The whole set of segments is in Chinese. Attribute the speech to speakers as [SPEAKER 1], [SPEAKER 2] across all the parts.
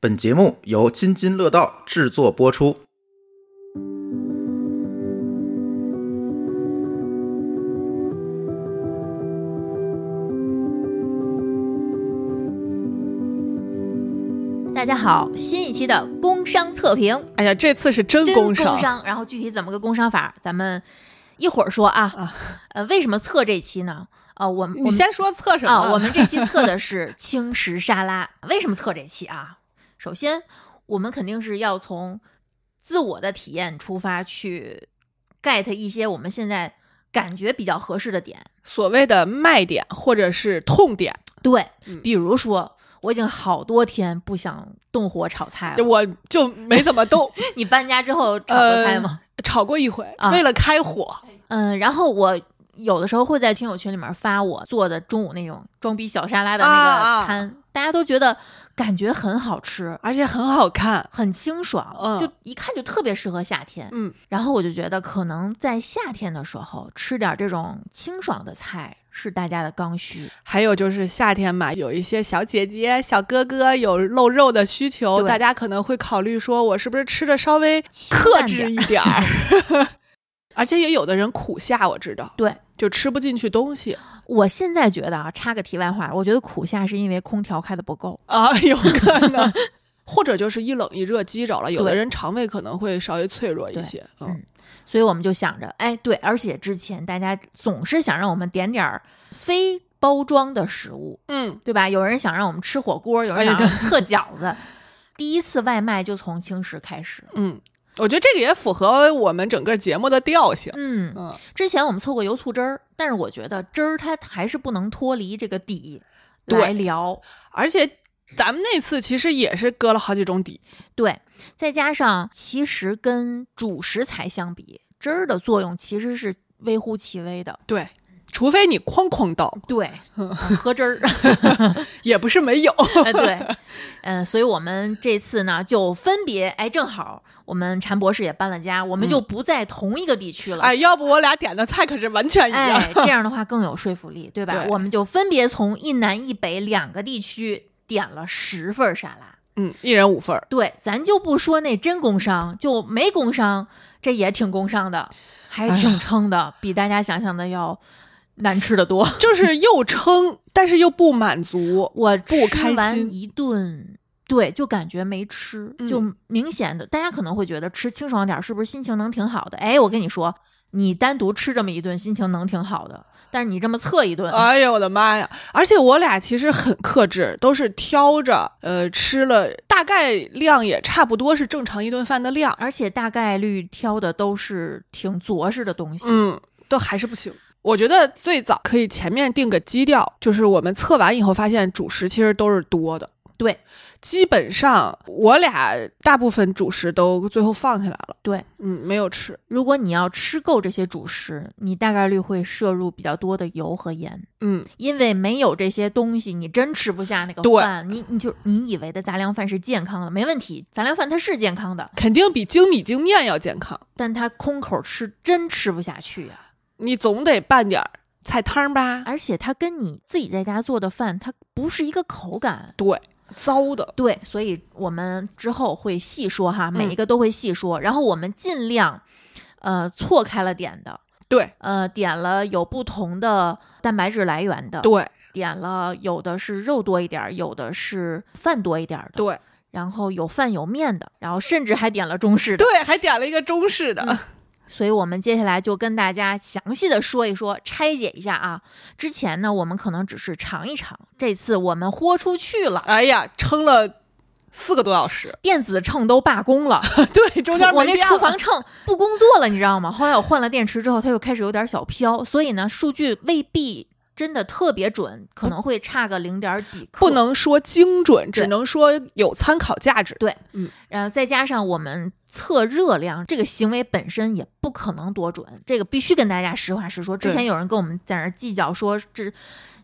[SPEAKER 1] 本节目由津津乐道制作播出。
[SPEAKER 2] 大家好，新一期的工商测评，
[SPEAKER 3] 哎呀，这次是真
[SPEAKER 2] 真
[SPEAKER 3] 工
[SPEAKER 2] 工
[SPEAKER 3] 伤，
[SPEAKER 2] 商，然后具体怎么个工商法，咱们一会儿说 啊。
[SPEAKER 3] 啊
[SPEAKER 2] 呃，为什么测这期呢？呃，我们我
[SPEAKER 3] 你
[SPEAKER 2] 们
[SPEAKER 3] 先说测什么？
[SPEAKER 2] 啊、我们这期测的是 轻食沙拉。为什么测这期啊？首先，我们肯定是要从自我的体验出发去 get 一些我们现在感觉比较合适的点。
[SPEAKER 3] 所谓的卖点或者是痛点，
[SPEAKER 2] 对
[SPEAKER 3] 嗯，
[SPEAKER 2] 比如说，我已经好多天不想动火炒菜了。
[SPEAKER 3] 我就没怎 么动
[SPEAKER 2] 你搬家之后炒啊过菜吗？
[SPEAKER 3] 呃炒过一回，
[SPEAKER 2] 啊
[SPEAKER 3] 为了开火，
[SPEAKER 2] 嗯，然后我有的时候会在听友群里面发我做的中午那种装逼小沙拉的那
[SPEAKER 3] 啊
[SPEAKER 2] 个
[SPEAKER 3] 啊
[SPEAKER 2] 餐，大家都觉得感觉很好吃，
[SPEAKER 3] 而且很好看。
[SPEAKER 2] 很清爽，
[SPEAKER 3] 嗯
[SPEAKER 2] 就一看就特别适合夏天。
[SPEAKER 3] 嗯，
[SPEAKER 2] 然后我就觉得，可能在夏天的时候吃点这种清爽的菜是大家的刚需。
[SPEAKER 3] 还有就是夏天嘛，有一些小姐姐、小哥哥有露肉的需求，
[SPEAKER 2] 对
[SPEAKER 3] 大家可能会考虑说，我是不是吃的稍微
[SPEAKER 2] 清
[SPEAKER 3] 克
[SPEAKER 2] 淡点
[SPEAKER 3] 制
[SPEAKER 2] 儿
[SPEAKER 3] 一点儿？ 而且也有的人苦夏，我知道，
[SPEAKER 2] 对，
[SPEAKER 3] 就吃不进去东西
[SPEAKER 2] 我现在觉得啊，插个题外话，我觉得苦夏是因为空调开的不够。
[SPEAKER 3] 啊， 有可能。或者就是一冷一热激着了，有的
[SPEAKER 2] 对
[SPEAKER 3] 人肠胃可能会稍微脆弱一
[SPEAKER 2] 对
[SPEAKER 3] 些。
[SPEAKER 2] 嗯所以我们就想着，哎，对，而且之前大家总是想让我们点点儿非包装的食物，
[SPEAKER 3] 嗯，
[SPEAKER 2] 对吧？有人想让我们吃火锅，有人
[SPEAKER 3] 哎
[SPEAKER 2] 想
[SPEAKER 3] 呀
[SPEAKER 2] 让我们测饺子。第一次外卖就从轻食开始。
[SPEAKER 3] 嗯，我觉得这个也符合我们整个节目的调性。
[SPEAKER 2] 嗯，
[SPEAKER 3] 嗯，
[SPEAKER 2] 之前我们测过油醋汁儿，但是我觉得汁儿它还是不能脱离这个底
[SPEAKER 3] 对
[SPEAKER 2] 来聊。
[SPEAKER 3] 而且咱们那次其实也是割了好几种底。
[SPEAKER 2] 对，再加上其实跟主食材相比，汁儿的作用其实是微乎其微的。
[SPEAKER 3] 对，除非你哐哐倒，
[SPEAKER 2] 对，嗯喝汁儿。
[SPEAKER 3] 也 不是没有。
[SPEAKER 2] 哎，对，嗯、所以我们这次呢，就分别，哎，正好我们禅博士也搬了家，我们就不在同一个地区了。
[SPEAKER 3] 嗯哎，要不我俩点的菜可是完全一样。
[SPEAKER 2] 哎这样的话更有说服力，对吧？
[SPEAKER 3] 对
[SPEAKER 2] 我们就分别从一南一北两个地区点了十份儿沙拉。
[SPEAKER 3] 嗯，一人五份儿。
[SPEAKER 2] 对，咱就不说那真工伤，就没工伤，这也挺工伤的，还
[SPEAKER 3] 哎
[SPEAKER 2] 挺撑的，比大家想象的要难吃的 多。
[SPEAKER 3] 就是又撑，但是又不满 足。
[SPEAKER 2] 我
[SPEAKER 3] 不开
[SPEAKER 2] 吃完
[SPEAKER 3] 心
[SPEAKER 2] 一顿，对，就感觉没吃，
[SPEAKER 3] 嗯
[SPEAKER 2] 就明显的，大家可能会觉得吃清爽点儿是不是心情能挺好的？哎，我跟你说，你单独吃这么一顿，心情能挺好的，但是你这么测 一顿，
[SPEAKER 3] 哎呦我的妈呀！而且我俩其实很克制，都是挑着呃吃了，大概量也差不多是正常一顿饭的量。
[SPEAKER 2] 而且大概率挑的都是挺着实的东西，
[SPEAKER 3] 嗯，都还是不行。我觉得最早可以前面定个基调，就是我们测完以后发现主食其实都是多的，
[SPEAKER 2] 对
[SPEAKER 3] 基本上我俩大部分主食都最后放下来了，
[SPEAKER 2] 对。
[SPEAKER 3] 嗯，没有吃，
[SPEAKER 2] 如果你要吃够这些主食，你大概率会摄入比较多的油和盐，
[SPEAKER 3] 嗯，
[SPEAKER 2] 因为没有这些东西，你真吃不下那个
[SPEAKER 3] 对
[SPEAKER 2] 饭。你你就你以为的杂粮饭是健康的，没问题，杂粮饭它是健康的，
[SPEAKER 3] 肯定比精米精面要健康，
[SPEAKER 2] 但它空口吃真吃不下去呀、
[SPEAKER 3] 你总得拌点儿菜汤吧，
[SPEAKER 2] 而且它跟你自己在家做的饭，它不是一个口感。
[SPEAKER 3] 对，糟的，
[SPEAKER 2] 对，所以我们之后会细说哈，
[SPEAKER 3] 嗯
[SPEAKER 2] 每一个都会细说。然后我们尽量，呃，错开了点的，
[SPEAKER 3] 对
[SPEAKER 2] 呃，点了有不同的蛋白质来源的，
[SPEAKER 3] 对
[SPEAKER 2] 点了有的是肉多一点儿，有的是饭多一点儿的，
[SPEAKER 3] 对
[SPEAKER 2] 然后有饭有面的，然后甚至还点了中式的。
[SPEAKER 3] 对，还点了一个中式的，
[SPEAKER 2] 嗯所以我们接下来就跟大家详细的说一说，拆解一下啊。之前呢，我们可能只是尝一尝，这次我们豁出去了，
[SPEAKER 3] 哎呀，撑了四个多小 时，
[SPEAKER 2] 电子秤都罢工了，
[SPEAKER 3] 对，中间
[SPEAKER 2] 我
[SPEAKER 3] 没
[SPEAKER 2] 那
[SPEAKER 3] 电
[SPEAKER 2] 厨
[SPEAKER 3] 了
[SPEAKER 2] 房秤不工作了，你知道吗？后来我换了电池之后，它又开始有点小飘，所以呢，数据未必真的特别准，可能会差个零点几克。
[SPEAKER 3] 不能说精准，只
[SPEAKER 2] 对
[SPEAKER 3] 能说有参考价值。
[SPEAKER 2] 对，然后再加上我们测热量这个行为本身也不可能多准，这个必须跟大家实话实说。之
[SPEAKER 3] 对
[SPEAKER 2] 前有人跟我们在那儿计较说，这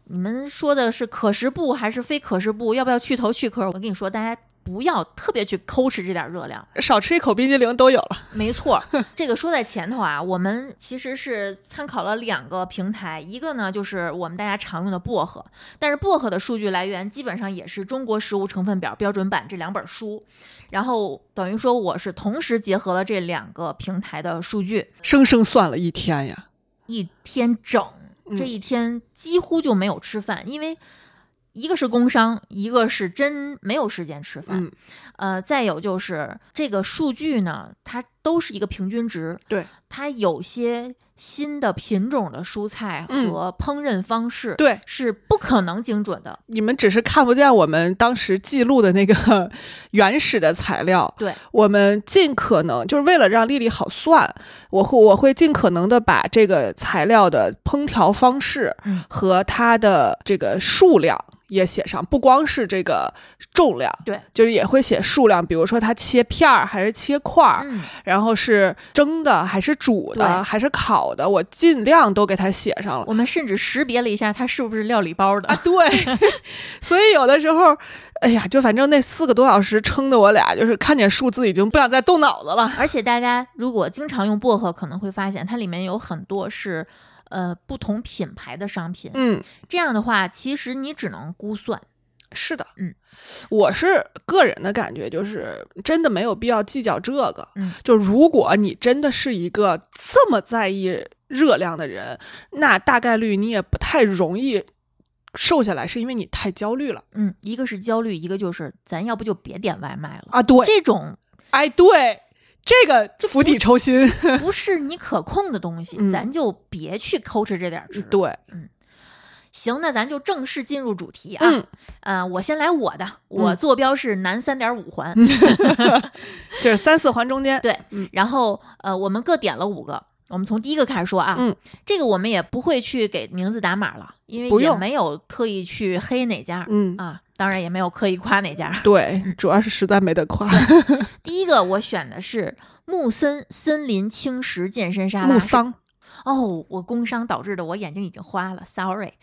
[SPEAKER 2] 你们说的是可食部还是非可食部，要不要去头去壳？我跟你说，大家不要特别去抠吃这点热量。
[SPEAKER 3] 少吃一口冰激凌都有了。
[SPEAKER 2] 没错， 这个说在前头啊，我们其实是参考了两个平台，一个呢就是我们大家常用的薄荷，但是薄荷的数据来源基本上也是《中国食物成分表标准版》这两本书，然后等于说我是同时结合了这两个平台的数据，
[SPEAKER 3] 生生算了一天呀，
[SPEAKER 2] 一天整，
[SPEAKER 3] 嗯
[SPEAKER 2] 这一天几乎就没有吃饭，因为一个是工伤，一个是真没有时间吃饭。
[SPEAKER 3] 嗯，
[SPEAKER 2] 呃，再有就是这个数据呢，它都是一个平均值。
[SPEAKER 3] 对，
[SPEAKER 2] 它有些新的品种的蔬菜
[SPEAKER 3] 嗯
[SPEAKER 2] 和烹饪方式，
[SPEAKER 3] 对，
[SPEAKER 2] 是不可能精准的。
[SPEAKER 3] 你们只是看不见我们当时记录的那个 原始的材料，
[SPEAKER 2] 对，
[SPEAKER 3] 我们尽可能就是为了让丽丽好算，我会我会尽可能的把这个材料的烹调方式
[SPEAKER 2] 嗯
[SPEAKER 3] 和它的这个数量也写上，不光是这个重量，
[SPEAKER 2] 对，
[SPEAKER 3] 就是也会写数量，比如说它切片儿还是切块儿，
[SPEAKER 2] 嗯，
[SPEAKER 3] 然后是蒸的还是煮
[SPEAKER 2] 对
[SPEAKER 3] 的还是烤的，我尽量都给它写上了。
[SPEAKER 2] 我们甚至识别了一下它是不是料理包的。
[SPEAKER 3] 啊，对，所以有的时候，哎呀，就反正那四个多小时撑的我俩，就是看见数字已经不想再动脑子了。
[SPEAKER 2] 而且大家如果经常用薄荷，可能会发现它里面有很多是呃不同品牌的商品。
[SPEAKER 3] 嗯，
[SPEAKER 2] 这样的话，其实你只能估算。
[SPEAKER 3] 是的，
[SPEAKER 2] 嗯，
[SPEAKER 3] 我是个人的感觉，就是真的没有必要计较这个。
[SPEAKER 2] 嗯，
[SPEAKER 3] 就如果你真的是一个这么在意热量的人，那大概率你也不太容易瘦下来，是因为你太焦虑了
[SPEAKER 2] 嗯，一个是焦虑，一个就是咱要不就别点外卖了。
[SPEAKER 3] 啊。对，
[SPEAKER 2] 这 种
[SPEAKER 3] 哎，对，这个釜底抽薪。
[SPEAKER 2] 不是你可控的东西，
[SPEAKER 3] 嗯
[SPEAKER 2] 咱就别去抠吃这点儿吃。，
[SPEAKER 3] 对，
[SPEAKER 2] 行，那咱就正式进入主题啊。
[SPEAKER 3] 嗯，
[SPEAKER 2] 呃，我先来我的，我
[SPEAKER 3] 嗯
[SPEAKER 2] 坐标是南三点五环，
[SPEAKER 3] 就是三四环中间。
[SPEAKER 2] 对，
[SPEAKER 3] 嗯
[SPEAKER 2] 然后呃，我们各点了五个。我们从第一个开始说啊，
[SPEAKER 3] 嗯，
[SPEAKER 2] 这个我们也不会去给名字打码了，因
[SPEAKER 3] 不
[SPEAKER 2] 为也
[SPEAKER 3] 用
[SPEAKER 2] 没有特意去黑哪家、
[SPEAKER 3] 嗯，
[SPEAKER 2] 啊，当然也没有刻意夸哪家。
[SPEAKER 3] 对，主要是实在没得夸。
[SPEAKER 2] 第一个我选的是木森森林青石健身沙拉，
[SPEAKER 3] 木桑
[SPEAKER 2] 哦，我工伤导致的，我眼睛已经花了，sorry。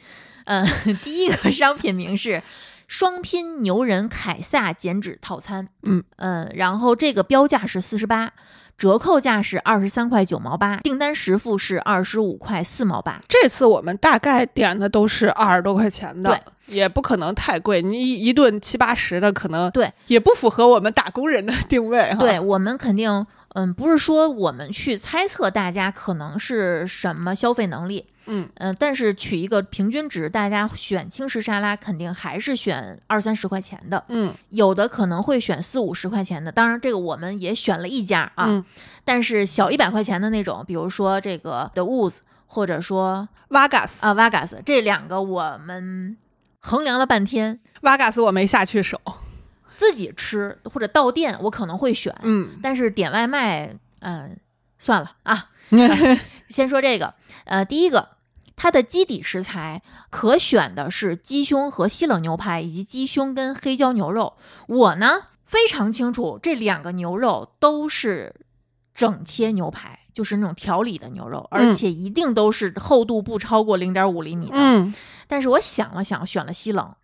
[SPEAKER 2] 呃， 第一个商品名是双拼牛人凯撒减脂套餐，
[SPEAKER 3] 嗯
[SPEAKER 2] 呃然后这个标价是四十八，折扣价是二十三块九毛八，订单实付是二十五块四毛八。
[SPEAKER 3] 这次我们大概点的都是二十多块钱的，也不可能太贵。你一一顿七八十的，可能
[SPEAKER 2] 对
[SPEAKER 3] 也不符合我们打工人的定位哈。
[SPEAKER 2] 对，我们肯定，嗯，不是说我们去猜测大家可能是什么消费能力，
[SPEAKER 3] 嗯，
[SPEAKER 2] 嗯、但是取一个平均值，大家选轻食沙拉肯定还是选二三十块钱的，
[SPEAKER 3] 嗯
[SPEAKER 2] 有的可能会选四五十块钱的，当然这个我们也选了一家啊，
[SPEAKER 3] 嗯，
[SPEAKER 2] 但是小一百块钱的那种，比如说这个 The Woods 或者说
[SPEAKER 3] 瓦嘎斯，
[SPEAKER 2] 啊 Vegas 这两个，我们衡量了半天，
[SPEAKER 3] 瓦嘎斯我没下去手。
[SPEAKER 2] 自己吃或者到店我可能会选，
[SPEAKER 3] 嗯，
[SPEAKER 2] 但是点外卖，嗯、算了 啊。先说这个，呃，第一个。它的基底食材可选的是鸡胸和西冷牛排，以及鸡胸跟黑椒牛肉。我呢非常清楚，这两个牛肉都是整切牛排，就是那种调理的牛肉，而
[SPEAKER 3] 嗯
[SPEAKER 2] 且一定都是厚度不超过零点五厘米的。
[SPEAKER 3] 嗯，
[SPEAKER 2] 但是我想了想，选了西冷，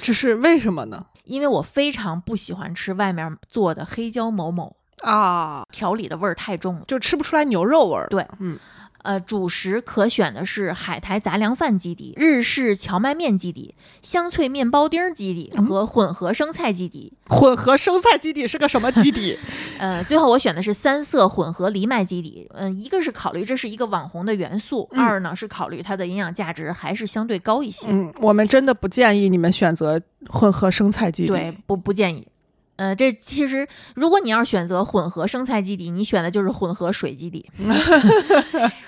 [SPEAKER 3] 这是为什么呢？
[SPEAKER 2] 因为我非常不喜欢吃外面做的黑椒某某，
[SPEAKER 3] 啊，
[SPEAKER 2] 调理的味儿太重了。
[SPEAKER 3] 就吃不出来牛肉味儿。
[SPEAKER 2] 对
[SPEAKER 3] 嗯，
[SPEAKER 2] 呃，主食可选的是海苔杂粮饭基底、日式荞麦面基底、香脆面包丁儿基底和混合生菜基底。
[SPEAKER 3] 混合生菜基底是个什么 基底？
[SPEAKER 2] 呃，最后我选的是三色混合藜麦基底。嗯、一个是考虑这是一个网红的元素，
[SPEAKER 3] 嗯
[SPEAKER 2] 二呢是考虑它的营养价值还是相对高一些。
[SPEAKER 3] 嗯，我们真的不建议你们选择混合生菜基底。
[SPEAKER 2] 对，，不不建议。呃，这其实如果你要是选择混合生菜基底，你选的就是混合水基底。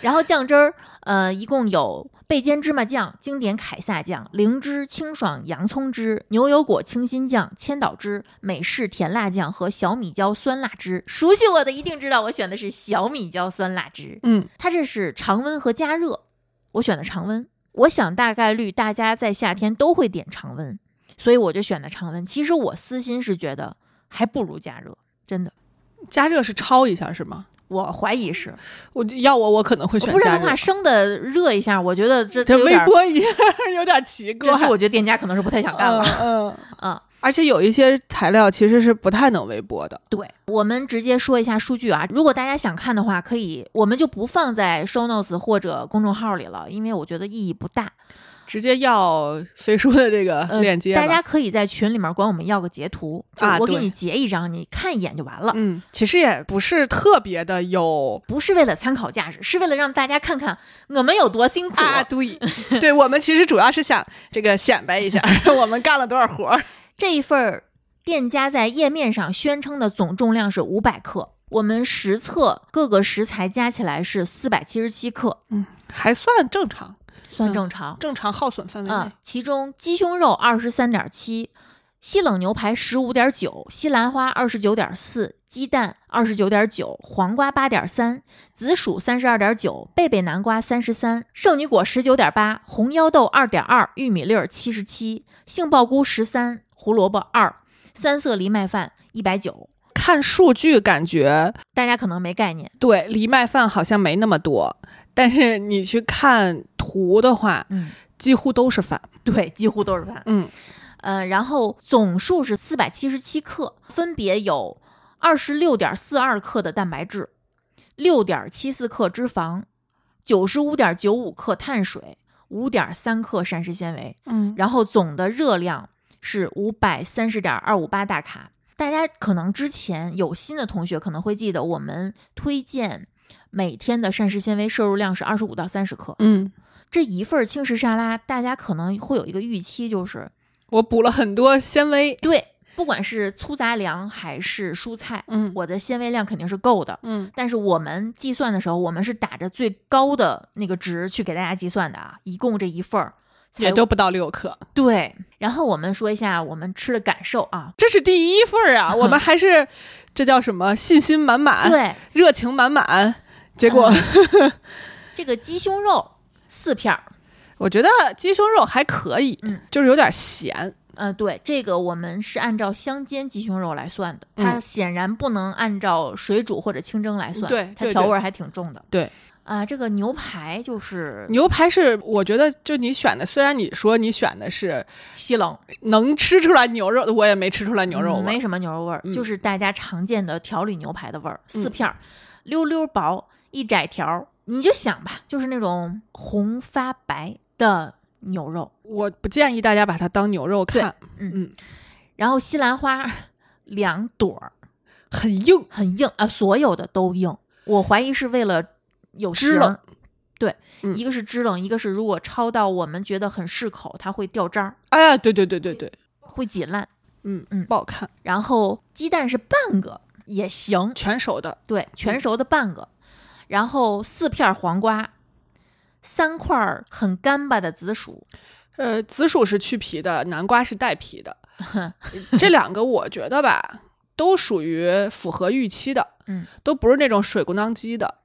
[SPEAKER 2] 然后酱汁儿，呃，一共有焙煎芝麻酱、经典凯撒酱、灵芝清爽洋葱汁、牛油果清新酱、千岛汁、美式甜辣酱和小米椒酸辣汁。熟悉我的一定知道，我选的是小米椒酸辣汁。
[SPEAKER 3] 嗯，
[SPEAKER 2] 它这是常温和加热，我选的常温。我想大概率大家在夏天都会点常温，所以我就选的常温。其实我私心是觉得还不如加热，真的，
[SPEAKER 3] 加热是焯一下是吗？
[SPEAKER 2] 我怀疑是。
[SPEAKER 3] 我要我我可能会
[SPEAKER 2] 我
[SPEAKER 3] 嗯选
[SPEAKER 2] 不然
[SPEAKER 3] 加
[SPEAKER 2] 的话，
[SPEAKER 3] 热，
[SPEAKER 2] 生的热一下，我觉 得这这
[SPEAKER 3] 这
[SPEAKER 2] 有
[SPEAKER 3] 微
[SPEAKER 2] 点儿，
[SPEAKER 3] 波一下 有点奇怪
[SPEAKER 2] 这。这我觉得店家可能是不太想干了。
[SPEAKER 3] 嗯，嗯
[SPEAKER 2] 嗯，
[SPEAKER 3] 而且有一些材料其实是不太能微波的。
[SPEAKER 2] 对，我们直接说一下数据啊。如果大家想看的话，可以，我们就不放在 show notes 或者公众号里了，因为我觉得意义不大。
[SPEAKER 3] 直接要飞书的这个
[SPEAKER 2] 呃
[SPEAKER 3] 链接吧、
[SPEAKER 2] 大家可以在群里面管我们要个截图，就
[SPEAKER 3] 啊
[SPEAKER 2] 我给
[SPEAKER 3] 对
[SPEAKER 2] 你截一张，你看一眼就完了。
[SPEAKER 3] 嗯，其实也不是特别的有
[SPEAKER 2] 不是为了参考价值，是为了让大家看看我们有多辛苦。
[SPEAKER 3] 啊，对， 对我们其实主要是想这个显摆一下， 我们干了多少活儿。
[SPEAKER 2] 这一份儿店家在页面上宣称的总重量是五百克，我们实测各个食材加起来是四百七十七克，
[SPEAKER 3] 嗯，还算正常，
[SPEAKER 2] 算
[SPEAKER 3] 嗯
[SPEAKER 2] 正常。
[SPEAKER 3] 正常耗损范围内。
[SPEAKER 2] 嗯，其中鸡胸肉二十三点七，西冷牛排十五点九，西兰花二十九点四，鸡蛋二十九点九，黄瓜八点三，紫薯三十二点九，贝贝南瓜三十三，圣女果十九点八，红腰豆二点二，玉米粒儿七十七，杏鲍菇十三，胡萝卜二，三色藜麦饭一百九。
[SPEAKER 3] 看数据感觉
[SPEAKER 2] 大家可能没概念，
[SPEAKER 3] 对藜麦饭好像没那么多，但是你去看图的话，
[SPEAKER 2] 嗯，
[SPEAKER 3] 几乎都是饭。
[SPEAKER 2] 对，几乎都是饭。
[SPEAKER 3] 嗯，
[SPEAKER 2] 呃，然后总数是四百七十七克，分别有二十六点四二克的蛋白质，六点七四克脂肪，九十五点九五克碳水，五点三克膳食纤维，
[SPEAKER 3] 嗯，
[SPEAKER 2] 然后总的热量是五百三十点二五八大卡。大家可能之前有新的同学可能会记得，我们推荐每天的膳食纤维摄入量是二十五到三十克。
[SPEAKER 3] 嗯，
[SPEAKER 2] 这一份儿轻食沙拉，大家可能会有一个预期，就是
[SPEAKER 3] 我补了很多纤维。
[SPEAKER 2] 对，不管是粗杂粮还是蔬菜，
[SPEAKER 3] 嗯
[SPEAKER 2] 我的纤维量肯定是够的。
[SPEAKER 3] 嗯，
[SPEAKER 2] 但是我们计算的时候，我们是打着最高的那个值去给大家计算的啊，一共这一份儿才
[SPEAKER 3] 也都不到六克，
[SPEAKER 2] 对。然后我们说一下我们吃的感受啊，
[SPEAKER 3] 这是第一份儿啊！我们还是这叫什么？信心满满，
[SPEAKER 2] 对，啊
[SPEAKER 3] 热情满满。结果、
[SPEAKER 2] 这个鸡胸肉四片儿，
[SPEAKER 3] 我觉得鸡胸肉还可以，
[SPEAKER 2] 嗯
[SPEAKER 3] 就是有点咸。
[SPEAKER 2] 呃，对，这个我们是按照香煎鸡胸肉来算的，它
[SPEAKER 3] 嗯
[SPEAKER 2] 显然不能按照水煮或者清蒸来算，
[SPEAKER 3] 对
[SPEAKER 2] 它
[SPEAKER 3] 对
[SPEAKER 2] 调
[SPEAKER 3] 对
[SPEAKER 2] 味儿还挺重的。
[SPEAKER 3] 对
[SPEAKER 2] 啊、这个牛排就是
[SPEAKER 3] 牛排是我觉得就你选的，虽然你说你选的是
[SPEAKER 2] 西冷，
[SPEAKER 3] 能吃出来牛肉的，我也没吃出来牛肉
[SPEAKER 2] 嗯
[SPEAKER 3] 味
[SPEAKER 2] 没
[SPEAKER 3] 儿。
[SPEAKER 2] 什么牛肉味儿，
[SPEAKER 3] 嗯
[SPEAKER 2] 就是大家常见的调理牛排的味儿，四片儿，溜溜薄，一窄条儿，你就想吧，就是那种红发白的牛肉，
[SPEAKER 3] 我不建议大家把它当牛肉看，
[SPEAKER 2] 嗯
[SPEAKER 3] 嗯
[SPEAKER 2] 然后西兰花两朵儿，
[SPEAKER 3] 很硬。
[SPEAKER 2] 很硬啊、所有的都硬，我怀疑是为了有
[SPEAKER 3] 支
[SPEAKER 2] 形
[SPEAKER 3] 棱
[SPEAKER 2] 儿。对，
[SPEAKER 3] 嗯
[SPEAKER 2] 一个是支棱，一个是如果焯到我们觉得很适口，它会掉渣儿，
[SPEAKER 3] 哎呀，对对对对对，
[SPEAKER 2] 会挤烂。
[SPEAKER 3] 嗯
[SPEAKER 2] 嗯
[SPEAKER 3] 不好看，
[SPEAKER 2] 然后鸡蛋是半个也行，
[SPEAKER 3] 全熟的。
[SPEAKER 2] 对，全熟的半个，然后四片黄瓜，三块儿很干巴的紫薯，
[SPEAKER 3] 呃，紫薯是去皮的，南瓜是带皮的，这两个我觉得吧，都属于符合预期的，
[SPEAKER 2] 嗯，
[SPEAKER 3] 都不是那种水咕当鸡的，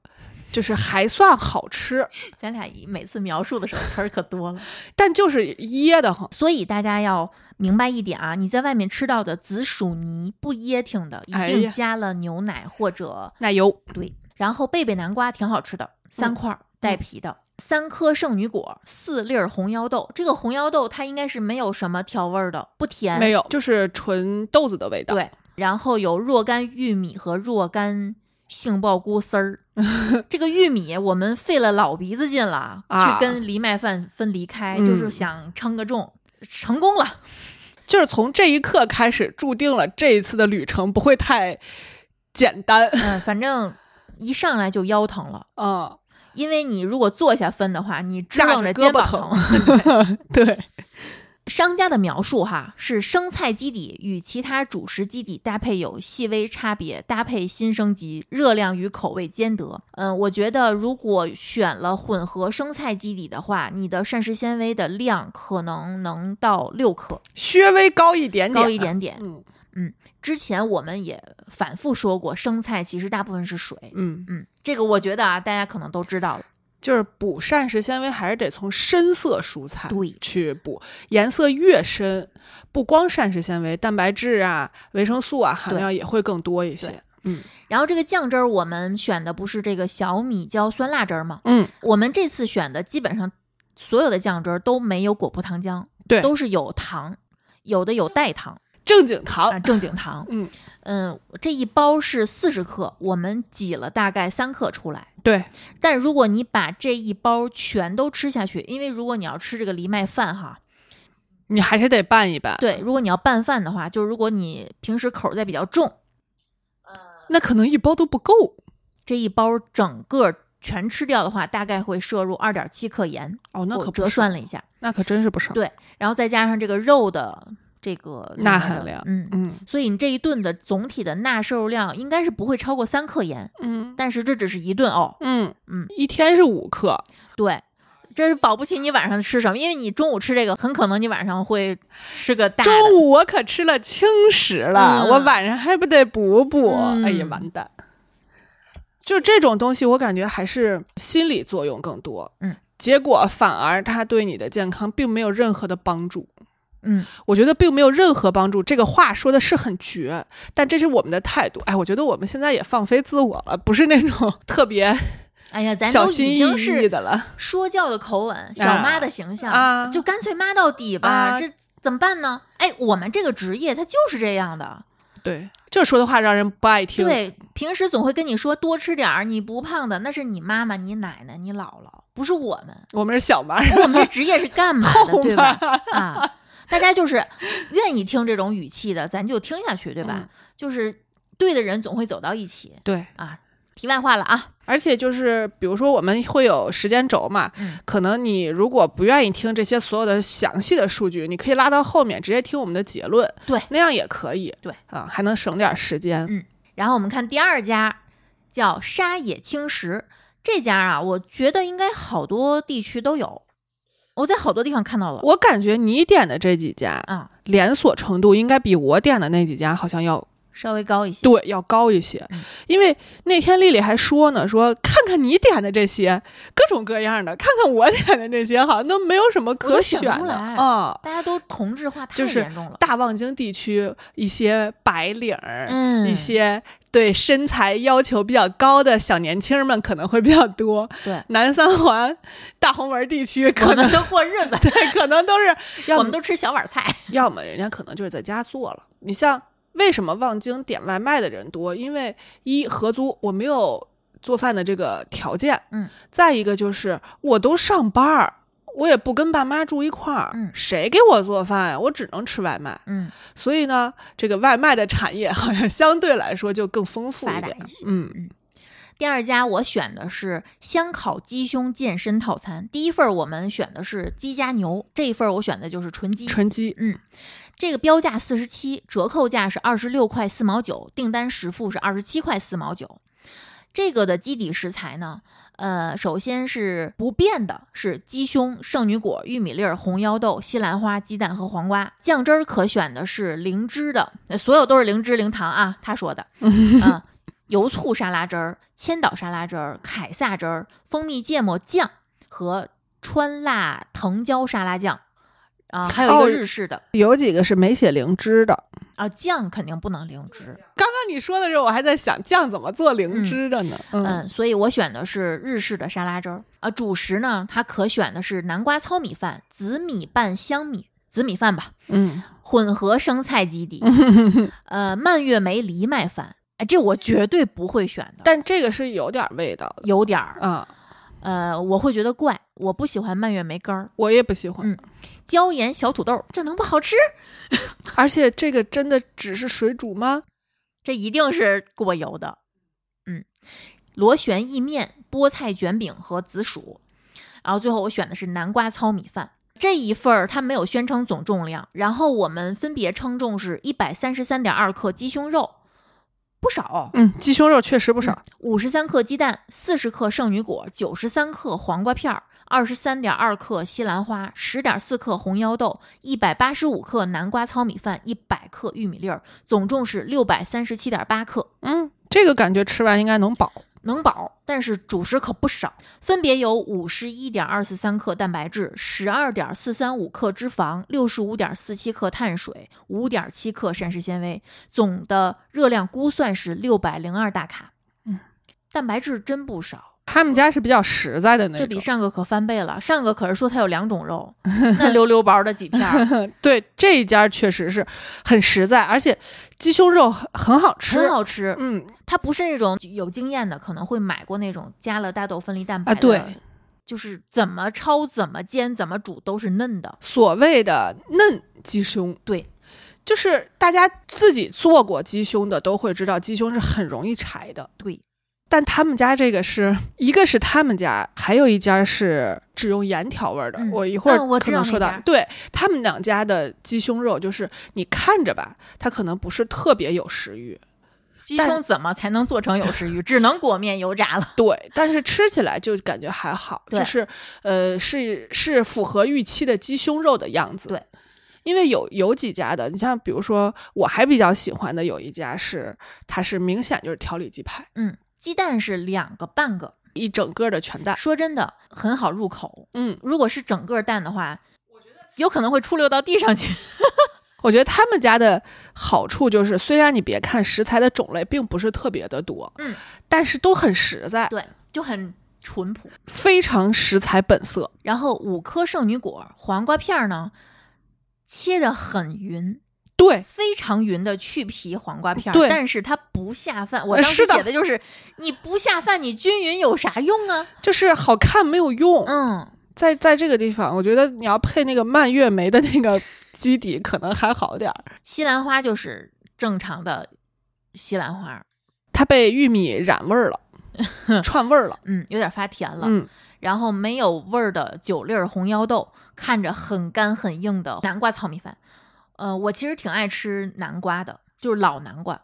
[SPEAKER 3] 就是还算好吃，
[SPEAKER 2] 咱俩一每次描述的时候词儿可多了，
[SPEAKER 3] 但就是噎得很。
[SPEAKER 2] 所以大家要明白一点啊，你在外面吃到的紫薯泥不噎挺的，一
[SPEAKER 3] 哎
[SPEAKER 2] 定
[SPEAKER 3] 呀
[SPEAKER 2] 加了牛奶或者
[SPEAKER 3] 奶油，
[SPEAKER 2] 对。然后贝贝南瓜挺好吃的，三
[SPEAKER 3] 嗯
[SPEAKER 2] 块儿带
[SPEAKER 3] 嗯
[SPEAKER 2] 皮的。三颗圣女果，四粒儿红腰豆。这个红腰豆它应该是没有什么调味儿的，不甜，
[SPEAKER 3] 没有，就是纯豆子的味道。，
[SPEAKER 2] 对，然后有若干玉米和若干杏鲍菇丝 儿。这个玉米我们费了老鼻子劲了，
[SPEAKER 3] 啊
[SPEAKER 2] 去跟藜麦饭分离开，就是
[SPEAKER 3] 嗯
[SPEAKER 2] 想称个重，成功 了。
[SPEAKER 3] 就是从这一刻开始，注定了这一次的旅程不会太简单。
[SPEAKER 2] 嗯，反正一上来就腰疼了。
[SPEAKER 3] 嗯，
[SPEAKER 2] 因为你如果坐下分的话，你支
[SPEAKER 3] 架
[SPEAKER 2] 棱
[SPEAKER 3] 着
[SPEAKER 2] 肩
[SPEAKER 3] 胳
[SPEAKER 2] 膀
[SPEAKER 3] 膊
[SPEAKER 2] 疼
[SPEAKER 3] 疼。
[SPEAKER 2] 对
[SPEAKER 3] 对，
[SPEAKER 2] 商家的描述哈是生菜基底与其他主食基底搭配有细微差别，搭配新升级，热量与口味兼得。嗯，我觉得如果选了混合生菜基底的话，你的膳食纤维的量可能能到六克，
[SPEAKER 3] 稍微高一点点，
[SPEAKER 2] 高一。点点。
[SPEAKER 3] 嗯
[SPEAKER 2] 之前我们也反复说过，生菜其实大部分是水。
[SPEAKER 3] 嗯，
[SPEAKER 2] 嗯，这个我觉得啊，大家可能都知道了。
[SPEAKER 3] 就是补膳食纤维还是得从深色蔬菜
[SPEAKER 2] 对
[SPEAKER 3] 去补，颜色越深，不光膳食纤维、蛋白质啊、维生素啊含
[SPEAKER 2] 对
[SPEAKER 3] 量也会更多一
[SPEAKER 2] 对
[SPEAKER 3] 些。嗯
[SPEAKER 2] 然后这个酱汁儿，我们选的不是这个小米椒酸辣汁儿吗？
[SPEAKER 3] 嗯，
[SPEAKER 2] 我们这次选的基本上所有的酱汁儿都没有果葡糖浆，
[SPEAKER 3] 对
[SPEAKER 2] 都是有糖，有的有代糖。
[SPEAKER 3] 正经糖
[SPEAKER 2] 啊，正经 糖。
[SPEAKER 3] 嗯
[SPEAKER 2] 嗯，这一包是四十克，我们挤了大概三克出来。
[SPEAKER 3] 对，
[SPEAKER 2] 但如果你把这一包全都吃下去，因为如果你要吃这个藜麦饭哈，
[SPEAKER 3] 你还是得拌一拌。，
[SPEAKER 2] 对，如果你要拌饭的话，就如果你平时口儿在比较重，
[SPEAKER 3] 那可能一包都不够
[SPEAKER 2] 这一包整个全吃掉的话，大概会摄入二点七克盐。
[SPEAKER 3] 哦，那
[SPEAKER 2] 我
[SPEAKER 3] 可不
[SPEAKER 2] 折
[SPEAKER 3] 少
[SPEAKER 2] 算了一下，
[SPEAKER 3] 那可真是不少。
[SPEAKER 2] 对，然后再加上这个肉的这个里
[SPEAKER 3] 钠
[SPEAKER 2] 面的
[SPEAKER 3] 含量
[SPEAKER 2] 嗯，
[SPEAKER 3] 嗯
[SPEAKER 2] 所以你这一顿的总体的钠摄入量应该是不会超过三克盐，
[SPEAKER 3] 嗯
[SPEAKER 2] 但是这只是一顿哦，
[SPEAKER 3] 嗯
[SPEAKER 2] 嗯
[SPEAKER 3] 一天是五克，
[SPEAKER 2] 对。这是保不齐你晚上吃什么，因为你中午吃这个，很可能你晚上会吃个大的。
[SPEAKER 3] 中午我可吃了轻食了，
[SPEAKER 2] 嗯
[SPEAKER 3] 我晚上还不得补补？
[SPEAKER 2] 嗯
[SPEAKER 3] 哎呀，完蛋！就这种东西，我感觉还是心理作用更多。
[SPEAKER 2] 嗯，
[SPEAKER 3] 结果反而它对你的健康并没有任何的帮助。
[SPEAKER 2] 嗯，
[SPEAKER 3] 我觉得并没有任何帮助。这个话说的是很绝，但这是我们的态度。哎，我觉得我们现在也放飞自我了，不是那种特别
[SPEAKER 2] 哎呀，咱
[SPEAKER 3] 小
[SPEAKER 2] 都
[SPEAKER 3] 心
[SPEAKER 2] 已
[SPEAKER 3] 翼
[SPEAKER 2] 经
[SPEAKER 3] 翼
[SPEAKER 2] 是
[SPEAKER 3] 的了。
[SPEAKER 2] 说教的口吻，小妈的形象，
[SPEAKER 3] 啊
[SPEAKER 2] 就干脆妈到底吧，
[SPEAKER 3] 啊
[SPEAKER 2] 这怎么办呢？哎，我们这个职业它就是这样的，
[SPEAKER 3] 对，这说的话让人不爱听。，
[SPEAKER 2] 对，平时总会跟你说多吃点儿，你不胖的，那是你妈妈、你奶奶、你姥姥，不是我们，
[SPEAKER 3] 我们是小妈儿，
[SPEAKER 2] 我们这职业是干嘛的，
[SPEAKER 3] 后
[SPEAKER 2] 对
[SPEAKER 3] 妈
[SPEAKER 2] 吧？啊，大家就是愿意听这种语气的，咱就听下去，对吧？
[SPEAKER 3] 嗯
[SPEAKER 2] 就是对的人总会走到一起
[SPEAKER 3] 对。
[SPEAKER 2] 啊。题外话了啊，
[SPEAKER 3] 而且就是，比如说我们会有时间轴嘛，
[SPEAKER 2] 嗯
[SPEAKER 3] 可能你如果不愿意听这些所有的详细的数据，你可以拉到后面直接听我们的结论，
[SPEAKER 2] 对
[SPEAKER 3] 那样也可以，
[SPEAKER 2] 对
[SPEAKER 3] 啊，还能省点时间。
[SPEAKER 2] 嗯然后我们看第二家，叫沙野青石。这家啊，我觉得应该好多地区都有，我在好多地方看到了
[SPEAKER 3] 我感觉你点的这几家
[SPEAKER 2] 啊，
[SPEAKER 3] 连锁程度应该比我点的那几家好像要
[SPEAKER 2] 稍微高一些。
[SPEAKER 3] 对要高一些
[SPEAKER 2] 嗯，
[SPEAKER 3] 因为那天丽丽还说呢，说看看你点的这些各种各样的，看看我点的这些好像都没有什么
[SPEAKER 2] 我
[SPEAKER 3] 可
[SPEAKER 2] 都选
[SPEAKER 3] 选
[SPEAKER 2] 不出
[SPEAKER 3] 的
[SPEAKER 2] 来
[SPEAKER 3] 啊。
[SPEAKER 2] 大家都同质化太
[SPEAKER 3] 就是
[SPEAKER 2] 严重了，
[SPEAKER 3] 大望京地区一些白领儿，
[SPEAKER 2] 嗯
[SPEAKER 3] 一些对身材要求比较高的小年轻们可能会比较多。
[SPEAKER 2] 对，
[SPEAKER 3] 南三环、大红门地 区
[SPEAKER 2] 我
[SPEAKER 3] 可能
[SPEAKER 2] 们都过日子，
[SPEAKER 3] 对，可能 都是要
[SPEAKER 2] 我
[SPEAKER 3] 么
[SPEAKER 2] 们都吃小碗菜。
[SPEAKER 3] 要么人家可能就是在家做了。你像为什么望京点外卖的人多？因为一合租我没有做饭的这个条件，
[SPEAKER 2] 嗯，
[SPEAKER 3] 再一个就是我都上班儿。我也不跟爸妈住一块儿，
[SPEAKER 2] 嗯
[SPEAKER 3] 谁给我做饭呀？我只能吃外卖。
[SPEAKER 2] 嗯，
[SPEAKER 3] 所以呢，这个外卖的产业好像相对来说就更丰富一
[SPEAKER 2] 发达
[SPEAKER 3] 点
[SPEAKER 2] 一些。
[SPEAKER 3] 嗯，
[SPEAKER 2] 第二家我选的是香烤鸡胸健身套餐，第一份儿我们选的是鸡加牛，这一份儿我选的就是纯鸡。
[SPEAKER 3] 纯鸡
[SPEAKER 2] 这个标价四十七，折扣价是二十六块四毛九，订单实付是二十七块四毛九。这个的基底食材呢，呃，首先是不变的，是鸡胸、圣女果、玉米粒儿、红腰豆、西兰花、鸡蛋和黄瓜。酱汁儿可选的是零脂的，呃所有都是零脂零糖啊，他说的。嗯、油醋沙拉汁儿、千岛沙拉汁儿、凯撒汁儿、蜂蜜芥末酱和川辣藤椒沙拉酱。啊，还有一
[SPEAKER 3] 哦
[SPEAKER 2] 个日式的，
[SPEAKER 3] 有几个是没写灵芝的。
[SPEAKER 2] 啊，酱肯定不能零脂，
[SPEAKER 3] 刚刚你说的时候，我还在想酱怎么做灵芝的呢？嗯
[SPEAKER 2] 嗯，所以我选的是日式的沙拉汁儿。啊，主食呢，它可选的是南瓜糙米饭、紫米拌香米、紫米饭吧，
[SPEAKER 3] 嗯，
[SPEAKER 2] 混合生菜基底，呃，蔓越莓藜麦饭，哎，这我绝对不会选的，
[SPEAKER 3] 但这个是有点味道的。
[SPEAKER 2] 有点儿，
[SPEAKER 3] 啊、
[SPEAKER 2] 呃，我会觉得怪，我不喜欢蔓越莓干儿，
[SPEAKER 3] 我也不喜欢，
[SPEAKER 2] 嗯椒盐小土豆儿，这能不好吃？
[SPEAKER 3] 而且这个真的只是水煮吗？
[SPEAKER 2] 这一定是过油的。嗯，螺旋意面、菠菜卷饼和紫薯，然后最后我选的是南瓜糙米饭。这一份儿它没有宣称总重量，然后我们分别称重是一百三十三点二克鸡胸肉，不少，
[SPEAKER 3] 嗯，鸡胸肉确实不少。
[SPEAKER 2] 五十三克鸡蛋，四十克圣女果，九十三克黄瓜片儿，二十三点二克西兰花，十点四克红腰豆，一百八十五克南瓜糙米饭，一百克玉米粒儿，总重是六百三十七点八克。
[SPEAKER 3] 嗯这个感觉吃完应该能饱。
[SPEAKER 2] 能饱，但是主食可不少，分别有五十一点二四三克蛋白质，十二点四三五克脂肪，六十五点四七克碳水，五点七克膳食纤维，总的热量估算是六百零二大卡。
[SPEAKER 3] 嗯，
[SPEAKER 2] 蛋白质真不少，
[SPEAKER 3] 他们家是比较实在的那
[SPEAKER 2] 这
[SPEAKER 3] 种，
[SPEAKER 2] 比上个可翻倍了。上个可是说它有两种肉， 那溜溜薄的几片 儿，
[SPEAKER 3] 对这一家确实是很实在，而且鸡胸肉很很好吃，
[SPEAKER 2] 很好吃。
[SPEAKER 3] 嗯，
[SPEAKER 2] 它不是那种有经验的，可能会买过那种加了大豆分离蛋白的，
[SPEAKER 3] 啊对
[SPEAKER 2] 就是怎么焯、怎么煎、怎么煮都是嫩的。
[SPEAKER 3] 所谓的嫩鸡胸，
[SPEAKER 2] 对，
[SPEAKER 3] 就是大家自己做过鸡胸的都会知道，鸡胸是很容易柴的。
[SPEAKER 2] 对，
[SPEAKER 3] 但他们家这个是一个是他们家，还有一家是只用盐调味儿的。
[SPEAKER 2] 嗯
[SPEAKER 3] 我一会
[SPEAKER 2] 嗯我
[SPEAKER 3] 儿
[SPEAKER 2] 知
[SPEAKER 3] 可
[SPEAKER 2] 道
[SPEAKER 3] 能说
[SPEAKER 2] 那
[SPEAKER 3] 到，
[SPEAKER 2] 家
[SPEAKER 3] 对他们两家的鸡胸肉，就是你看着吧，它可能不是特别有食欲，
[SPEAKER 2] 鸡
[SPEAKER 3] 但
[SPEAKER 2] 胸怎么才能做成有食欲？只能裹面油炸了。
[SPEAKER 3] 对，但是吃起来就感觉还好，
[SPEAKER 2] 对
[SPEAKER 3] 就是呃，是是符合预期的鸡胸肉的样子。
[SPEAKER 2] 对，
[SPEAKER 3] 因为有有几家的，你像比如说我还比较喜欢的有一家是，它是明显就是调理鸡排，
[SPEAKER 2] 嗯，鸡蛋是两个半个，啊
[SPEAKER 3] 一整个的全蛋，
[SPEAKER 2] 说真的很好入口。
[SPEAKER 3] 嗯，
[SPEAKER 2] 如果是整个蛋的话，有可能会出溜到地上去。
[SPEAKER 3] 我觉得他们家的好处就是，虽然你别看食材的种类并不是特别的多，
[SPEAKER 2] 嗯，
[SPEAKER 3] 但是都很实在，
[SPEAKER 2] 对，就很淳朴。
[SPEAKER 3] 非常食材本色，
[SPEAKER 2] 然后五颗圣女果黄瓜片儿呢，切的很匀，
[SPEAKER 3] 对，
[SPEAKER 2] 非常匀的去皮黄瓜片儿。
[SPEAKER 3] 对
[SPEAKER 2] 但是它不下饭。我
[SPEAKER 3] 呃
[SPEAKER 2] 当时
[SPEAKER 3] 是的
[SPEAKER 2] 写的就是，你不下饭，你均匀有啥用啊？
[SPEAKER 3] 就是好看没有用，
[SPEAKER 2] 嗯，
[SPEAKER 3] 在在这个地方，我觉得你要配那个蔓越莓的那个基底，可能还好点儿。
[SPEAKER 2] 西兰花就是正常的西兰花，
[SPEAKER 3] 它被玉米染 味儿了，串味儿了。
[SPEAKER 2] 嗯，有点发甜了。
[SPEAKER 3] 嗯，
[SPEAKER 2] 然后没有味儿的九粒儿红腰豆，看着很干很硬的南瓜糙米饭。呃，我其实挺爱吃南瓜的，就是老南瓜，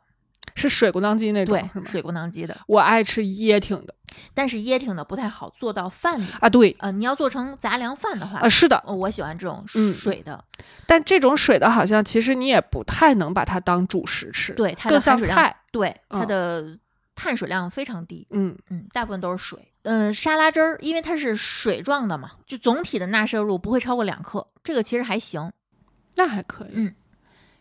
[SPEAKER 3] 是水咕当鸡那种
[SPEAKER 2] 对，
[SPEAKER 3] 是吗？
[SPEAKER 2] 水果囊鸡的。
[SPEAKER 3] 我爱吃椰挺的
[SPEAKER 2] 但是椰挺的不太好做到饭里，
[SPEAKER 3] 啊，对
[SPEAKER 2] 呃，你要做成杂粮饭的话，
[SPEAKER 3] 啊，是的。
[SPEAKER 2] 呃我喜欢这种
[SPEAKER 3] 嗯
[SPEAKER 2] 水的，
[SPEAKER 3] 但这种水的，好像其实你也不太能把它当主食吃，
[SPEAKER 2] 对它的
[SPEAKER 3] 更像
[SPEAKER 2] 含水量
[SPEAKER 3] 菜。，
[SPEAKER 2] 对它
[SPEAKER 3] 嗯
[SPEAKER 2] 的碳水量非常低，
[SPEAKER 3] 嗯，
[SPEAKER 2] 嗯，大部分都是水。嗯，沙拉汁儿，因为它是水状的嘛，就总体的钠摄入不会超过两克，这个其实还行。
[SPEAKER 3] 那还可以。
[SPEAKER 2] 嗯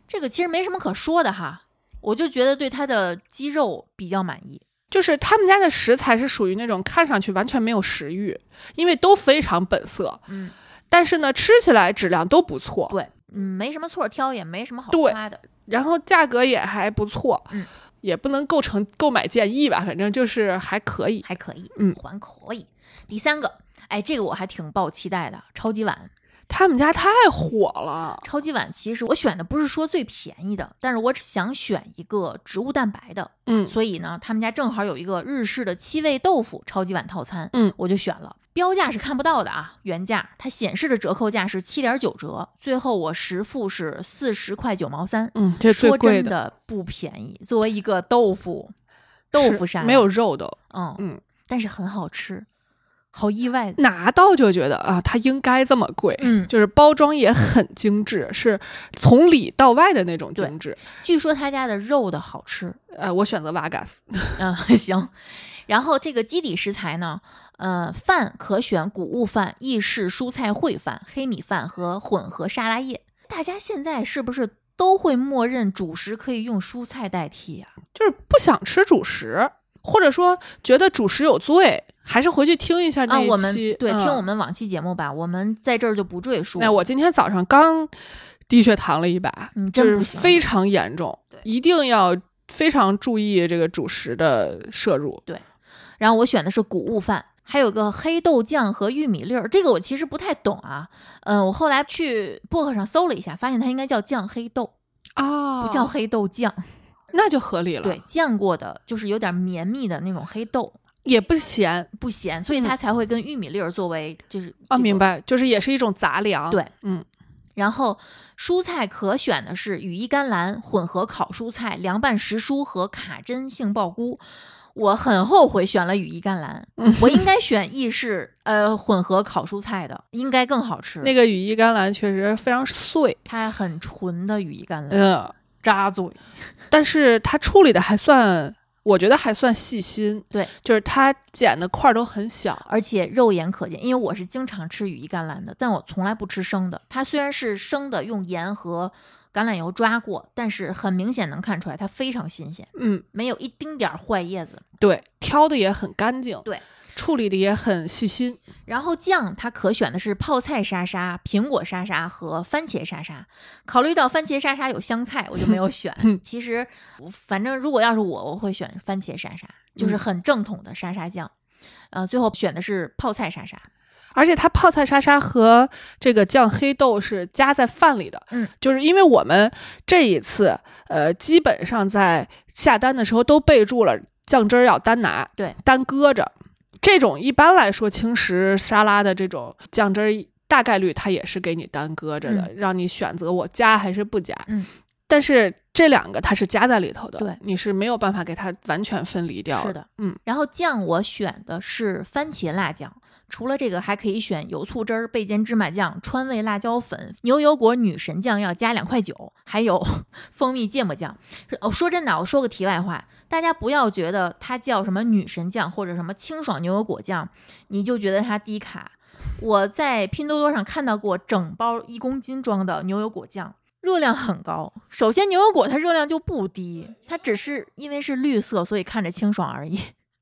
[SPEAKER 2] 这个其实没什么可说的哈，我就觉得对它的鸡肉比较满意。
[SPEAKER 3] 就是他们家的食材是属于那种看上去完全没有食欲，因为都非常本色，
[SPEAKER 2] 嗯，
[SPEAKER 3] 但是呢，吃起来质量都不错。
[SPEAKER 2] 对，嗯，没什么错挑，也没什么好
[SPEAKER 3] 对
[SPEAKER 2] 夸的。
[SPEAKER 3] 然后价格也还不错，
[SPEAKER 2] 嗯，
[SPEAKER 3] 也不能构成购买建议吧，反正就是还可以。
[SPEAKER 2] 还可以，
[SPEAKER 3] 嗯
[SPEAKER 2] 还可以。第三个，哎，这个我还挺抱期待的，超级碗。
[SPEAKER 3] 他们家太火了，
[SPEAKER 2] 超级碗其实我选的不是说最便宜的，但是我只想选一个植物蛋白的，
[SPEAKER 3] 嗯
[SPEAKER 2] 所以呢，他们家正好有一个日式的七味豆腐超级碗套餐，
[SPEAKER 3] 嗯，
[SPEAKER 2] 我就选了。标价是看不到的啊，原价它显示的折扣价是七点九折，最后我实付是四十块九毛三，
[SPEAKER 3] 嗯，这最
[SPEAKER 2] 说
[SPEAKER 3] 贵
[SPEAKER 2] 真
[SPEAKER 3] 的
[SPEAKER 2] 的不便宜。作为一个豆腐，豆腐沙
[SPEAKER 3] 是
[SPEAKER 2] 拉
[SPEAKER 3] 没有，肉的，
[SPEAKER 2] 嗯
[SPEAKER 3] 嗯，
[SPEAKER 2] 但是很好吃，好意外。
[SPEAKER 3] 拿到就觉得啊，它应该这么贵。
[SPEAKER 2] 嗯，
[SPEAKER 3] 就是包装也很精致，是从里到外的那种精致。
[SPEAKER 2] 据说他家的肉的好吃，
[SPEAKER 3] 呃，我选择瓦嘎斯，
[SPEAKER 2] 嗯， 行。然后这个基底食材呢，呃，饭可选谷物饭、意式蔬菜烩饭、黑米饭和混合沙拉叶。大家现在是不是都会默认主食可以用蔬菜代替呀、
[SPEAKER 3] 就是不想吃主食，或者说觉得主食有罪，还是回去听一下
[SPEAKER 2] 啊？
[SPEAKER 3] 那一
[SPEAKER 2] 我们
[SPEAKER 3] 期。
[SPEAKER 2] 对、
[SPEAKER 3] 嗯
[SPEAKER 2] 听我们往期节目吧，我们在这儿就不赘述。
[SPEAKER 3] 哎，我今天早上刚低血糖了一把，
[SPEAKER 2] 嗯
[SPEAKER 3] 就
[SPEAKER 2] 真
[SPEAKER 3] 是
[SPEAKER 2] 不行
[SPEAKER 3] 非常严重
[SPEAKER 2] 对，
[SPEAKER 3] 一定要非常注意这个主食的摄入。
[SPEAKER 2] 然后我选的是谷物饭，还有个黑豆酱和玉米粒儿。这个我其实不太懂啊，嗯、我后来去博客上搜了一下，发现它应该叫酱黑豆，
[SPEAKER 3] 啊
[SPEAKER 2] 哦不叫黑豆酱。
[SPEAKER 3] 那就合理了，
[SPEAKER 2] 对，，酱过的就是有点绵密的那种黑豆，
[SPEAKER 3] 也不咸
[SPEAKER 2] 不咸，所以它才会跟玉米粒儿作为就是
[SPEAKER 3] 啊，
[SPEAKER 2] 这个
[SPEAKER 3] 明。白，就是也是一种杂粮。
[SPEAKER 2] 对，
[SPEAKER 3] 嗯，
[SPEAKER 2] 然后蔬菜可选的是羽衣甘蓝、混合烤蔬菜、凉拌时蔬和卡针杏鲍菇。我很后悔选了羽衣甘蓝，我应该选意式呃混合烤蔬菜的，应该更好吃。
[SPEAKER 3] 那个羽衣甘蓝确实非常碎，
[SPEAKER 2] 它很纯的羽衣甘蓝，
[SPEAKER 3] 嗯，
[SPEAKER 2] 扎嘴。
[SPEAKER 3] 但是它处理的还算。我觉得还算细心，
[SPEAKER 2] 对，
[SPEAKER 3] 就是它剪的块儿都很小，
[SPEAKER 2] 而且肉眼可见，因为我是经常吃羽衣甘蓝的，但我从来不吃生的。它虽然是生的，用盐和橄榄油抓过，但是很明显能看出来它非常新鲜，
[SPEAKER 3] 嗯，
[SPEAKER 2] 没有一丁点儿坏叶子。
[SPEAKER 3] 对，挑的也很干净，
[SPEAKER 2] 对，
[SPEAKER 3] 处理的也很细心。
[SPEAKER 2] 然后酱它可选的是泡菜沙沙、苹果沙沙和番茄沙沙。考虑到番茄沙沙有香菜，我就没有选。其实，我反正如果要是我，我会选番茄沙沙，就是
[SPEAKER 3] 嗯
[SPEAKER 2] 很正统的沙沙酱。呃，最后选的是泡菜沙沙。
[SPEAKER 3] 而且它泡菜沙沙和这个酱黑豆是加在饭里的，
[SPEAKER 2] 嗯，
[SPEAKER 3] 就是因为我们这一次呃，基本上在下单的时候都备注了酱汁儿要单拿，
[SPEAKER 2] 对，
[SPEAKER 3] 单搁着。这种一般来说轻食沙拉的这种酱汁儿，大概率它也是给你单搁着的，
[SPEAKER 2] 嗯
[SPEAKER 3] 让你选择我加还是不加。
[SPEAKER 2] 嗯，
[SPEAKER 3] 但是这两个它是加在里头的，
[SPEAKER 2] 对
[SPEAKER 3] 你是没有办法给它完全分离掉
[SPEAKER 2] 是
[SPEAKER 3] 的
[SPEAKER 2] 的
[SPEAKER 3] 嗯，
[SPEAKER 2] 然后酱我选的是番茄辣酱，除了这个还可以选油醋汁儿、焙煎芝麻酱、川味辣椒粉、牛油果女神酱，要加两块九，还有 蜂蜜芥末酱。是哦，说真的啊，我说个题外话，大家不要觉得它叫什么女神酱或者什么清爽牛油果酱，你就觉得它低卡。我在拼多多上看到过整包一公斤装的牛油果酱，热量很高。首先，牛油果它热量就不低，它只是因为是绿色，所以看着清爽而已。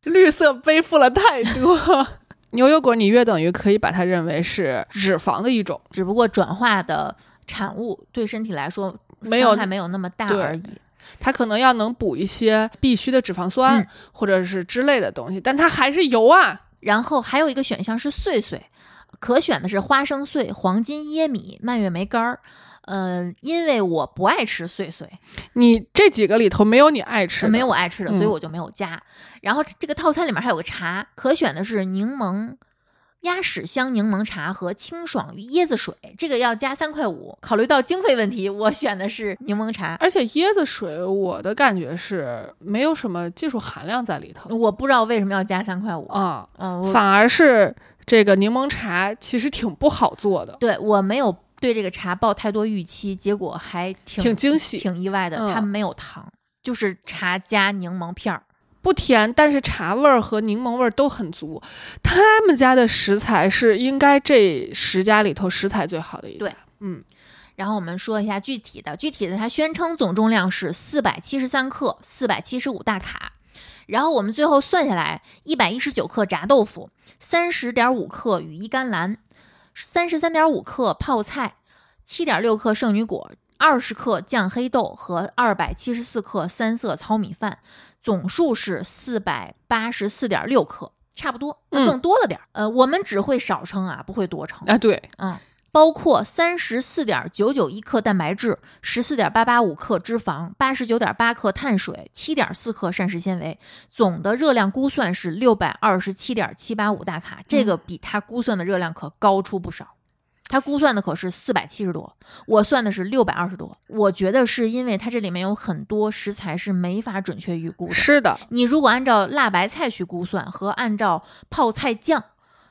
[SPEAKER 3] 绿色背负了太多。 牛油果，你约等于可以把它认为是脂肪的一种，
[SPEAKER 2] 只不过转化的产物对身体来说
[SPEAKER 3] 没有
[SPEAKER 2] 伤害没有那么大
[SPEAKER 3] 对
[SPEAKER 2] 而已。
[SPEAKER 3] 它可能要能补一些必需的脂肪酸、
[SPEAKER 2] 嗯
[SPEAKER 3] 或者是之类的东西，但它还是油啊。
[SPEAKER 2] 然后还有一个选项是碎碎，可选的是花生碎、黄金椰米、蔓越莓干儿。嗯，因为我不爱吃碎碎，
[SPEAKER 3] 你这几个里头没有你爱吃的，
[SPEAKER 2] 没有我爱吃的，所以
[SPEAKER 3] 嗯
[SPEAKER 2] 我就没有加。然后这个套餐里面还有个茶，可选的是柠檬鸭屎香柠檬茶和清爽椰子水，这个要加三块五。考虑到经费问题，我选的是柠檬茶。
[SPEAKER 3] 而且椰子水，我的感觉是没有什么技术含量在里头
[SPEAKER 2] 我不知道为什么要加三块五，
[SPEAKER 3] 啊，
[SPEAKER 2] 嗯，我
[SPEAKER 3] 反而是这个柠檬茶其实挺不好做的。
[SPEAKER 2] 对我没有对这个茶抱太多预期，结果还挺
[SPEAKER 3] 挺惊喜
[SPEAKER 2] 挺意外的。
[SPEAKER 3] 嗯
[SPEAKER 2] 它没有糖，就是茶加柠檬片儿。
[SPEAKER 3] 不甜，但是茶味儿和柠檬味儿都很足。他们家的食材是应该这十家里头食材最好的一家。
[SPEAKER 2] 对，
[SPEAKER 3] 嗯，
[SPEAKER 2] 然后我们说一下具体的，具体的它宣称总重量是四百七十三克，四百七十五大卡。然后我们最后算下来，一百一十九克炸豆腐，三十点五克羽衣甘蓝，三十三点五克泡菜，七点六克圣女果，二十克酱黑豆和二百七十四克三色糙米饭，总数是四百八十四点六克，差不多，那
[SPEAKER 3] 嗯
[SPEAKER 2] 更多了点儿。呃，我们只会少称啊，不会多称。
[SPEAKER 3] 啊对，
[SPEAKER 2] 嗯，包括三十四点九九一克蛋白质，十四点八八五克脂肪，八十九点八克碳水，七点四克膳食纤维，总的热量估算是六百二十七点七八五大卡，这
[SPEAKER 3] 嗯
[SPEAKER 2] 个比他估算的热量可高出不少。他估算的可是四百七十多，我算的是六百二十多。我觉得是因为它这里面有很多食材是没法准确预估的，
[SPEAKER 3] 是的，
[SPEAKER 2] 你如果按照辣白菜去估算和按照泡菜酱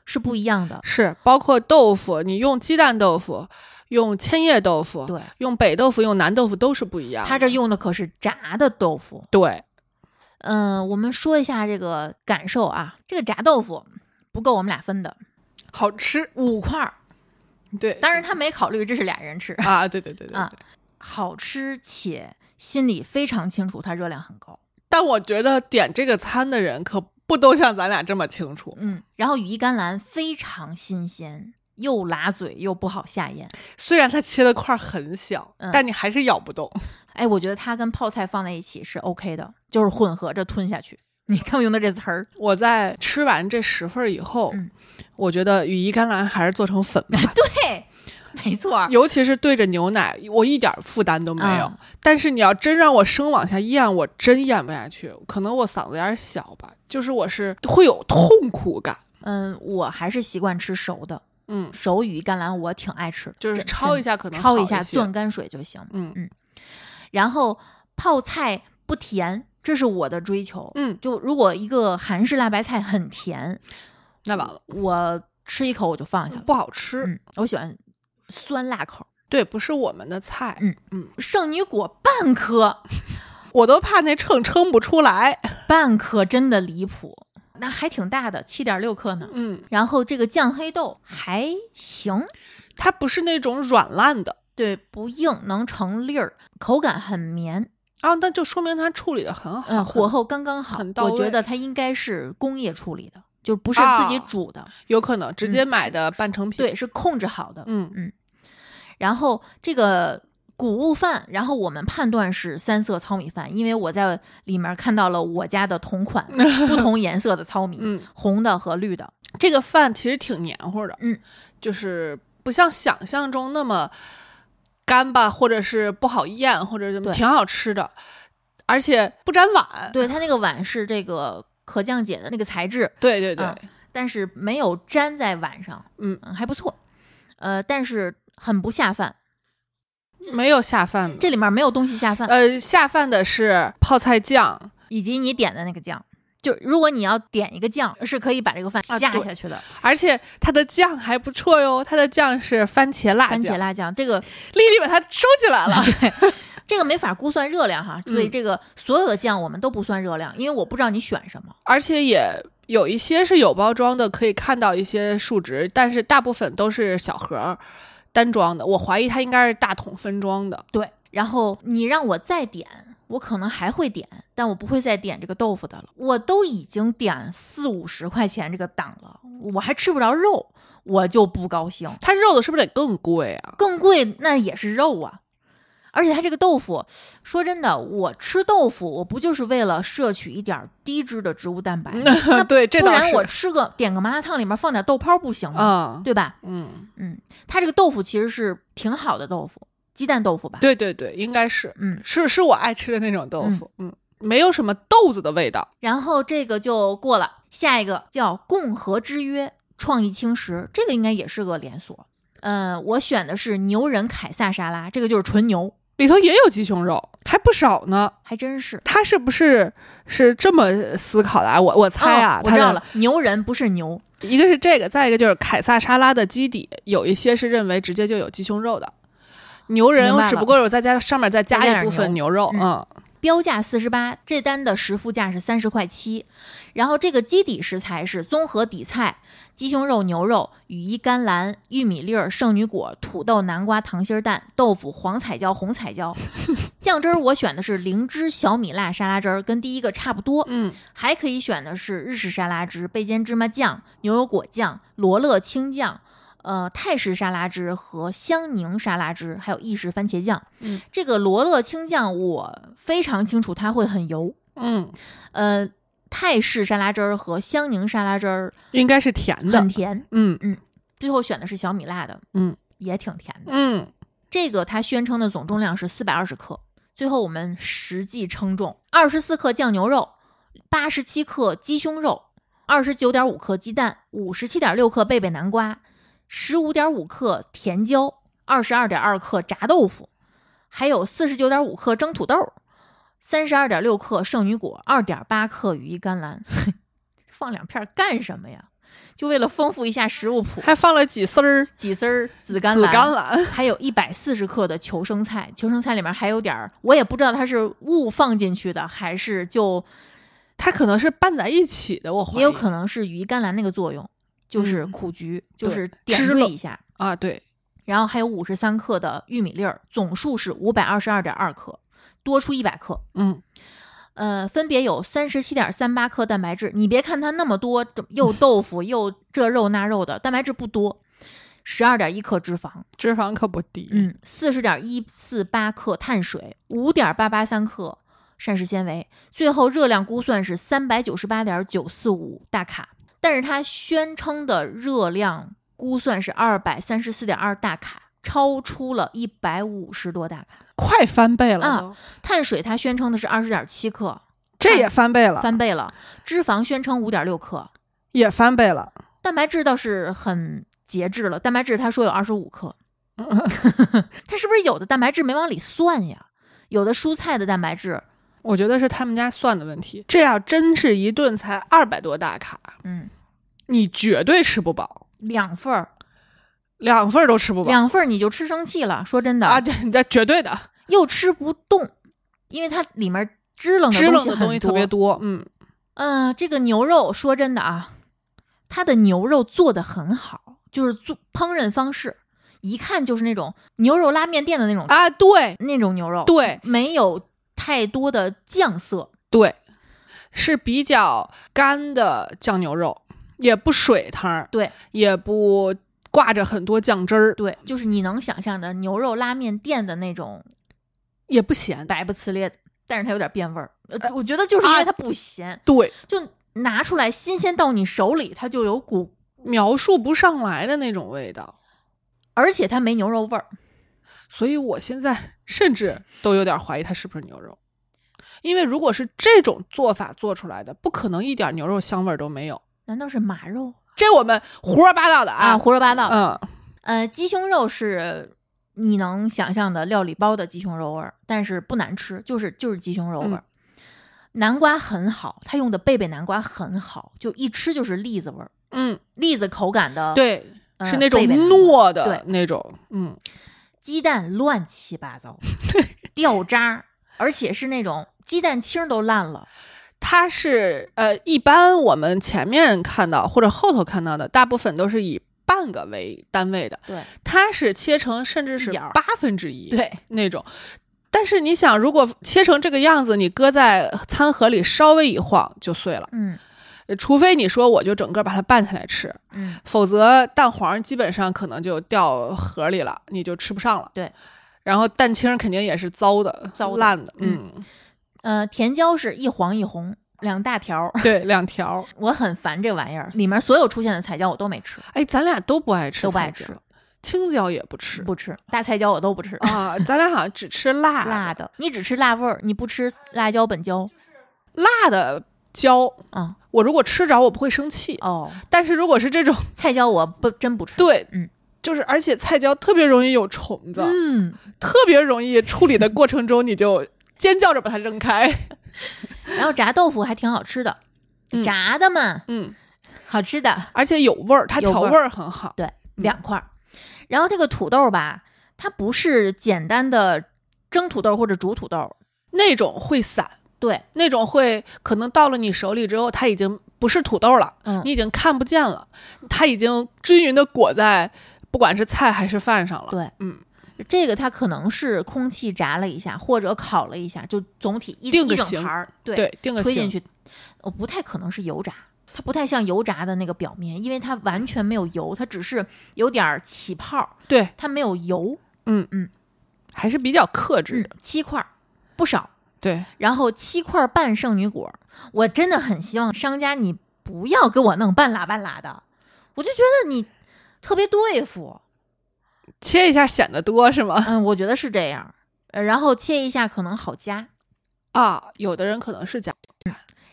[SPEAKER 2] 是不一样的。
[SPEAKER 3] 是包括豆腐，你用鸡蛋豆腐，用千叶豆腐，
[SPEAKER 2] 对，
[SPEAKER 3] 用北豆腐，用南豆腐都是不一样的。
[SPEAKER 2] 他这用的可是炸的豆腐。
[SPEAKER 3] 对，
[SPEAKER 2] 嗯，我们说一下这个感受啊，这个炸豆腐不够我们俩分的，
[SPEAKER 3] 好吃，
[SPEAKER 2] 五块儿。
[SPEAKER 3] 对，
[SPEAKER 2] 当然他没考虑这是俩人吃，
[SPEAKER 3] 啊，对对对对对。
[SPEAKER 2] 啊好吃且心里非常清楚它热量很高。
[SPEAKER 3] 但我觉得点这个餐的人可不都像咱俩这么清楚，
[SPEAKER 2] 嗯，然后羽衣甘蓝非常新鲜，又辣嘴又不好下咽。
[SPEAKER 3] 虽然它切的块儿很小，
[SPEAKER 2] 嗯
[SPEAKER 3] 但你还是咬不动。
[SPEAKER 2] 哎，我觉得它跟泡菜放在一起是 OK 的，就是混合着吞下去。你看我用的这词儿，
[SPEAKER 3] 我在吃完这十份儿以后，
[SPEAKER 2] 嗯
[SPEAKER 3] 我觉得羽衣甘蓝还是做成粉吧，
[SPEAKER 2] 对，没错儿，
[SPEAKER 3] 尤其是对着牛奶，我一点儿负担都没有。
[SPEAKER 2] 嗯
[SPEAKER 3] 但是你要真让我生往下咽，我真咽不下去，可能我嗓子眼儿小吧，就是我是会有痛苦感，
[SPEAKER 2] 嗯，我还是习惯吃熟的，
[SPEAKER 3] 嗯，
[SPEAKER 2] 手羽甘蓝我挺爱吃的，
[SPEAKER 3] 就是
[SPEAKER 2] 真
[SPEAKER 3] 焯一
[SPEAKER 2] 真
[SPEAKER 3] 下可能
[SPEAKER 2] 焯
[SPEAKER 3] 好
[SPEAKER 2] 一
[SPEAKER 3] 一
[SPEAKER 2] 下
[SPEAKER 3] 些
[SPEAKER 2] 攥干水就行。
[SPEAKER 3] 嗯
[SPEAKER 2] 然后泡菜不甜，这是我的追求。
[SPEAKER 3] 嗯，
[SPEAKER 2] 就如果一个韩式辣白菜很甜，
[SPEAKER 3] 那完了，
[SPEAKER 2] 我吃一口我就放下了。
[SPEAKER 3] 不好吃，
[SPEAKER 2] 嗯，我喜欢酸辣口。
[SPEAKER 3] 对，不是我们的菜，
[SPEAKER 2] 嗯圣女果半颗，
[SPEAKER 3] 我都怕那秤称不出来，
[SPEAKER 2] 半颗真的离谱，那还挺大的，七点六克呢。
[SPEAKER 3] 嗯，
[SPEAKER 2] 然后这个酱黑豆还行，
[SPEAKER 3] 它不是那种软烂的
[SPEAKER 2] 对，不硬，能成粒儿，口感很绵，
[SPEAKER 3] 啊，那就说明它处理的很好，
[SPEAKER 2] 嗯，
[SPEAKER 3] 很
[SPEAKER 2] 火候刚刚好
[SPEAKER 3] 很，到
[SPEAKER 2] 我觉
[SPEAKER 3] 位
[SPEAKER 2] 得它应该是工业处理的。就不是自己
[SPEAKER 3] 哦
[SPEAKER 2] 煮的，
[SPEAKER 3] 有可能直接
[SPEAKER 2] 嗯
[SPEAKER 3] 买
[SPEAKER 2] 是
[SPEAKER 3] 的半成品。
[SPEAKER 2] 对，是控制好的。
[SPEAKER 3] 嗯，
[SPEAKER 2] 然后这个谷物饭，然后我们判断是三色糙米饭，因为我在里面看到了我家的同 款不同颜色的糙米，
[SPEAKER 3] 嗯
[SPEAKER 2] 红的和绿的。
[SPEAKER 3] 这个饭其实挺黏糊的，
[SPEAKER 2] 嗯，
[SPEAKER 3] 就是不像想象中那么干巴，或者是不好咽，或者怎么，
[SPEAKER 2] 对
[SPEAKER 3] 挺好吃的，而且不粘碗。
[SPEAKER 2] 对，它那个碗是这个可降解的那个材质，
[SPEAKER 3] 对对对
[SPEAKER 2] 啊但是没有粘在碗上，
[SPEAKER 3] 嗯
[SPEAKER 2] 还不错。呃，但是很不下饭，
[SPEAKER 3] 没有下饭的。
[SPEAKER 2] 这里面没有东西下饭，
[SPEAKER 3] 呃，下饭的是泡菜酱，
[SPEAKER 2] 以及你点的那个酱。就如果你要点一个酱，是可以把这个饭
[SPEAKER 3] 啊
[SPEAKER 2] 下
[SPEAKER 3] 对
[SPEAKER 2] 下去的，
[SPEAKER 3] 而且它的酱还不错哟，它的酱是番茄辣
[SPEAKER 2] 番
[SPEAKER 3] 酱。
[SPEAKER 2] 茄辣酱。这个
[SPEAKER 3] 丽丽把它收起来了。 嗯
[SPEAKER 2] 这个没法估算热量哈，所以这个所有的酱我们都不算热量，因为我不知道你选什么。
[SPEAKER 3] 而且也有一些是有包装的，可以看到一些数值，但是大部分都是小盒儿单装的。我怀疑它应该是大桶分装的。
[SPEAKER 2] 对，然后你让我再点，我可能还会点，但我不会再点这个豆腐的了。我都已经点四五十块钱这个档了，我还吃不着肉，我就不高兴。
[SPEAKER 3] 它肉的是不是得更贵啊？
[SPEAKER 2] 更贵那也是肉啊，而且它这个豆腐，说真的，我吃豆腐我不就是为了摄取一点低脂的植物蛋白吗？ 那
[SPEAKER 3] 啊对，这
[SPEAKER 2] 不
[SPEAKER 3] 倒
[SPEAKER 2] 然
[SPEAKER 3] 是
[SPEAKER 2] 我。吃个点个麻辣烫里面放点豆泡不行吗？
[SPEAKER 3] 嗯
[SPEAKER 2] 对吧？
[SPEAKER 3] 嗯，
[SPEAKER 2] 嗯，它这个豆腐其实是挺好的豆腐，鸡蛋豆腐吧？，
[SPEAKER 3] 对对对，应该是
[SPEAKER 2] 嗯。
[SPEAKER 3] 是是我爱吃的那种豆腐。嗯，没有什么豆子的味道。
[SPEAKER 2] 然后这个就过了，下一个叫《共和之约》，创意青石，这个应该也是个连锁。嗯，我选的是牛人凯撒沙拉，这个就是纯牛，
[SPEAKER 3] 里头也有鸡胸肉，还不少呢。
[SPEAKER 2] 还真是。
[SPEAKER 3] 它是不是是这么思考的啊？我我猜啊，
[SPEAKER 2] 哦我
[SPEAKER 3] 它
[SPEAKER 2] 知
[SPEAKER 3] 的
[SPEAKER 2] 道了，牛人不是牛，
[SPEAKER 3] 一个是这个，再一个就是凯撒沙拉的基底，有一些是认为直接就有鸡胸肉的，牛人
[SPEAKER 2] 明白了
[SPEAKER 3] 只不过我再加上面再
[SPEAKER 2] 再加
[SPEAKER 3] 加
[SPEAKER 2] 点
[SPEAKER 3] 一部分牛肉，
[SPEAKER 2] 牛
[SPEAKER 3] 嗯
[SPEAKER 2] 标价四十八，这单的实付价是三十块七。然后这个基底食材是综合底菜、鸡胸肉、牛肉、羽衣甘蓝、玉米粒儿、圣女果、土豆、南瓜、糖心儿蛋、豆腐、黄彩椒、红彩椒。酱汁儿我选的是灵芝小米辣沙拉汁儿，跟第一个差不多。
[SPEAKER 3] 嗯，
[SPEAKER 2] 还可以选的是日式沙拉汁、焙煎芝麻酱、牛油果酱、罗勒青酱。呃，泰式沙拉汁和香宁沙拉汁，还有意式番茄酱。
[SPEAKER 3] 嗯，
[SPEAKER 2] 这个罗勒青酱我非常清楚它会很油。
[SPEAKER 3] 嗯，
[SPEAKER 2] 呃，泰式沙拉汁儿和香宁沙拉汁儿
[SPEAKER 3] 应该是甜的
[SPEAKER 2] 很，甜，
[SPEAKER 3] 嗯
[SPEAKER 2] 最后选的是小米辣的，
[SPEAKER 3] 嗯，
[SPEAKER 2] 也挺甜的。
[SPEAKER 3] 嗯，
[SPEAKER 2] 这个它宣称的总重量是四百二十克，最后我们实际称重：二十四克酱牛肉，八十七克鸡胸肉，二十九点五克鸡蛋，五十七点六克贝贝南瓜，十五点五克甜椒，二十二点二克炸豆腐，还有四十九点五克蒸土豆，三十二点六克圣女果，二点八克羽衣甘蓝。 放两片儿干什么呀？就为了丰富一下食物谱，
[SPEAKER 3] 还放了几丝儿
[SPEAKER 2] 几丝儿紫甘
[SPEAKER 3] 紫
[SPEAKER 2] 蓝，
[SPEAKER 3] 甘蓝，
[SPEAKER 2] 还有一百四十克的球生菜，球生菜里面还有点儿，我也不知道它是误放进去的，还是就
[SPEAKER 3] 它可能是拌在一起的，我怀疑
[SPEAKER 2] 也有可能是羽衣甘蓝那个作用，就是
[SPEAKER 3] 嗯
[SPEAKER 2] 苦菊，就是
[SPEAKER 3] 对
[SPEAKER 2] 点
[SPEAKER 3] 吃
[SPEAKER 2] 缀
[SPEAKER 3] 了
[SPEAKER 2] 一下。
[SPEAKER 3] 啊，对，
[SPEAKER 2] 然后还有五十三克的玉米粒儿，总数是五百二十二点二克，多出一百克。
[SPEAKER 3] 嗯，
[SPEAKER 2] 呃，分别有三十七点三八克蛋白质。你别看它那么多，这又豆腐又这肉那肉的，蛋白质不多。十二点一克脂肪，
[SPEAKER 3] 脂肪可不低，
[SPEAKER 2] 嗯，四十点一四八克碳水，五点八八三克膳食纤维，最后热量估算是三百九十八点九四五大卡，但是它宣称的热量估算是二百三十四点二大卡，超出了一百五十多大卡。
[SPEAKER 3] 快翻倍了
[SPEAKER 2] 啊
[SPEAKER 3] 都，
[SPEAKER 2] 碳水它宣称的是二十点七克，
[SPEAKER 3] 这也翻倍了，
[SPEAKER 2] 啊翻倍了；脂肪宣称五点六克，
[SPEAKER 3] 也翻倍了，
[SPEAKER 2] 蛋白质倒是很节制了，蛋白质它说有二十五 克，它是不是有的蛋白质没往里算呀？有的蔬菜的蛋白质，
[SPEAKER 3] 我觉得是他们家算的问题。这要真是一顿才二百多大卡，
[SPEAKER 2] 嗯，
[SPEAKER 3] 你绝对吃不饱，
[SPEAKER 2] 两份儿，
[SPEAKER 3] 两份儿都吃不饱。
[SPEAKER 2] 两份儿你就吃生气了。说真的，
[SPEAKER 3] 啊，对，那绝对的，
[SPEAKER 2] 又吃不动，因为它里面支棱
[SPEAKER 3] 支棱的
[SPEAKER 2] 很
[SPEAKER 3] 东西特别
[SPEAKER 2] 多。
[SPEAKER 3] 多，嗯，
[SPEAKER 2] 嗯、这个牛肉说真的啊，它的牛肉做的很好，就是做烹饪方式，一看就是那种牛肉拉面店的那种、
[SPEAKER 3] 啊，对
[SPEAKER 2] 那种牛肉，
[SPEAKER 3] 对
[SPEAKER 2] 没有太多的酱色。
[SPEAKER 3] 对，是比较干的酱牛肉，也不水汤儿，
[SPEAKER 2] 对，
[SPEAKER 3] 也不挂着很多酱汁儿，
[SPEAKER 2] 对，就是
[SPEAKER 3] 嗯
[SPEAKER 2] 你能想象的牛肉拉面店的那种
[SPEAKER 3] 也不咸。
[SPEAKER 2] 白不呲咧的，但是它有点变味儿。呃，我觉得就是
[SPEAKER 3] 啊
[SPEAKER 2] 因为它不咸，
[SPEAKER 3] 对，
[SPEAKER 2] 就拿出来新鲜到你手里，它就有股，
[SPEAKER 3] 描述不上来的那种味道，
[SPEAKER 2] 而且它没牛肉味儿。
[SPEAKER 3] 所以我现在甚至都有点怀疑它是不是牛肉，因为如果是这种做法做出来的，不可能一点牛肉香味儿都没有。
[SPEAKER 2] 难道是马肉
[SPEAKER 3] 这我们胡说八道的
[SPEAKER 2] 啊？
[SPEAKER 3] 啊，
[SPEAKER 2] 胡说八道。
[SPEAKER 3] 嗯，
[SPEAKER 2] 呃，鸡胸肉是你能想象的料理包的鸡胸肉味儿，但是不难吃，就是就是鸡胸肉
[SPEAKER 3] 嗯
[SPEAKER 2] 味儿。南瓜很好，它用的贝贝南瓜很好，就一吃就是栗子味儿，
[SPEAKER 3] 嗯，
[SPEAKER 2] 栗子口感的。，
[SPEAKER 3] 对，
[SPEAKER 2] 呃
[SPEAKER 3] 是那种
[SPEAKER 2] 贝贝南瓜
[SPEAKER 3] 糯的
[SPEAKER 2] 对
[SPEAKER 3] 那种，嗯，
[SPEAKER 2] 鸡蛋乱七八糟， 掉渣儿，而且是那种鸡蛋清儿都烂了。
[SPEAKER 3] 它是呃，一般我们前面看到或者后头看到的，大部分都是以半个为单位的，
[SPEAKER 2] 对
[SPEAKER 3] 它是切成甚至是
[SPEAKER 2] 一角儿
[SPEAKER 3] 八分之一
[SPEAKER 2] 对，
[SPEAKER 3] 那种。但是你想，如果切成这个样子，你搁在餐盒里稍微一晃就碎了，
[SPEAKER 2] 嗯
[SPEAKER 3] 呃除非你说我就整个把它拌起来吃，
[SPEAKER 2] 嗯，
[SPEAKER 3] 否则蛋黄基本上可能就掉盒里了，你就吃不上了。
[SPEAKER 2] 对，
[SPEAKER 3] 然后蛋清肯定也是糟的、
[SPEAKER 2] 糟的
[SPEAKER 3] 烂的，嗯
[SPEAKER 2] 嗯，呃，甜椒是一黄一红两大条儿，
[SPEAKER 3] 对，两条。
[SPEAKER 2] 我很烦这玩意儿，里面所有出现的彩椒我都没吃，
[SPEAKER 3] 哎，咱俩都不爱吃，
[SPEAKER 2] 都不爱吃，，
[SPEAKER 3] 青椒也不吃，
[SPEAKER 2] 不吃大菜椒我都不 吃。
[SPEAKER 3] 啊，咱俩好像只吃辣的
[SPEAKER 2] 哦 辣的，你只吃辣味儿，你不吃辣椒本椒
[SPEAKER 3] 辣的椒。
[SPEAKER 2] 啊、
[SPEAKER 3] 我如果吃着，我不会生气，
[SPEAKER 2] 哦，
[SPEAKER 3] 但是如果是这种，
[SPEAKER 2] 菜椒我不真不吃。
[SPEAKER 3] 对，
[SPEAKER 2] 嗯，
[SPEAKER 3] 就是而且菜椒特别容易有虫子，
[SPEAKER 2] 嗯，
[SPEAKER 3] 特别容易处理的过程中你就尖叫着把它扔开。
[SPEAKER 2] 然后炸豆腐还挺好吃的，
[SPEAKER 3] 嗯
[SPEAKER 2] 炸的嘛，
[SPEAKER 3] 嗯，
[SPEAKER 2] 好吃的
[SPEAKER 3] 而且有味儿，它
[SPEAKER 2] 有
[SPEAKER 3] 调
[SPEAKER 2] 味儿
[SPEAKER 3] 味儿很好。
[SPEAKER 2] 两
[SPEAKER 3] 嗯
[SPEAKER 2] 块儿。然后这个土豆吧，它不是简单的蒸土豆或者煮土豆，
[SPEAKER 3] 那种会散，
[SPEAKER 2] 对，
[SPEAKER 3] 那种会可能到了你手里之后，它已经不是土豆了，
[SPEAKER 2] 嗯
[SPEAKER 3] 你，已经看不见了，它已经均匀的裹在不管是菜还是饭上了。
[SPEAKER 2] 对，
[SPEAKER 3] 嗯，
[SPEAKER 2] 这个它可能是空气炸了一下或者烤了一下，就总体一
[SPEAKER 3] 定个
[SPEAKER 2] 一整
[SPEAKER 3] 型
[SPEAKER 2] 盘儿，对，
[SPEAKER 3] 对，定个
[SPEAKER 2] 推进
[SPEAKER 3] 型。
[SPEAKER 2] 去，哦，不太可能是油炸，它不太像油炸的那个表面，因为它完全没有油，它只是有点儿起泡，
[SPEAKER 3] 对，
[SPEAKER 2] 它没有油。
[SPEAKER 3] 还是比较克制
[SPEAKER 2] 嗯
[SPEAKER 3] 的。，
[SPEAKER 2] 七块儿不少，
[SPEAKER 3] 对，
[SPEAKER 2] 然后七块半圣女果，我真的很希望商家你不要给我弄半拉半拉的，我就觉得你特别对付，
[SPEAKER 3] 切一下显得多是吗？
[SPEAKER 2] 嗯，我觉得是这样。呃然后切一下可能好夹，
[SPEAKER 3] 啊，有的人可能是假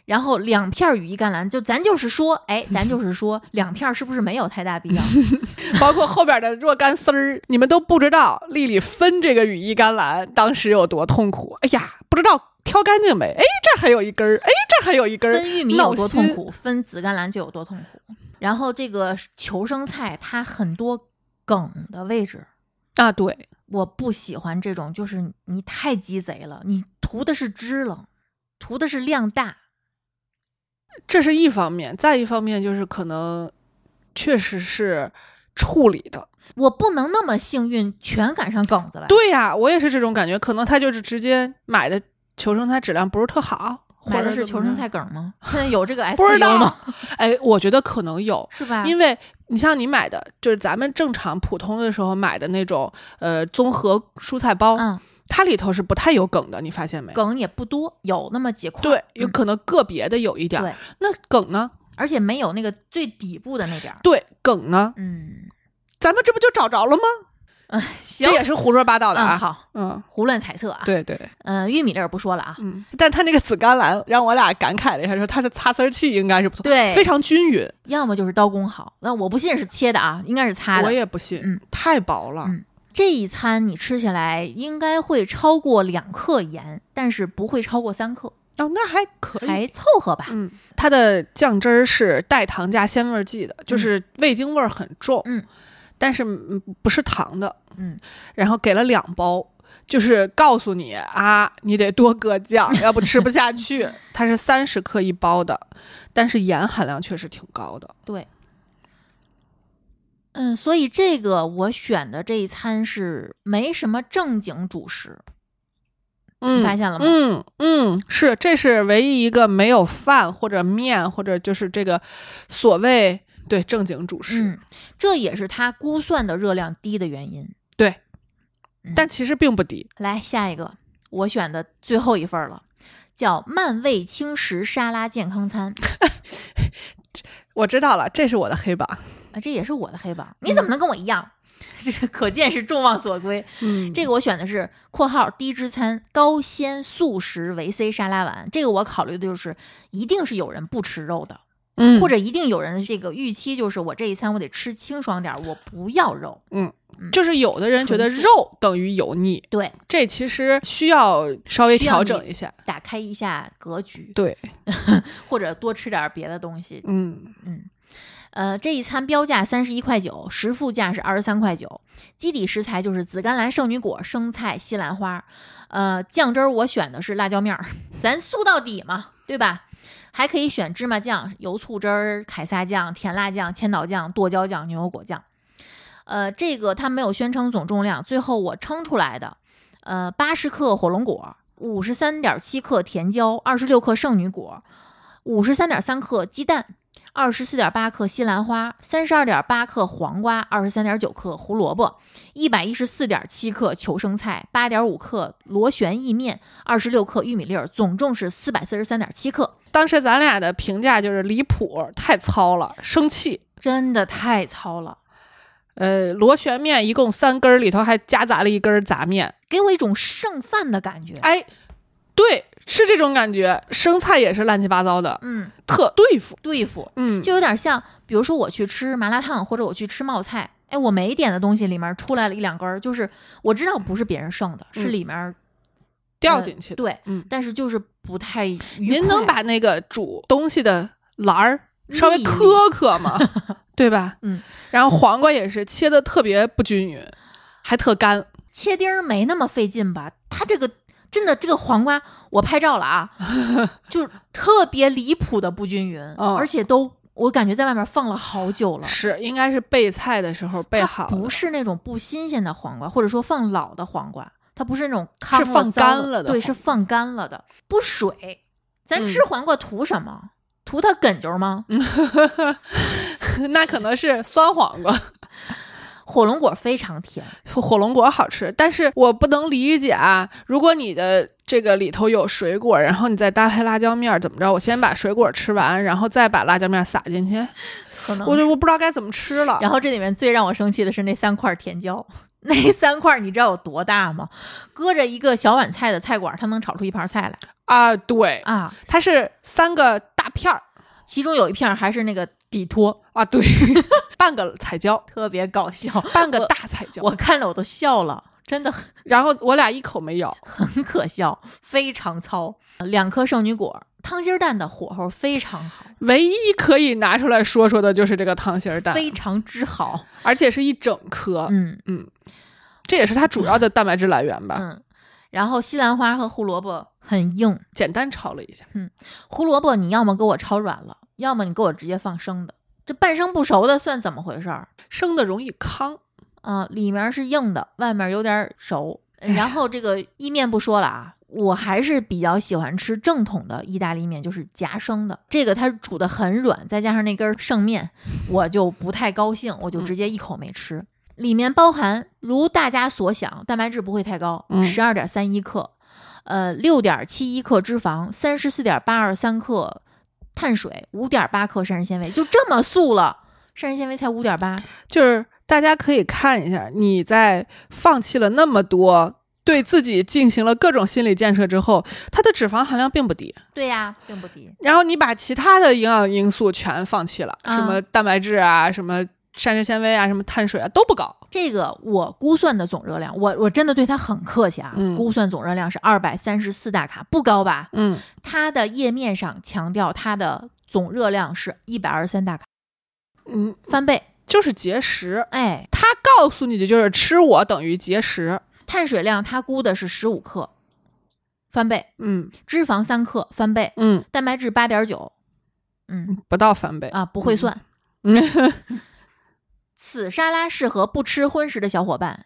[SPEAKER 2] 然后两片儿羽衣甘蓝，就咱就是说，哎，咱就是说，两片儿是不是没有太大必要？
[SPEAKER 3] 包括后边的若干丝儿，你们都不知道丽丽分这个羽衣甘蓝当时有多痛苦。哎呀，不知道挑干净没？哎，这儿还有一根儿，哎，这儿还有一根儿，
[SPEAKER 2] 分玉米有
[SPEAKER 3] 闹
[SPEAKER 2] 多痛
[SPEAKER 3] 心
[SPEAKER 2] 苦，分紫甘蓝就有多痛苦。然后这个求生菜，它很多梗的位置，
[SPEAKER 3] 啊！对，
[SPEAKER 2] 我不喜欢这种，就是你太鸡贼了，你图的是支棱，图的是量大，
[SPEAKER 3] 这是一方面，再一方面就是可能确实是处理的。
[SPEAKER 2] 我不能那么幸运全赶上梗子了。
[SPEAKER 3] 对呀、我也是这种感觉，可能他就是直接买的求生菜质量不是特好，
[SPEAKER 2] 买
[SPEAKER 3] 或者
[SPEAKER 2] 的是
[SPEAKER 3] 怎
[SPEAKER 2] 求
[SPEAKER 3] 么
[SPEAKER 2] 生
[SPEAKER 3] 着
[SPEAKER 2] 菜，梗 吗？现在有这个
[SPEAKER 3] 不知
[SPEAKER 2] SKU
[SPEAKER 3] 道
[SPEAKER 2] 吗？。
[SPEAKER 3] 哎，我觉得可能有，
[SPEAKER 2] 是吧？
[SPEAKER 3] 因
[SPEAKER 2] 为
[SPEAKER 3] 为你像你买的，就是咱们正常普通的时候买的那种，呃，综合蔬菜包，
[SPEAKER 2] 嗯，
[SPEAKER 3] 它里头是不太有梗的，你发现没？
[SPEAKER 2] 梗也不多，有那么几块。
[SPEAKER 3] 对，有
[SPEAKER 2] 嗯
[SPEAKER 3] 可能个别的有一点儿。
[SPEAKER 2] 对
[SPEAKER 3] 那梗呢？
[SPEAKER 2] 而且没有那个最底部的那点儿。
[SPEAKER 3] 对，梗呢？
[SPEAKER 2] 嗯，
[SPEAKER 3] 咱们这不就找着了吗？
[SPEAKER 2] 哎，行
[SPEAKER 3] 这，也是胡说八道的
[SPEAKER 2] 嗯，
[SPEAKER 3] 啊。
[SPEAKER 2] 好，
[SPEAKER 3] 嗯，
[SPEAKER 2] 胡乱猜测啊。，
[SPEAKER 3] 对对，
[SPEAKER 2] 嗯、玉米这儿不说了啊。
[SPEAKER 3] 嗯。但他那个紫甘蓝让我俩感慨了一下，说他的擦丝儿器应该是不错，
[SPEAKER 2] 对
[SPEAKER 3] 非常均匀。
[SPEAKER 2] 要么就是刀工好，那我不信是切的啊，应该是擦
[SPEAKER 3] 我
[SPEAKER 2] 的。
[SPEAKER 3] 也不信，
[SPEAKER 2] 嗯
[SPEAKER 3] 太薄了。
[SPEAKER 2] 嗯这一餐你吃起来应该会超过两克盐，但是不会超过三克，
[SPEAKER 3] 哦，那还可以，
[SPEAKER 2] 还凑合吧。
[SPEAKER 3] 嗯，它的酱汁儿是带糖加鲜味儿剂的，就是味精味儿很重，
[SPEAKER 2] 嗯，
[SPEAKER 3] 但是嗯不是糖的，
[SPEAKER 2] 嗯，
[SPEAKER 3] 然后给了两包，就是告诉你啊，你得多搁 酱，要不吃不下去。它是三十克一包的，但是盐含量确实挺高的，
[SPEAKER 2] 对，嗯，所以这个我选的这一餐是没什么正经主食，
[SPEAKER 3] 嗯，
[SPEAKER 2] 你发现了吗
[SPEAKER 3] 嗯嗯，是，这是唯一一个没有饭或者面或者就是这个所谓对正经主食，
[SPEAKER 2] 嗯，这也是它估算的热量低的原因。
[SPEAKER 3] 对
[SPEAKER 2] 嗯，
[SPEAKER 3] 但其实并不低。
[SPEAKER 2] 来下一个，我选的最后一份儿了，叫漫味轻食沙拉健康餐
[SPEAKER 3] 我知道了，这是我的黑榜。
[SPEAKER 2] 啊，这也是我的黑榜。你怎么能跟我一样？ 这是可见是众望所归。
[SPEAKER 3] 嗯
[SPEAKER 2] 这
[SPEAKER 3] 个
[SPEAKER 2] 个我选的是（括号低脂餐高纤素食维 C 沙拉碗）。这个我考虑的就是，一定是有人不吃肉的，
[SPEAKER 3] 嗯
[SPEAKER 2] 或者一定有人这个预期就是我这一餐我得吃清爽点儿，我不要肉。
[SPEAKER 3] 就是有的人觉得
[SPEAKER 2] 纯
[SPEAKER 3] 肉等于油腻，
[SPEAKER 2] 对，
[SPEAKER 3] 这其实需要稍微
[SPEAKER 2] 需要
[SPEAKER 3] 调
[SPEAKER 2] 你
[SPEAKER 3] 整一下。
[SPEAKER 2] 打开一下格局，
[SPEAKER 3] 对，
[SPEAKER 2] 或者多吃点儿别的东西。
[SPEAKER 3] 嗯
[SPEAKER 2] 呃，这一餐标价三十一块九，实付价是二十三块九。基底食材就是紫甘蓝、圣女果、生菜、西兰花。呃，酱汁儿我选的是辣椒面儿， 咱素到底嘛，对吧？还可以选芝麻酱、油醋汁儿、凯撒酱、甜辣酱、千岛酱、剁椒酱、牛油果酱。呃，这个它没有宣称总重量，最后我称出来的，呃，八十克火龙果，五十三点七克甜椒，二十六克圣女果，五十三点三克鸡蛋，二十四点八克西兰花，三十二点八克黄瓜，二十三点九克胡萝卜，一百一十四点七克球生菜，八点五克螺旋意面，二十六克玉米粒儿，总重是四百四十三点七克。
[SPEAKER 3] 当时咱俩的评价就是离谱，太糙了，生气。
[SPEAKER 2] 真的太糙了，
[SPEAKER 3] 呃，螺旋面一共三根儿，里头还夹杂了一根儿杂面。
[SPEAKER 2] 给我一种剩饭的感觉。
[SPEAKER 3] 哎，对，是这种感觉。生菜也是乱七八糟的，
[SPEAKER 2] 嗯，
[SPEAKER 3] 特对付。
[SPEAKER 2] 对付
[SPEAKER 3] 嗯，
[SPEAKER 2] 就有点像，比如说我去吃麻辣烫或者我去吃冒菜，哎，我没点的东西里面出来了一两根儿，就是我知道不是别人剩的，是
[SPEAKER 3] 嗯
[SPEAKER 2] 里面儿
[SPEAKER 3] 掉
[SPEAKER 2] 呃
[SPEAKER 3] 进去的。
[SPEAKER 2] 对，
[SPEAKER 3] 嗯，
[SPEAKER 2] 但是就是不太愉快。
[SPEAKER 3] 您能把那个煮东西的篮儿稍微
[SPEAKER 2] 立一立
[SPEAKER 3] 磕磕 吗？对吧？
[SPEAKER 2] 嗯。
[SPEAKER 3] 然后黄瓜也是切的特别不均匀，还特干。
[SPEAKER 2] 切丁儿没那么费劲吧？它这个真的这个黄瓜，我拍照了 啊，就是特别离谱的不均匀，
[SPEAKER 3] 嗯
[SPEAKER 2] 而且都我感觉在外面放了好久了。
[SPEAKER 3] 是，应该是备菜的时候备
[SPEAKER 2] 它
[SPEAKER 3] 好的。
[SPEAKER 2] 不是那种不新鲜的黄瓜，或者说放老的黄瓜，它不是那种糠
[SPEAKER 3] 是
[SPEAKER 2] 了
[SPEAKER 3] 放
[SPEAKER 2] 糟
[SPEAKER 3] 干了的
[SPEAKER 2] 对，
[SPEAKER 3] 黄嗯
[SPEAKER 2] 是放干了的，不水。咱吃黄瓜图什么？图它梗啾吗？
[SPEAKER 3] 那可能是酸黄瓜。
[SPEAKER 2] 火龙果非常甜，
[SPEAKER 3] 火龙果好吃，但是我不能理解啊！如果你的这个里头有水果，然后你再搭配辣椒面儿，怎么着？我先把水果吃完，然后再把辣椒面儿撒进去，
[SPEAKER 2] 可能
[SPEAKER 3] 我就我不知道该怎么吃了。
[SPEAKER 2] 然后这里面最让我生气的是那三块甜椒， 那三块你知道有多大吗？搁着一个小碗菜的菜馆，它能炒出一盘菜来
[SPEAKER 3] 啊，对，
[SPEAKER 2] 啊！
[SPEAKER 3] 它是三个大片儿
[SPEAKER 2] 其中有一片还是那个底托，
[SPEAKER 3] 啊， 对，半个彩椒，
[SPEAKER 2] 特别搞 笑，
[SPEAKER 3] 半个大彩椒，
[SPEAKER 2] 哦我看了我都笑了，真的很
[SPEAKER 3] 然后我俩一口没咬。
[SPEAKER 2] 很可笑，非常糙。两颗圣女果，汤心蛋的火候非常好，
[SPEAKER 3] 唯一可以拿出来说说的就是这个溏心儿蛋，
[SPEAKER 2] 非常之 好。
[SPEAKER 3] 而且是一整颗，
[SPEAKER 2] 嗯
[SPEAKER 3] 这也是它主要的蛋白质来源吧。
[SPEAKER 2] 嗯，然后西兰花和胡萝卜很硬，
[SPEAKER 3] 简单炒了一下，
[SPEAKER 2] 胡萝卜你要么给我焯软了，要么你给我直接放生的。这半生不熟的算怎么回事儿？
[SPEAKER 3] 生的容易糠。
[SPEAKER 2] 啊、里面是硬的，外面有点熟。呃然后这 个意面不说了啊，我还是比较喜欢吃正统的意大利面，就是夹生的。这个它煮的很软，再加上那根剩面，我就不太高兴，我就直接一口没吃。里面包含如大家所想，蛋白质不会太高，
[SPEAKER 3] 嗯
[SPEAKER 2] 十二点三一克，呃，六点七一克脂肪，三十四点八二三克碳水，五点八克膳食纤维，就这么素了。膳食纤维才五点八，
[SPEAKER 3] 就是大家可以看一下，你在放弃了那么多，对自己进行了各种心理建设之后，它的脂肪含量并不低。
[SPEAKER 2] 对呀、并不低。
[SPEAKER 3] 然后你把其他的营养因素全放弃了，
[SPEAKER 2] 啊
[SPEAKER 3] 什么蛋白质啊，什么膳食纤维啊，什么碳水啊都不高。
[SPEAKER 2] 这个我估算的总热量，我我真的对它很客气啊，
[SPEAKER 3] 嗯
[SPEAKER 2] 估算总热量是二百三十四大卡，不高吧？
[SPEAKER 3] 嗯，
[SPEAKER 2] 它的页面上强调它的总热量是一百二十三大卡，
[SPEAKER 3] 嗯，
[SPEAKER 2] 翻倍。
[SPEAKER 3] 就是节食。
[SPEAKER 2] 哎，
[SPEAKER 3] 他告诉你的就是吃我等于节食。
[SPEAKER 2] 碳水量它估的是十五克，翻倍；
[SPEAKER 3] 嗯
[SPEAKER 2] 脂肪三克，翻倍；
[SPEAKER 3] 嗯，
[SPEAKER 2] 蛋白质八点九，嗯
[SPEAKER 3] 不到翻倍。
[SPEAKER 2] 啊，不会算。
[SPEAKER 3] 嗯
[SPEAKER 2] 此沙拉适合不吃荤食的小伙伴。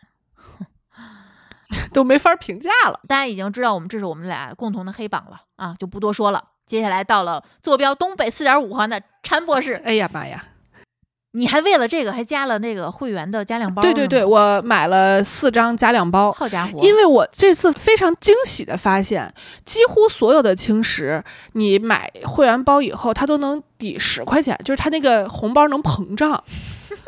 [SPEAKER 3] 都没法评价了。
[SPEAKER 2] 大家已经知道我们这是我们俩共同的黑榜了啊，就不多说了。接下来到了坐标东北四点五环的陈博士，
[SPEAKER 3] 哎呀妈呀！
[SPEAKER 2] 你还为了这个还加了那个会员的加量包，
[SPEAKER 3] 对对对，，我买了四张加量包，
[SPEAKER 2] 好家伙，
[SPEAKER 3] 因为我这次非常惊喜的发现，几乎所有的轻食，你买会员包以后，它都能抵十块钱，就是它那个红包能膨胀。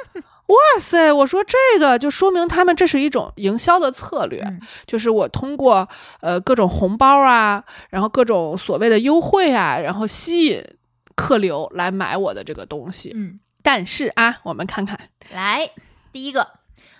[SPEAKER 3] 哇塞！我说这个就说明他们这是一种营销的策略，
[SPEAKER 2] 嗯
[SPEAKER 3] 就是我通过呃各种红包啊，然后各种所谓的优惠啊，然后吸引客流来买我的这个东西。
[SPEAKER 2] 嗯，
[SPEAKER 3] 但是啊，我们看看
[SPEAKER 2] 来第一个。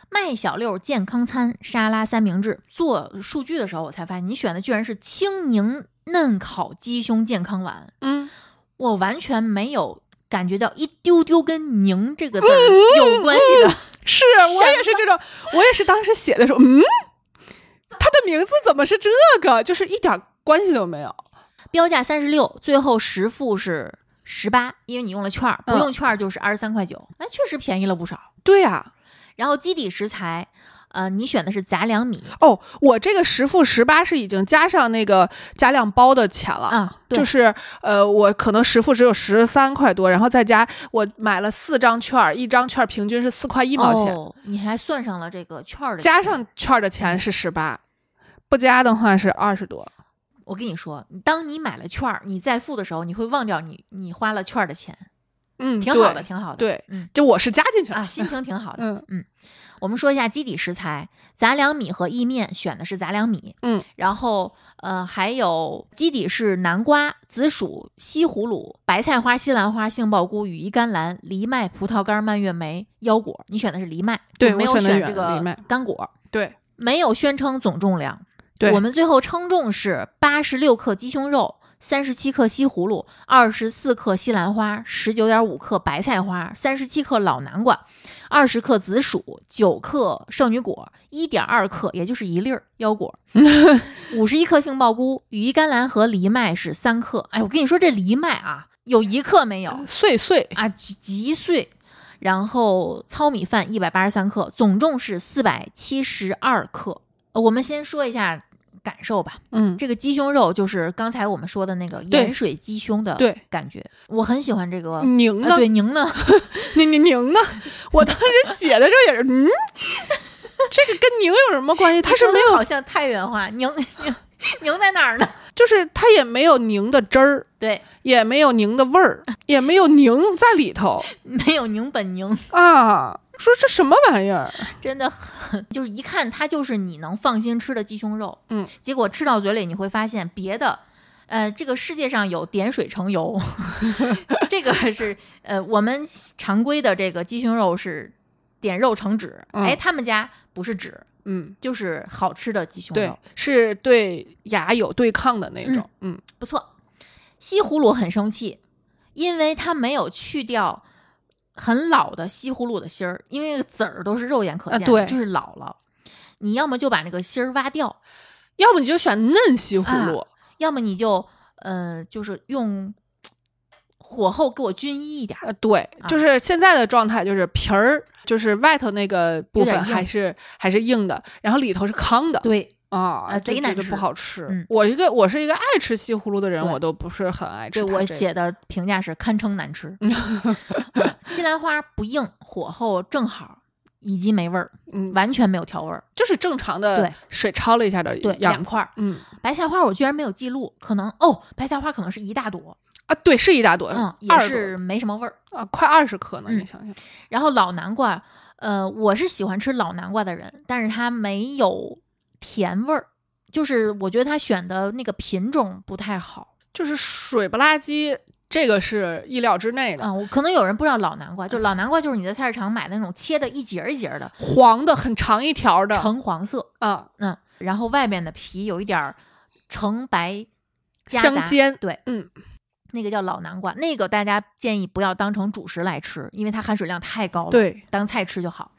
[SPEAKER 2] 麦小六健康餐沙拉三明治，做数据的时候我才发现，你选的居然是青柠嫩烤鸡胸健康丸，
[SPEAKER 3] 嗯，
[SPEAKER 2] 我完全没有感觉到一丢丢跟“宁”这个字儿有关系的。
[SPEAKER 3] 是我也是这种，我也是当时写的时候，嗯，他的名字怎么是这个？就是一点关系都没有。
[SPEAKER 2] 标价三十六，最后实付是十八，因为你用了券儿，不
[SPEAKER 3] 嗯
[SPEAKER 2] 用券儿就是二十三块九，那确实便宜了不少。
[SPEAKER 3] 对呀、
[SPEAKER 2] 然后基底食材，呃，你选的是杂粮米
[SPEAKER 3] 哦，我这个十付十八是已经加上那个加量包的钱了。
[SPEAKER 2] 啊，对
[SPEAKER 3] 就是呃，我可能实付只有十三块多，然后再加我买了四张券儿，一张券儿平均是四块一毛钱，
[SPEAKER 2] 哦，你还算上了这个券儿的钱
[SPEAKER 3] 加上券儿的钱是十八，不加的话是二十多。
[SPEAKER 2] 我跟你说，当你买了券儿，你再付的时候，你会忘掉你你花了券儿的钱，
[SPEAKER 3] 嗯，
[SPEAKER 2] 挺好的，
[SPEAKER 3] 对
[SPEAKER 2] 挺好的。
[SPEAKER 3] 对，
[SPEAKER 2] 嗯
[SPEAKER 3] 就我是加进去了。
[SPEAKER 2] 啊，心情挺好的。
[SPEAKER 3] 嗯
[SPEAKER 2] 我们说一下基底食材，杂粮米和意面选的是杂粮米，
[SPEAKER 3] 嗯，
[SPEAKER 2] 然后呃还有基底是南瓜、紫薯、西葫芦、白菜花、西兰花、杏鲍菇、羽衣甘蓝、藜麦、葡萄干、蔓越莓、腰果，你选的是藜麦，
[SPEAKER 3] 对
[SPEAKER 2] 就没有
[SPEAKER 3] 我选的
[SPEAKER 2] 选
[SPEAKER 3] 原
[SPEAKER 2] 这
[SPEAKER 3] 藜麦
[SPEAKER 2] 个干果，
[SPEAKER 3] 对
[SPEAKER 2] 没有宣称总重量。
[SPEAKER 3] 对，
[SPEAKER 2] 我们最后称重是八十六克鸡胸肉。三十七克西葫芦，二十四克西兰花，十九点五克白菜花，三十七克老南瓜，二十克紫薯，九克圣女果，一点二克，也就是一粒儿腰果，五十一克杏鲍菇，羽衣甘蓝和藜麦是三克。哎，我跟你说，这藜麦啊，有一克没有
[SPEAKER 3] 碎碎
[SPEAKER 2] 啊，极极碎。然后糙米饭一百八十三克，总重是四百七十二克。呃我们先说一下感受吧。
[SPEAKER 3] 嗯，
[SPEAKER 2] 这个鸡胸肉就是刚才我们说的那个
[SPEAKER 3] 对
[SPEAKER 2] 盐水鸡胸的
[SPEAKER 3] 对嗯
[SPEAKER 2] 感觉，我很喜欢这个。
[SPEAKER 3] 凝
[SPEAKER 2] 啊、
[SPEAKER 3] 呢？
[SPEAKER 2] 对，您呢？
[SPEAKER 3] 你你宁呢？ 我当时写的时候也是，嗯， 这个跟宁有什么关系？ 它是
[SPEAKER 2] 说
[SPEAKER 3] 没
[SPEAKER 2] 得
[SPEAKER 3] 有，
[SPEAKER 2] 好像太原话，您您您在哪儿呢？
[SPEAKER 3] 就是它也没有宁的汁儿，
[SPEAKER 2] 对，
[SPEAKER 3] 也没有宁的味儿，也没有宁在里头
[SPEAKER 2] 没有您本您，
[SPEAKER 3] 啊。说这什么玩意儿？
[SPEAKER 2] 真的很， 就是一看它就是你能放心吃的鸡胸肉。
[SPEAKER 3] 嗯，
[SPEAKER 2] 结果吃到嘴里你会发现别的。呃，这个世界上有点水成 油，这个是呃我们常规的这个鸡胸肉是点肉成脂，
[SPEAKER 3] 嗯
[SPEAKER 2] 哎，他们家不是脂，
[SPEAKER 3] 嗯，
[SPEAKER 2] 就是好吃的鸡胸
[SPEAKER 3] 对
[SPEAKER 2] 肉，，
[SPEAKER 3] 是对牙有对抗的那种。嗯，
[SPEAKER 2] 不错。西葫芦很生气，因为它没有去掉很老的西葫芦的芯儿，因为那个籽儿都是肉眼可见的，
[SPEAKER 3] 啊对
[SPEAKER 2] 就是老了。你要么就把那个芯儿挖掉，
[SPEAKER 3] 要不你就选嫩西
[SPEAKER 2] 啊
[SPEAKER 3] 葫芦。
[SPEAKER 2] 要么你就呃，就是用火候给我均一一点儿，
[SPEAKER 3] 呃，对，
[SPEAKER 2] 啊
[SPEAKER 3] 就是现在的状态，就是皮儿，就是外头那个部
[SPEAKER 2] 有
[SPEAKER 3] 分
[SPEAKER 2] 点硬
[SPEAKER 3] 还是还是硬的，然后里头是糠的。
[SPEAKER 2] 对
[SPEAKER 3] 啊，
[SPEAKER 2] 呃
[SPEAKER 3] 这
[SPEAKER 2] 贼
[SPEAKER 3] 这
[SPEAKER 2] 难
[SPEAKER 3] 就
[SPEAKER 2] 吃
[SPEAKER 3] 不好吃。
[SPEAKER 2] 嗯
[SPEAKER 3] 我一个我是一个爱吃西葫芦的人，
[SPEAKER 2] 对
[SPEAKER 3] 我都不是很爱吃
[SPEAKER 2] 对，
[SPEAKER 3] 它这个。
[SPEAKER 2] 我写的评价是堪称难吃。 啊嗯西兰花不硬，火候正好，以及没味儿，
[SPEAKER 3] 嗯，
[SPEAKER 2] 完全没有调味儿，
[SPEAKER 3] 就是正常的
[SPEAKER 2] 对
[SPEAKER 3] 水焯了一下的
[SPEAKER 2] 对，
[SPEAKER 3] 样
[SPEAKER 2] 两
[SPEAKER 3] 子。
[SPEAKER 2] 块儿。
[SPEAKER 3] 嗯
[SPEAKER 2] 白菜花我居然没有记录，可能哦，白菜花可能是一大朵，
[SPEAKER 3] 啊，对，是一大朵，
[SPEAKER 2] 嗯，也
[SPEAKER 3] 二十
[SPEAKER 2] 是没什么味儿。
[SPEAKER 3] 多啊，快二十克呢，
[SPEAKER 2] 嗯
[SPEAKER 3] 你想想，
[SPEAKER 2] 然后老南瓜，呃，我是喜欢吃老南瓜的人，但是它没有甜味儿，就是我觉得它选的那个品种不太好
[SPEAKER 3] 就是水不拉几，这个是意料之内的。
[SPEAKER 2] 啊、我可能有人不知道老南瓜，就老南瓜就是你在菜市场买的那种切的一节儿一节儿的
[SPEAKER 3] 黄的很长一条的
[SPEAKER 2] 橙黄色，
[SPEAKER 3] 啊，
[SPEAKER 2] 嗯，然后外面的皮有一点儿橙白夹
[SPEAKER 3] 相
[SPEAKER 2] 杂
[SPEAKER 3] 间
[SPEAKER 2] 对，
[SPEAKER 3] 嗯，
[SPEAKER 2] 那个叫老南瓜，那个大家建议不要当成主食来吃，因为它含水量太高了，，
[SPEAKER 3] 对，
[SPEAKER 2] 当菜吃就好。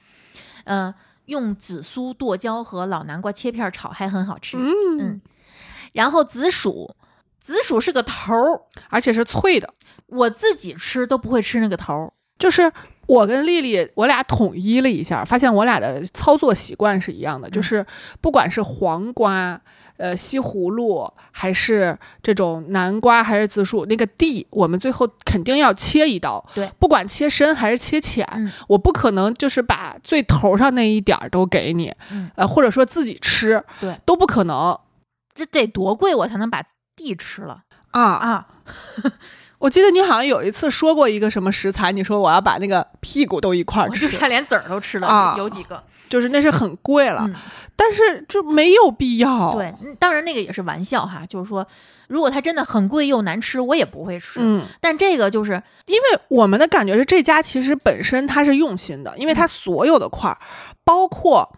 [SPEAKER 2] 呃，用紫苏、剁椒和老南瓜切片儿炒还很好吃，
[SPEAKER 3] 嗯，
[SPEAKER 2] 然后紫薯，紫薯是个头儿，
[SPEAKER 3] 而且是脆的，
[SPEAKER 2] 我自己吃都不会吃那个头儿，
[SPEAKER 3] 就是我跟丽丽，我俩统一了一下，发现我俩的操作习惯是一样
[SPEAKER 2] 嗯
[SPEAKER 3] 的，就是不管是黄瓜、呃西葫芦，还是这种南瓜，还是紫薯，那个蒂，我们最后肯定要切一刀。
[SPEAKER 2] 对，
[SPEAKER 3] 不管切深还是切浅，
[SPEAKER 2] 嗯
[SPEAKER 3] 我不可能就是把最头上那一点儿都给你，
[SPEAKER 2] 嗯
[SPEAKER 3] 呃，或者说自己吃，
[SPEAKER 2] 对，啊
[SPEAKER 3] 都不可能
[SPEAKER 2] 这得多贵我才能把地吃了
[SPEAKER 3] 啊
[SPEAKER 2] 啊？
[SPEAKER 3] 我记得你好像有一次说过一个什么食材，你说我要把那个屁股都一块儿
[SPEAKER 2] 我
[SPEAKER 3] 吃
[SPEAKER 2] 就，差连籽儿都吃了，
[SPEAKER 3] 啊
[SPEAKER 2] 有几个。
[SPEAKER 3] 就是那是很贵了，
[SPEAKER 2] 嗯，
[SPEAKER 3] 但是就没有必要。
[SPEAKER 2] 对，，嗯当然那个也是玩笑哈，就是说，如果它真的很贵又难吃，我也不会吃。
[SPEAKER 3] 嗯，
[SPEAKER 2] 但这个就是
[SPEAKER 3] 因为我们的感觉是这家其实本身它是用心的，因为它
[SPEAKER 2] 嗯
[SPEAKER 3] 所有的块儿，包括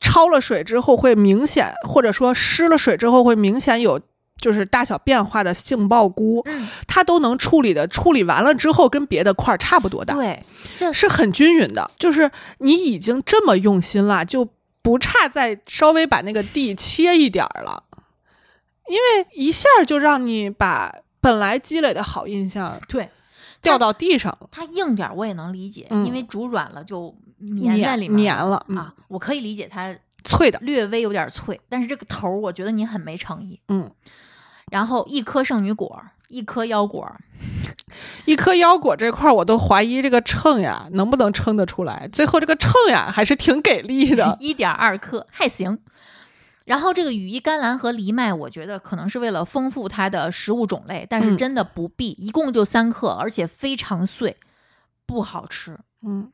[SPEAKER 3] 焯了水之后会明显，或者说湿了水之后会明显有。就是大小变化的杏鲍菇，
[SPEAKER 2] 嗯，
[SPEAKER 3] 它都能处理的，处理完了之后跟别的块儿差不多大。
[SPEAKER 2] 对，这
[SPEAKER 3] 是很均匀的，就是你已经这么用心了，就不差再稍微把那个地切一点儿了，因为一下就让你把本来积累的好印象
[SPEAKER 2] 对
[SPEAKER 3] 掉到地上了。
[SPEAKER 2] 它硬点儿我也能理解，
[SPEAKER 3] 嗯
[SPEAKER 2] 因为煮软了就粘在里面
[SPEAKER 3] 粘了嗯
[SPEAKER 2] 啊，我可以理解它
[SPEAKER 3] 脆的，
[SPEAKER 2] 略微有点脆，但是这个头儿我觉得你很没诚意。
[SPEAKER 3] 嗯，
[SPEAKER 2] 然后一颗圣女果儿，一颗腰果儿，。
[SPEAKER 3] 一颗腰果这块儿我都怀疑这个秤呀能不能称得出来，最后这个秤呀还是挺给力的
[SPEAKER 2] 一点二克还行。然后这个羽衣甘蓝和藜麦，我觉得可能是为了丰富它的食物种类，但是
[SPEAKER 3] 嗯
[SPEAKER 2] 真的不必，一共就三克，而且非常碎，不好吃。
[SPEAKER 3] 嗯，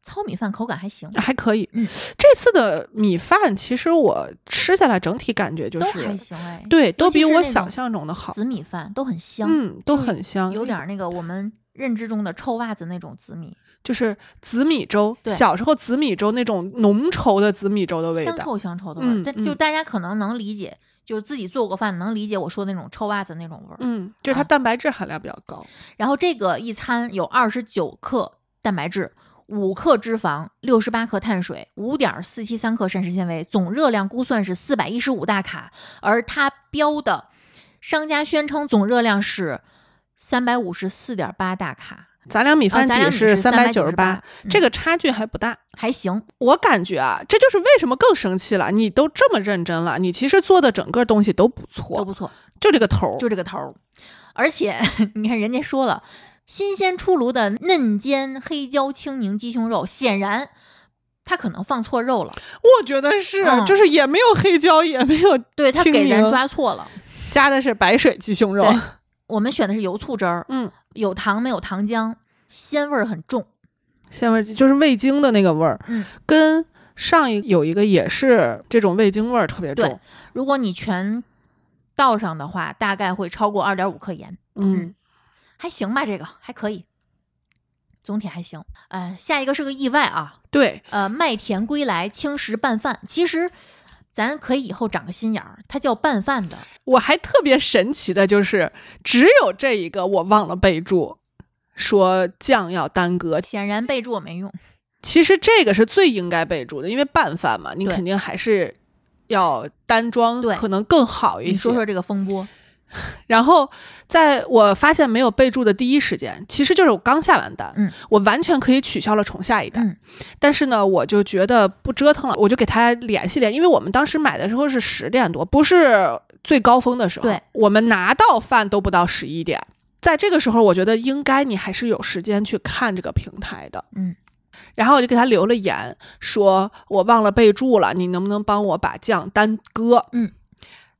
[SPEAKER 2] 糙米饭口感还 行，
[SPEAKER 3] 还可以。
[SPEAKER 2] 嗯
[SPEAKER 3] 这次的米饭其实我吃下来整体感觉就
[SPEAKER 2] 都还
[SPEAKER 3] 是，
[SPEAKER 2] 行哎。，
[SPEAKER 3] 对，都
[SPEAKER 2] 尤其
[SPEAKER 3] 比
[SPEAKER 2] 是
[SPEAKER 3] 我
[SPEAKER 2] 那种
[SPEAKER 3] 想象中的好。
[SPEAKER 2] 紫米饭都很香，
[SPEAKER 3] 嗯，都
[SPEAKER 2] 就是
[SPEAKER 3] 很香，
[SPEAKER 2] 有点儿那个我们认知中的臭袜子那种紫米，
[SPEAKER 3] 就是紫米粥，
[SPEAKER 2] 对
[SPEAKER 3] 小时候紫米粥那种浓稠的紫米粥的味
[SPEAKER 2] 香
[SPEAKER 3] 道。
[SPEAKER 2] 臭香臭的味儿。
[SPEAKER 3] 嗯
[SPEAKER 2] 但就
[SPEAKER 3] 嗯
[SPEAKER 2] 大家可能能理解，就是自己做过饭能理解我说的那种臭袜子那种味儿。
[SPEAKER 3] 嗯，就是它蛋白质含量比较高。
[SPEAKER 2] 然后这个一餐有二十九克蛋白质，五克脂肪，六十八克碳水，五点四七三克膳食纤维，总热量估算是四百一十五大卡，而它标的商家宣称总热量是三百五十四点八大卡，
[SPEAKER 3] 咱俩米
[SPEAKER 2] 啊
[SPEAKER 3] 饭
[SPEAKER 2] 咱俩
[SPEAKER 3] 底
[SPEAKER 2] 米是
[SPEAKER 3] 三百九
[SPEAKER 2] 十嗯
[SPEAKER 3] 十八，，这个差距还不大。
[SPEAKER 2] 还行。
[SPEAKER 3] 我感觉啊，这就是为什么更生气了。你都这么认真了，你其实做的整个东西都不
[SPEAKER 2] 都
[SPEAKER 3] 错，
[SPEAKER 2] 不错，
[SPEAKER 3] 就这个头儿。
[SPEAKER 2] 就这个头儿。而且 你看，人家说了，新鲜出炉的嫩煎黑椒青柠鸡胸肉，显然他可能放错肉了，
[SPEAKER 3] 我觉得是，
[SPEAKER 2] 嗯
[SPEAKER 3] 就是也没有黑椒，也没有
[SPEAKER 2] 对他
[SPEAKER 3] 青
[SPEAKER 2] 给咱
[SPEAKER 3] 柠
[SPEAKER 2] 抓错了。
[SPEAKER 3] 加的是白水鸡胸肉
[SPEAKER 2] 对。我们选的是油醋汁儿，
[SPEAKER 3] 嗯，
[SPEAKER 2] 有糖没有糖浆，鲜味儿很重。
[SPEAKER 3] 鲜味儿鸡就是味精的那个味儿，
[SPEAKER 2] 嗯，
[SPEAKER 3] 跟上一有一个也是这种味精味儿特别
[SPEAKER 2] 对
[SPEAKER 3] 重。
[SPEAKER 2] 如果你全倒上的话，大概会超过二点五克盐，
[SPEAKER 3] 嗯
[SPEAKER 2] 嗯，还行吧，这个还可以，总体还行。呃，下一个是个意外啊，
[SPEAKER 3] 对，
[SPEAKER 2] 呃，麦田归来青石拌饭，其实咱可以以后长个心眼儿，它叫拌饭的，
[SPEAKER 3] 我还特别神奇的就是，只有这一个我忘了备注，说酱要耽搁。
[SPEAKER 2] 显然备注我没用。
[SPEAKER 3] 其实这个是最应该备注的，因为拌饭嘛，你
[SPEAKER 2] 对
[SPEAKER 3] 肯定还是要单装，
[SPEAKER 2] 对
[SPEAKER 3] 可能更好一
[SPEAKER 2] 你
[SPEAKER 3] 些。
[SPEAKER 2] 说说这个风波，
[SPEAKER 3] 然后，在我发现没有备注的第一时间，其实就是我刚下完单，
[SPEAKER 2] 嗯
[SPEAKER 3] 我完全可以取消了重下一单。
[SPEAKER 2] 嗯
[SPEAKER 3] 但是呢，我就觉得不折腾了，我就给他联系联系，因为我们当时买的时候是十点多，不是最高峰的时候，
[SPEAKER 2] 对
[SPEAKER 3] 我们拿到饭都不到十一点。在这个时候，我觉得应该你还是有时间去看这个平台的。
[SPEAKER 2] 嗯，
[SPEAKER 3] 然后我就给他留了言，说我忘了备注了，你能不能帮我把酱单搁？
[SPEAKER 2] 嗯，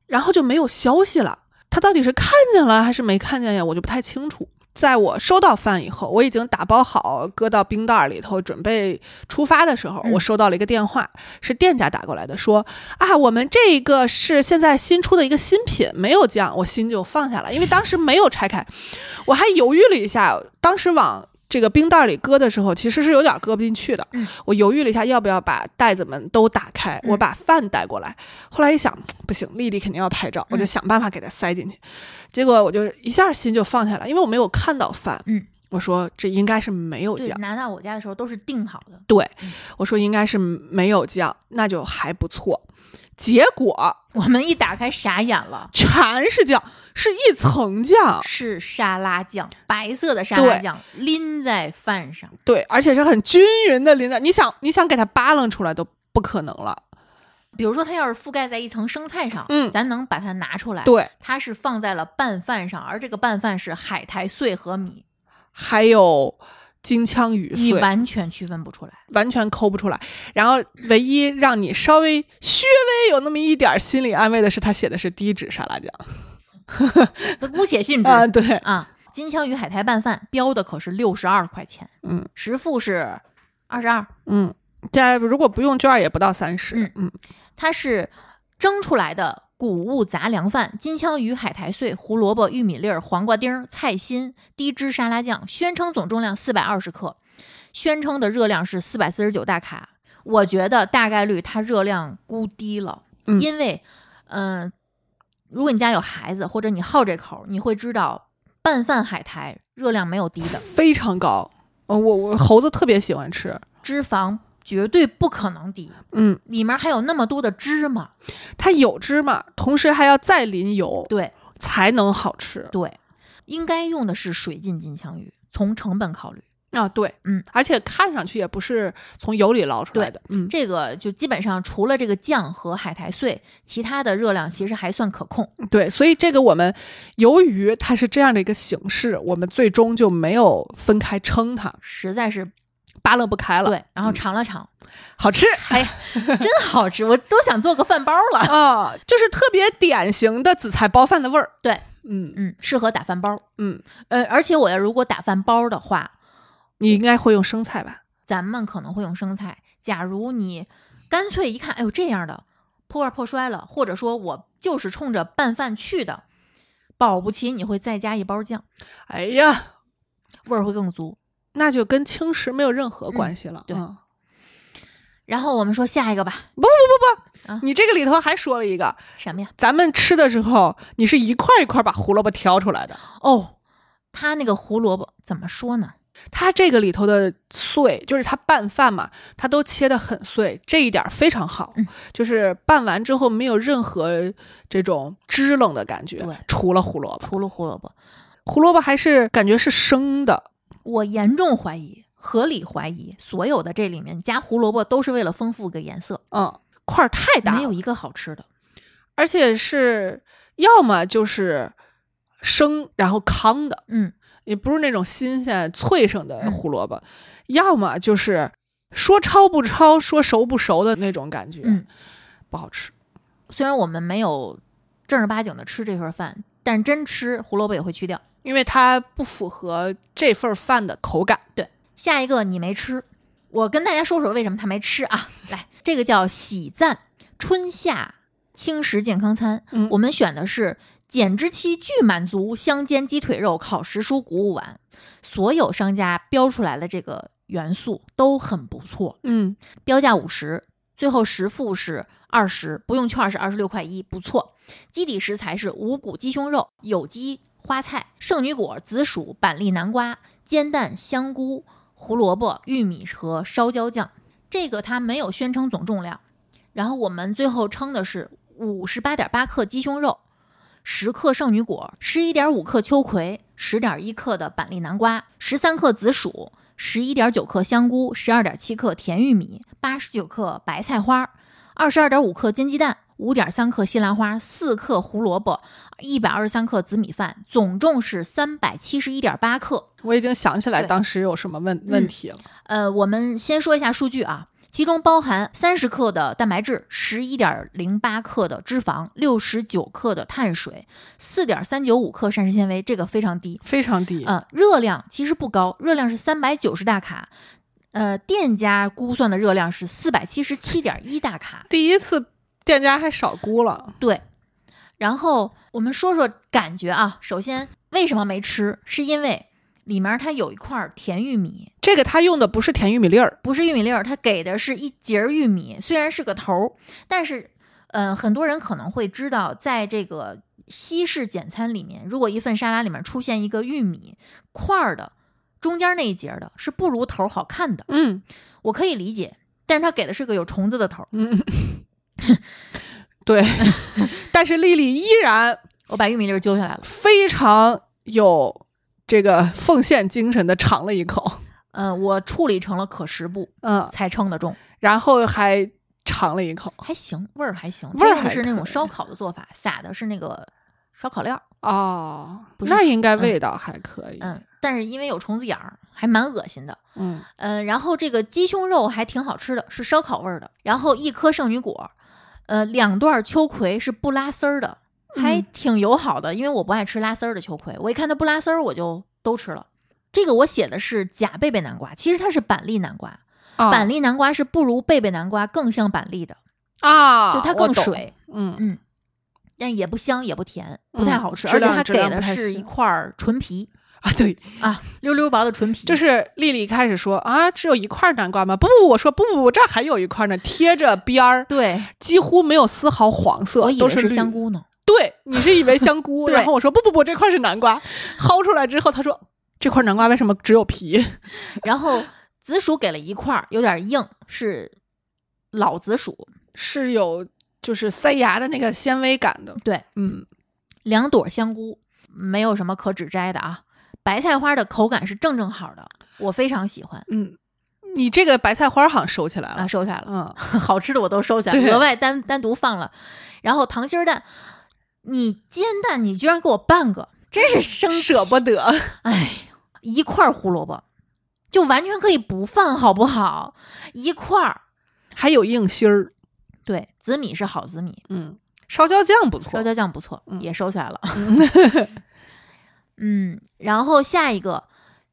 [SPEAKER 3] 然后就没有消息了。他到底是看见了还是没看见呀？我就不太清楚。在我收到饭以后，我已经打包好，搁到冰袋里头，准备出发的时候，
[SPEAKER 2] 嗯
[SPEAKER 3] 我收到了一个电话，是店家打过来的，说啊，我们这个是现在新出的一个新品，没有酱，我心就放下了，因为当时没有拆 开，我还犹豫了一下，当时往这个冰袋里搁的时候，其实是有点搁不进去的。
[SPEAKER 2] 嗯
[SPEAKER 3] 我犹豫了一下，要不要把袋子们都打开，
[SPEAKER 2] 嗯
[SPEAKER 3] 我把饭带过来。后来一想，不行，丽丽肯定要拍
[SPEAKER 2] 嗯
[SPEAKER 3] 照，我就想办法给她塞进去。结果我就一下心就放下了，因为我没有看到饭。
[SPEAKER 2] 嗯，
[SPEAKER 3] 我说这应该是没有
[SPEAKER 2] 对
[SPEAKER 3] 酱，，
[SPEAKER 2] 拿到我家的时候都是定好的，
[SPEAKER 3] 对
[SPEAKER 2] 嗯
[SPEAKER 3] 我说应该是没有酱，那就还不错。结果
[SPEAKER 2] 我们一打开傻眼了，
[SPEAKER 3] 全是酱，是一层酱，
[SPEAKER 2] 是沙拉酱，白色的沙拉
[SPEAKER 3] 对
[SPEAKER 2] 酱淋在饭上，
[SPEAKER 3] 对，而且是很均匀的淋的。你想，你想给它扒楞出来都不可能了。
[SPEAKER 2] 比如说它要是覆盖在一层生菜上，
[SPEAKER 3] 嗯
[SPEAKER 2] 咱能把它拿出来，
[SPEAKER 3] 对，
[SPEAKER 2] 它是放在了拌饭上，而这个拌饭是海苔碎和米，
[SPEAKER 3] 还有金枪鱼
[SPEAKER 2] 你
[SPEAKER 3] 碎，
[SPEAKER 2] 完全区分不出来。
[SPEAKER 3] 完全抠不出来。然后唯一让你稍微稍微有那么一点儿心理安慰的是，他写的是低脂沙拉酱
[SPEAKER 2] 它姑且信之
[SPEAKER 3] 啊、对，
[SPEAKER 2] 啊。金枪鱼海苔拌饭标的可是六十二块钱，
[SPEAKER 3] 嗯
[SPEAKER 2] 实付是二十二，
[SPEAKER 3] 嗯，这如果不用券儿也不到三十、
[SPEAKER 2] 嗯
[SPEAKER 3] 嗯，
[SPEAKER 2] 它是蒸出来的谷物杂粮饭，金枪鱼海苔碎、胡萝卜、玉米粒儿、黄瓜丁儿、菜心、低脂沙拉酱，宣称总重量四百二十克，宣称的热量是四百四十九大卡。我觉得大概率它热量估低了，
[SPEAKER 3] 嗯
[SPEAKER 2] 因为，嗯、如果你家有孩子或者你好这口儿，你会知道拌饭海苔热量没有低的。
[SPEAKER 3] 非常高。呃，我我猴子特别喜欢吃，
[SPEAKER 2] 脂肪绝对不可能低，
[SPEAKER 3] 嗯，
[SPEAKER 2] 里面还有那么多的芝麻。
[SPEAKER 3] 它有芝麻，同时还要再淋油，
[SPEAKER 2] 对
[SPEAKER 3] 才能好吃
[SPEAKER 2] 对，应该用的是水浸金枪鱼。从成本考虑，
[SPEAKER 3] 啊。对，
[SPEAKER 2] 嗯，
[SPEAKER 3] 而且看上去也不是从油里捞出来的，嗯，
[SPEAKER 2] 这个就基本上除了这个酱和海苔碎，其他的热量其实还算可控。
[SPEAKER 3] 对，所以这个我们由于它是这样的一个形式，我们最终就没有分开称它，
[SPEAKER 2] 实在是
[SPEAKER 3] 扒拉不开了。，嗯
[SPEAKER 2] 对，然后尝了 尝，
[SPEAKER 3] 好吃
[SPEAKER 2] 哎呀，真好吃，我都想做个饭包了。
[SPEAKER 3] 啊、就是特别典型的紫菜包饭的味儿。
[SPEAKER 2] 对，
[SPEAKER 3] 嗯
[SPEAKER 2] 嗯，适合打饭包。
[SPEAKER 3] 嗯，
[SPEAKER 2] 呃，而且我要如果打饭包的话，
[SPEAKER 3] 你应该会用生菜吧？
[SPEAKER 2] 咱们可能会用生菜。假如你干脆一看，哎呦这样的破罐破摔了，或者说我就是冲着拌饭去的，保不齐你会再加一包酱，
[SPEAKER 3] 哎呀，
[SPEAKER 2] 味儿会更足。
[SPEAKER 3] 那就跟轻食没有任何关系了。
[SPEAKER 2] 对
[SPEAKER 3] 嗯
[SPEAKER 2] 然后我们说下一个吧，
[SPEAKER 3] 你这个里头还说了一个，
[SPEAKER 2] 什么呀？
[SPEAKER 3] 咱们吃的时候，你是一块一块把胡萝卜挑出来的。
[SPEAKER 2] 哦，它那个胡萝卜怎么说呢？
[SPEAKER 3] 它这个里头的碎，就是它拌饭嘛，它都切得很碎，这一点儿非常好，
[SPEAKER 2] 嗯
[SPEAKER 3] 就是拌完之后没有任何这种支棱的感觉
[SPEAKER 2] 对，
[SPEAKER 3] 除了胡萝卜，
[SPEAKER 2] 除了胡萝卜，
[SPEAKER 3] 胡萝卜还是感觉是生的，
[SPEAKER 2] 我严重怀疑，合理怀疑，所有的这里面加胡萝卜都是为了丰富个颜色，
[SPEAKER 3] 嗯，块儿太大
[SPEAKER 2] 没有
[SPEAKER 3] 了，
[SPEAKER 2] 一个好吃的。
[SPEAKER 3] 而且是要么就是生然后糠的，
[SPEAKER 2] 嗯，
[SPEAKER 3] 也不是那种新鲜脆生的
[SPEAKER 2] 嗯
[SPEAKER 3] 胡萝卜，要么就是说焯不焯，说熟不熟的那种感觉，
[SPEAKER 2] 嗯
[SPEAKER 3] 不好吃。
[SPEAKER 2] 虽然我们没有正儿八经的吃这份饭，但真吃胡萝卜也会去掉。
[SPEAKER 3] 因为它不符合这份饭的口感。
[SPEAKER 2] 下一个你没吃，我跟大家说说为什么他没吃啊？来，这个叫喜赞春夏轻食健康餐，
[SPEAKER 3] 嗯
[SPEAKER 2] 我们选的是减脂期巨满足香煎鸡腿肉、烤时蔬谷物丸，所有商家标出来的这个元素都很不错，
[SPEAKER 3] 嗯
[SPEAKER 2] 标价五十，最后实付是。二十不用券是二十六块一，不错。基底食材是五谷鸡胸肉、有机花菜、圣女果、紫薯、板栗、南瓜、煎蛋、香菇、胡萝卜、玉米和烧椒酱。这个它没有宣称总重量。然后我们最后称的是五十八点八克鸡胸肉、十克圣女果、十一点五克秋葵、十点一克的板栗南瓜、十三克紫薯、十一点九克香菇、十二点七克甜玉米、八十九克白菜花、二十二点五克煎鸡蛋、五点三克西兰花、四克胡萝卜、一百二十三克紫米饭，总重是三百七十一点八克。
[SPEAKER 3] 我已经想起来
[SPEAKER 2] 对
[SPEAKER 3] 当时有什么问问题了。
[SPEAKER 2] 呃，我们先说一下数据啊，其中包含三十克的蛋白质，十一点零八克的脂肪，六十九克的碳水，四点三九五克膳食纤维，这个非常低。
[SPEAKER 3] 非常低，
[SPEAKER 2] 呃，热量其实不高，热量是三百九十大卡，呃，店家估算的热量是四百七十七点一大卡。
[SPEAKER 3] 第一次店家还少估了。
[SPEAKER 2] 对，然后我们说说感觉啊，首先为什么没吃，是因为里面它有一块甜玉米，
[SPEAKER 3] 这个他用的不是甜玉米粒儿，
[SPEAKER 2] 不是玉米粒儿，它给的是一节儿玉米，虽然是个头儿，但是，呃，很多人可能会知道，在这个西式简餐里面，如果一份沙拉里面出现一个玉米块儿的，中间那一节儿的是不如头儿好看的，
[SPEAKER 3] 嗯
[SPEAKER 2] 我可以理解，但是它给的是个有虫
[SPEAKER 3] 嗯
[SPEAKER 2] 子的头儿，
[SPEAKER 3] 嗯，对。但是丽丽依然
[SPEAKER 2] 我把玉米粒儿揪下来了。
[SPEAKER 3] 非常有这个奉献精神的尝了一口，
[SPEAKER 2] 嗯，我处理成了可食部， 呃
[SPEAKER 3] 嗯，
[SPEAKER 2] 才称得重，
[SPEAKER 3] 然后还尝了一口
[SPEAKER 2] 还行，味儿还行。
[SPEAKER 3] 味儿
[SPEAKER 2] 它用
[SPEAKER 3] 还
[SPEAKER 2] 的是那
[SPEAKER 3] 可
[SPEAKER 2] 种
[SPEAKER 3] 以
[SPEAKER 2] 烧烤的做法，撒的是那个烧烤料儿，
[SPEAKER 3] 哦，
[SPEAKER 2] 不是
[SPEAKER 3] 那应该
[SPEAKER 2] 嗯
[SPEAKER 3] 味道还可以，
[SPEAKER 2] 嗯，但是因为有虫子眼儿，还蛮恶心的。
[SPEAKER 3] 嗯
[SPEAKER 2] 嗯，然后这个鸡胸肉还挺好吃的，是烧烤味儿的。然后一颗圣女果，呃，两段秋葵是不拉丝儿的，还
[SPEAKER 3] 嗯
[SPEAKER 2] 挺友好的。因为我不爱吃拉丝儿的秋葵，我一看它不拉丝儿，我就都吃了。这个我写的是假贝贝南瓜，其实它是板栗南瓜。
[SPEAKER 3] 啊
[SPEAKER 2] 板栗南瓜是不如贝贝南瓜更像板栗的，
[SPEAKER 3] 啊，
[SPEAKER 2] 就它
[SPEAKER 3] 我
[SPEAKER 2] 更
[SPEAKER 3] 懂
[SPEAKER 2] 水，
[SPEAKER 3] 嗯
[SPEAKER 2] 嗯，但也不香也不甜，不太
[SPEAKER 3] 嗯
[SPEAKER 2] 好吃。
[SPEAKER 3] 质
[SPEAKER 2] 而且
[SPEAKER 3] 量
[SPEAKER 2] 它
[SPEAKER 3] 质
[SPEAKER 2] 给
[SPEAKER 3] 量
[SPEAKER 2] 的
[SPEAKER 3] 不太
[SPEAKER 2] 是一
[SPEAKER 3] 行
[SPEAKER 2] 块儿纯皮
[SPEAKER 3] 啊，对，
[SPEAKER 2] 啊，溜溜薄的纯皮，
[SPEAKER 3] 就是丽丽一开始说啊，只有一块南瓜吗？不不，我说不不，这儿还有一块呢，贴着边儿，
[SPEAKER 2] 对，
[SPEAKER 3] 几乎没有丝毫黄色，
[SPEAKER 2] 我以
[SPEAKER 3] 都
[SPEAKER 2] 为
[SPEAKER 3] 是
[SPEAKER 2] 是
[SPEAKER 3] 绿
[SPEAKER 2] 香。菇呢。
[SPEAKER 3] 对，你是以为 香菇，
[SPEAKER 2] 对
[SPEAKER 3] 然后我说不不不，这块是南瓜。薅出来之后，他说这块南瓜为什么只有皮？
[SPEAKER 2] 然后紫薯给了一块儿，有点硬，是老紫薯，
[SPEAKER 3] 是有就是塞牙的那个纤维感的。
[SPEAKER 2] 对，
[SPEAKER 3] 嗯，
[SPEAKER 2] 两朵香菇，没有什么可指摘的啊。白菜花的口感是正正好的，我非常喜欢
[SPEAKER 3] 嗯，你这个白菜花好像收起来了。
[SPEAKER 2] 啊，收下来了。
[SPEAKER 3] 嗯，
[SPEAKER 2] 好吃的我都收起来，
[SPEAKER 3] 对
[SPEAKER 2] 额外单单独放了。然后糖心儿蛋，你煎蛋你居然给我半个，真是 生气
[SPEAKER 3] 哎嗯舍不，得。
[SPEAKER 2] 哎，一块儿胡萝卜就完全可以不放，好不好？一块儿，
[SPEAKER 3] 还有硬芯儿。
[SPEAKER 2] 对，紫米是好紫米，
[SPEAKER 3] 嗯，烧椒酱不错。
[SPEAKER 2] 烧椒酱不错，
[SPEAKER 3] 嗯
[SPEAKER 2] 也收起来了。
[SPEAKER 3] 嗯
[SPEAKER 2] 嗯，然后下一个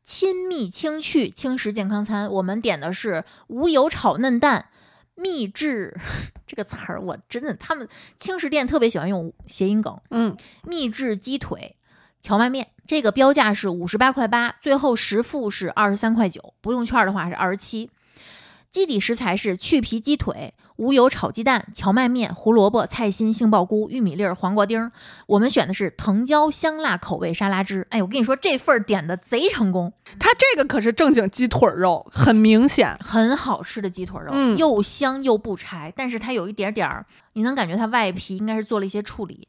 [SPEAKER 2] 亲密清趣轻食健康餐，我们点的是无油炒嫩蛋。秘制 这个词儿，我真的他们轻食店特别喜欢用谐音梗，
[SPEAKER 3] 嗯，
[SPEAKER 2] 秘制鸡腿、荞麦面，这个标价是五十八块八，最后实付是二十三块九，不用券的话是二十七。基底食材是去皮鸡腿、无油炒鸡蛋、荞麦面、胡萝卜、菜心、杏鲍菇、玉米粒儿、黄瓜丁儿。我们选的是藤椒香辣口味沙拉汁。哎，我跟你说，这份儿点的贼成功，
[SPEAKER 3] 它这个可是正经鸡腿肉，很明显。
[SPEAKER 2] 很好吃的鸡腿肉，
[SPEAKER 3] 嗯
[SPEAKER 2] 又香又不柴，但是它有一点点儿，你能感觉它外皮应该是做了一些处理，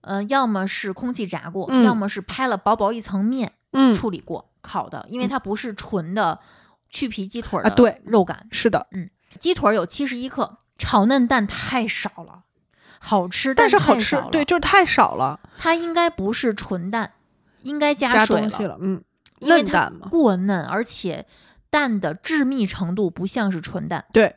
[SPEAKER 2] 呃，要么是空气炸过，
[SPEAKER 3] 嗯
[SPEAKER 2] 要么是拍了薄薄一层面，
[SPEAKER 3] 嗯
[SPEAKER 2] 处理过烤的，因为它不是纯的去皮鸡腿儿
[SPEAKER 3] 啊
[SPEAKER 2] 的
[SPEAKER 3] 对
[SPEAKER 2] 肉感。
[SPEAKER 3] 是的，
[SPEAKER 2] 鸡腿儿有七十一克，炒嫩蛋太少了，好吃，
[SPEAKER 3] 但
[SPEAKER 2] 但
[SPEAKER 3] 是好
[SPEAKER 2] 太
[SPEAKER 3] 吃
[SPEAKER 2] 少，了
[SPEAKER 3] 对，就是太少了，
[SPEAKER 2] 它应该不是纯蛋，应该
[SPEAKER 3] 加
[SPEAKER 2] 水
[SPEAKER 3] 东西了，嗯，
[SPEAKER 2] 因为
[SPEAKER 3] 嫩
[SPEAKER 2] 它
[SPEAKER 3] 蛋嘛，
[SPEAKER 2] 过嫩，而且蛋的致密程度不像是纯蛋，
[SPEAKER 3] 对，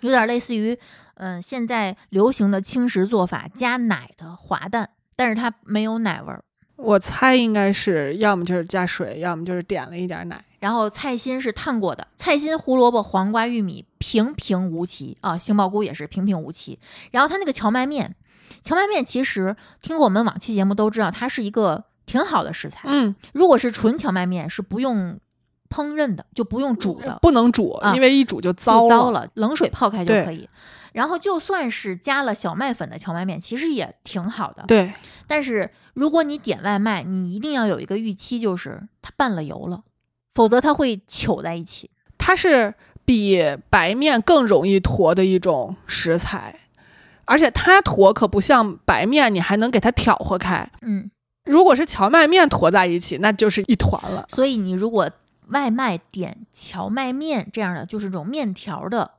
[SPEAKER 2] 有点类似于嗯、现在流行的轻食做法加奶的滑蛋，但是它没有奶味儿。
[SPEAKER 3] 我猜应该是要么就是加水，要么就是点了一点奶，
[SPEAKER 2] 然后菜心是烫过的，菜心、胡萝卜、黄瓜、玉米平平无奇啊，杏鲍菇也是平平无奇。然后它那个荞麦面，荞麦面其实听过我们往期节目都知道，它是一个挺好的食材。
[SPEAKER 3] 嗯，
[SPEAKER 2] 如果是纯荞麦面是不用烹饪的，就不用煮的，
[SPEAKER 3] 嗯不能煮，
[SPEAKER 2] 啊
[SPEAKER 3] 因为一煮就糟
[SPEAKER 2] 就糟
[SPEAKER 3] 了，
[SPEAKER 2] 了，冷水泡开就
[SPEAKER 3] 对
[SPEAKER 2] 可以。然后就算是加了小麦粉的荞麦面，其实也挺好的。
[SPEAKER 3] 对，
[SPEAKER 2] 但是如果你点外卖，你一定要有一个预期，就是它拌了油了，否则它会糗在一起。
[SPEAKER 3] 它是比白面更容易坨的一种食材，而且它坨可不像白面，你还能给它挑和开。
[SPEAKER 2] 嗯，
[SPEAKER 3] 如果是荞麦面坨在一起，那就是一团了。
[SPEAKER 2] 所以你如果外卖点荞麦面这样的，就是这种面条的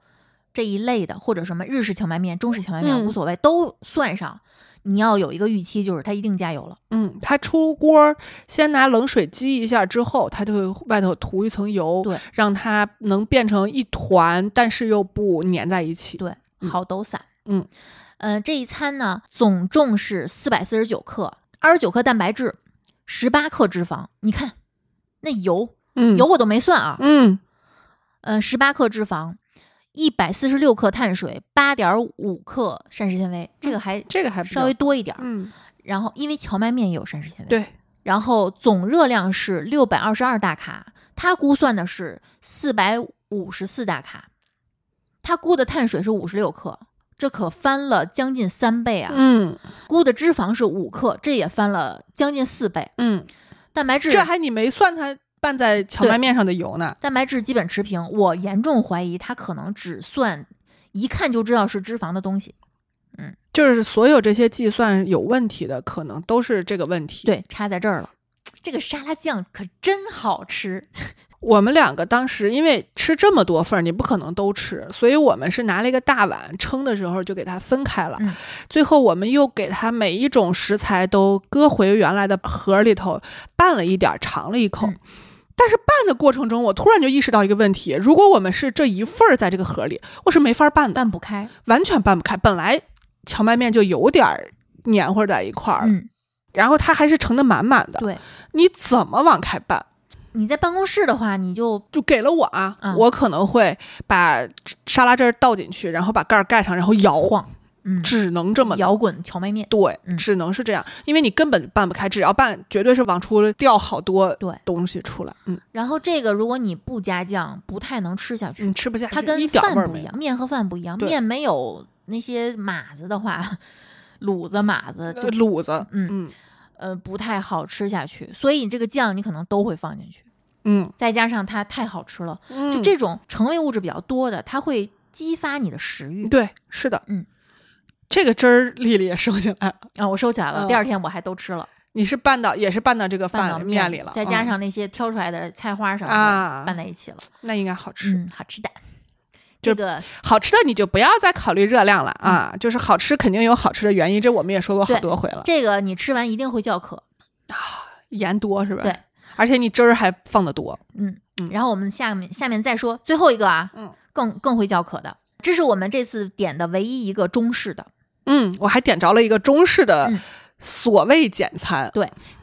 [SPEAKER 2] 这一类的，或者什么日式荞麦面、中式荞麦面、
[SPEAKER 3] 嗯
[SPEAKER 2] 无所谓，都算上。你要有一个预期，就是它一定加油了。
[SPEAKER 3] 嗯，它出锅儿先拿冷水激一下，之后它就会外头涂一层油，
[SPEAKER 2] 对，
[SPEAKER 3] 让它能变成一团，但是又不粘在一起。
[SPEAKER 2] 对，
[SPEAKER 3] 嗯
[SPEAKER 2] 好抖散。
[SPEAKER 3] 嗯，
[SPEAKER 2] 呃，这一餐呢，总重是四百四十九克，二十九克蛋白质，十八克脂肪。你看那油，
[SPEAKER 3] 嗯
[SPEAKER 2] 油，我都没算啊。
[SPEAKER 3] 嗯，
[SPEAKER 2] 呃，十八克脂肪，一百四十六克碳水，八点五克膳食纤维，这个还
[SPEAKER 3] 这个嗯还比较
[SPEAKER 2] 稍微，多一点儿。
[SPEAKER 3] 嗯，
[SPEAKER 2] 然后因为荞麦面也有膳食纤维，。
[SPEAKER 3] 对，
[SPEAKER 2] 然后总热量是六百二十二大卡，它估算的是四百五十四大卡，它估的碳水是五十六克，这可翻了将近三倍啊！
[SPEAKER 3] 嗯
[SPEAKER 2] 估的脂肪是五克，这也翻了将近四倍。
[SPEAKER 3] 嗯，
[SPEAKER 2] 蛋白质
[SPEAKER 3] 这还你没算它拌在荞麦面上的油呢。
[SPEAKER 2] 蛋白质基本持平，我严重怀疑它可能只算一看就知道是脂肪的东西。嗯，
[SPEAKER 3] 就是所有这些计算有问题的，可能都是这个问题。，
[SPEAKER 2] 对，插在这儿了。这个沙拉酱可真好吃，
[SPEAKER 3] 我们两个当时因为吃这么多份儿，你不可能都吃，所以我们是拿了一个大碗称的时候就给它分开了。
[SPEAKER 2] 嗯
[SPEAKER 3] 最后我们又给它每一种食材都搁回原来的盒儿里头拌了一点儿，尝了一口。
[SPEAKER 2] 嗯
[SPEAKER 3] 但是拌的过程中，我突然就意识到一个问题：如果我们是这一份儿在这个盒里，我是没法拌的，
[SPEAKER 2] 拌不开。
[SPEAKER 3] 完全拌不开。本来荞麦面就有点儿黏糊在一块儿，
[SPEAKER 2] 嗯，
[SPEAKER 3] 然后它还是盛的满满的，
[SPEAKER 2] 对，
[SPEAKER 3] 你怎么往开拌？
[SPEAKER 2] 你在办公室的话，你就
[SPEAKER 3] 就给了我啊，
[SPEAKER 2] 嗯
[SPEAKER 3] 我可能会把沙拉汁儿倒进去，然后把盖儿盖上，然后摇，
[SPEAKER 2] 晃，嗯，
[SPEAKER 3] 只能这么
[SPEAKER 2] 摇滚荞麦面。
[SPEAKER 3] 对，
[SPEAKER 2] 嗯
[SPEAKER 3] 只能是这样，因为你根本拌不开，只要拌，绝对是往出掉好多
[SPEAKER 2] 对
[SPEAKER 3] 东西出来，嗯，
[SPEAKER 2] 然后这个如果你不加酱，不太能吃下去。
[SPEAKER 3] 你吃不下去，
[SPEAKER 2] 它跟
[SPEAKER 3] 嗯一点儿味
[SPEAKER 2] 饭
[SPEAKER 3] 儿
[SPEAKER 2] 不
[SPEAKER 3] 没
[SPEAKER 2] 一
[SPEAKER 3] 有。
[SPEAKER 2] 样，面和饭不一样，
[SPEAKER 3] 对
[SPEAKER 2] 面没有那些码子的话，卤子码子
[SPEAKER 3] 呃
[SPEAKER 2] 就
[SPEAKER 3] 卤子，
[SPEAKER 2] 嗯
[SPEAKER 3] 嗯
[SPEAKER 2] 呃不太好吃下去，所以你这个酱你可能都会放进去，
[SPEAKER 3] 嗯
[SPEAKER 2] 再加上它太好吃了，
[SPEAKER 3] 嗯，
[SPEAKER 2] 就这种成类物质比较多的，它会激发你的食欲。
[SPEAKER 3] 对，是的，
[SPEAKER 2] 嗯，
[SPEAKER 3] 这个汁儿丽丽也收起来了，
[SPEAKER 2] 啊，我收起来了，
[SPEAKER 3] 嗯
[SPEAKER 2] 第二天我还都吃了，
[SPEAKER 3] 你是拌到也是拌到这个
[SPEAKER 2] 拌到
[SPEAKER 3] 饭面
[SPEAKER 2] 里
[SPEAKER 3] 了，
[SPEAKER 2] 再加
[SPEAKER 3] 嗯
[SPEAKER 2] 上那些挑出来的菜花什么
[SPEAKER 3] 啊
[SPEAKER 2] 的拌在一起了，
[SPEAKER 3] 那应该好吃，
[SPEAKER 2] 嗯，好吃的。
[SPEAKER 3] 就
[SPEAKER 2] 这个
[SPEAKER 3] 好吃的你就不要再考虑热量了啊，就是好吃肯定有好吃的原因，这我们也说过好
[SPEAKER 2] 对
[SPEAKER 3] 多回了。
[SPEAKER 2] 这个你吃完一定会叫渴，
[SPEAKER 3] 盐多是吧？
[SPEAKER 2] 对，
[SPEAKER 3] 而且你汁儿还放的多。
[SPEAKER 2] 嗯
[SPEAKER 3] 嗯，
[SPEAKER 2] 然后我们下面下面再说最后一个啊，
[SPEAKER 3] 嗯，
[SPEAKER 2] 更更会叫渴的，这是我们这次点的唯一一个中式的
[SPEAKER 3] 嗯，我还点着了一个中式的
[SPEAKER 2] 嗯
[SPEAKER 3] 所谓简餐，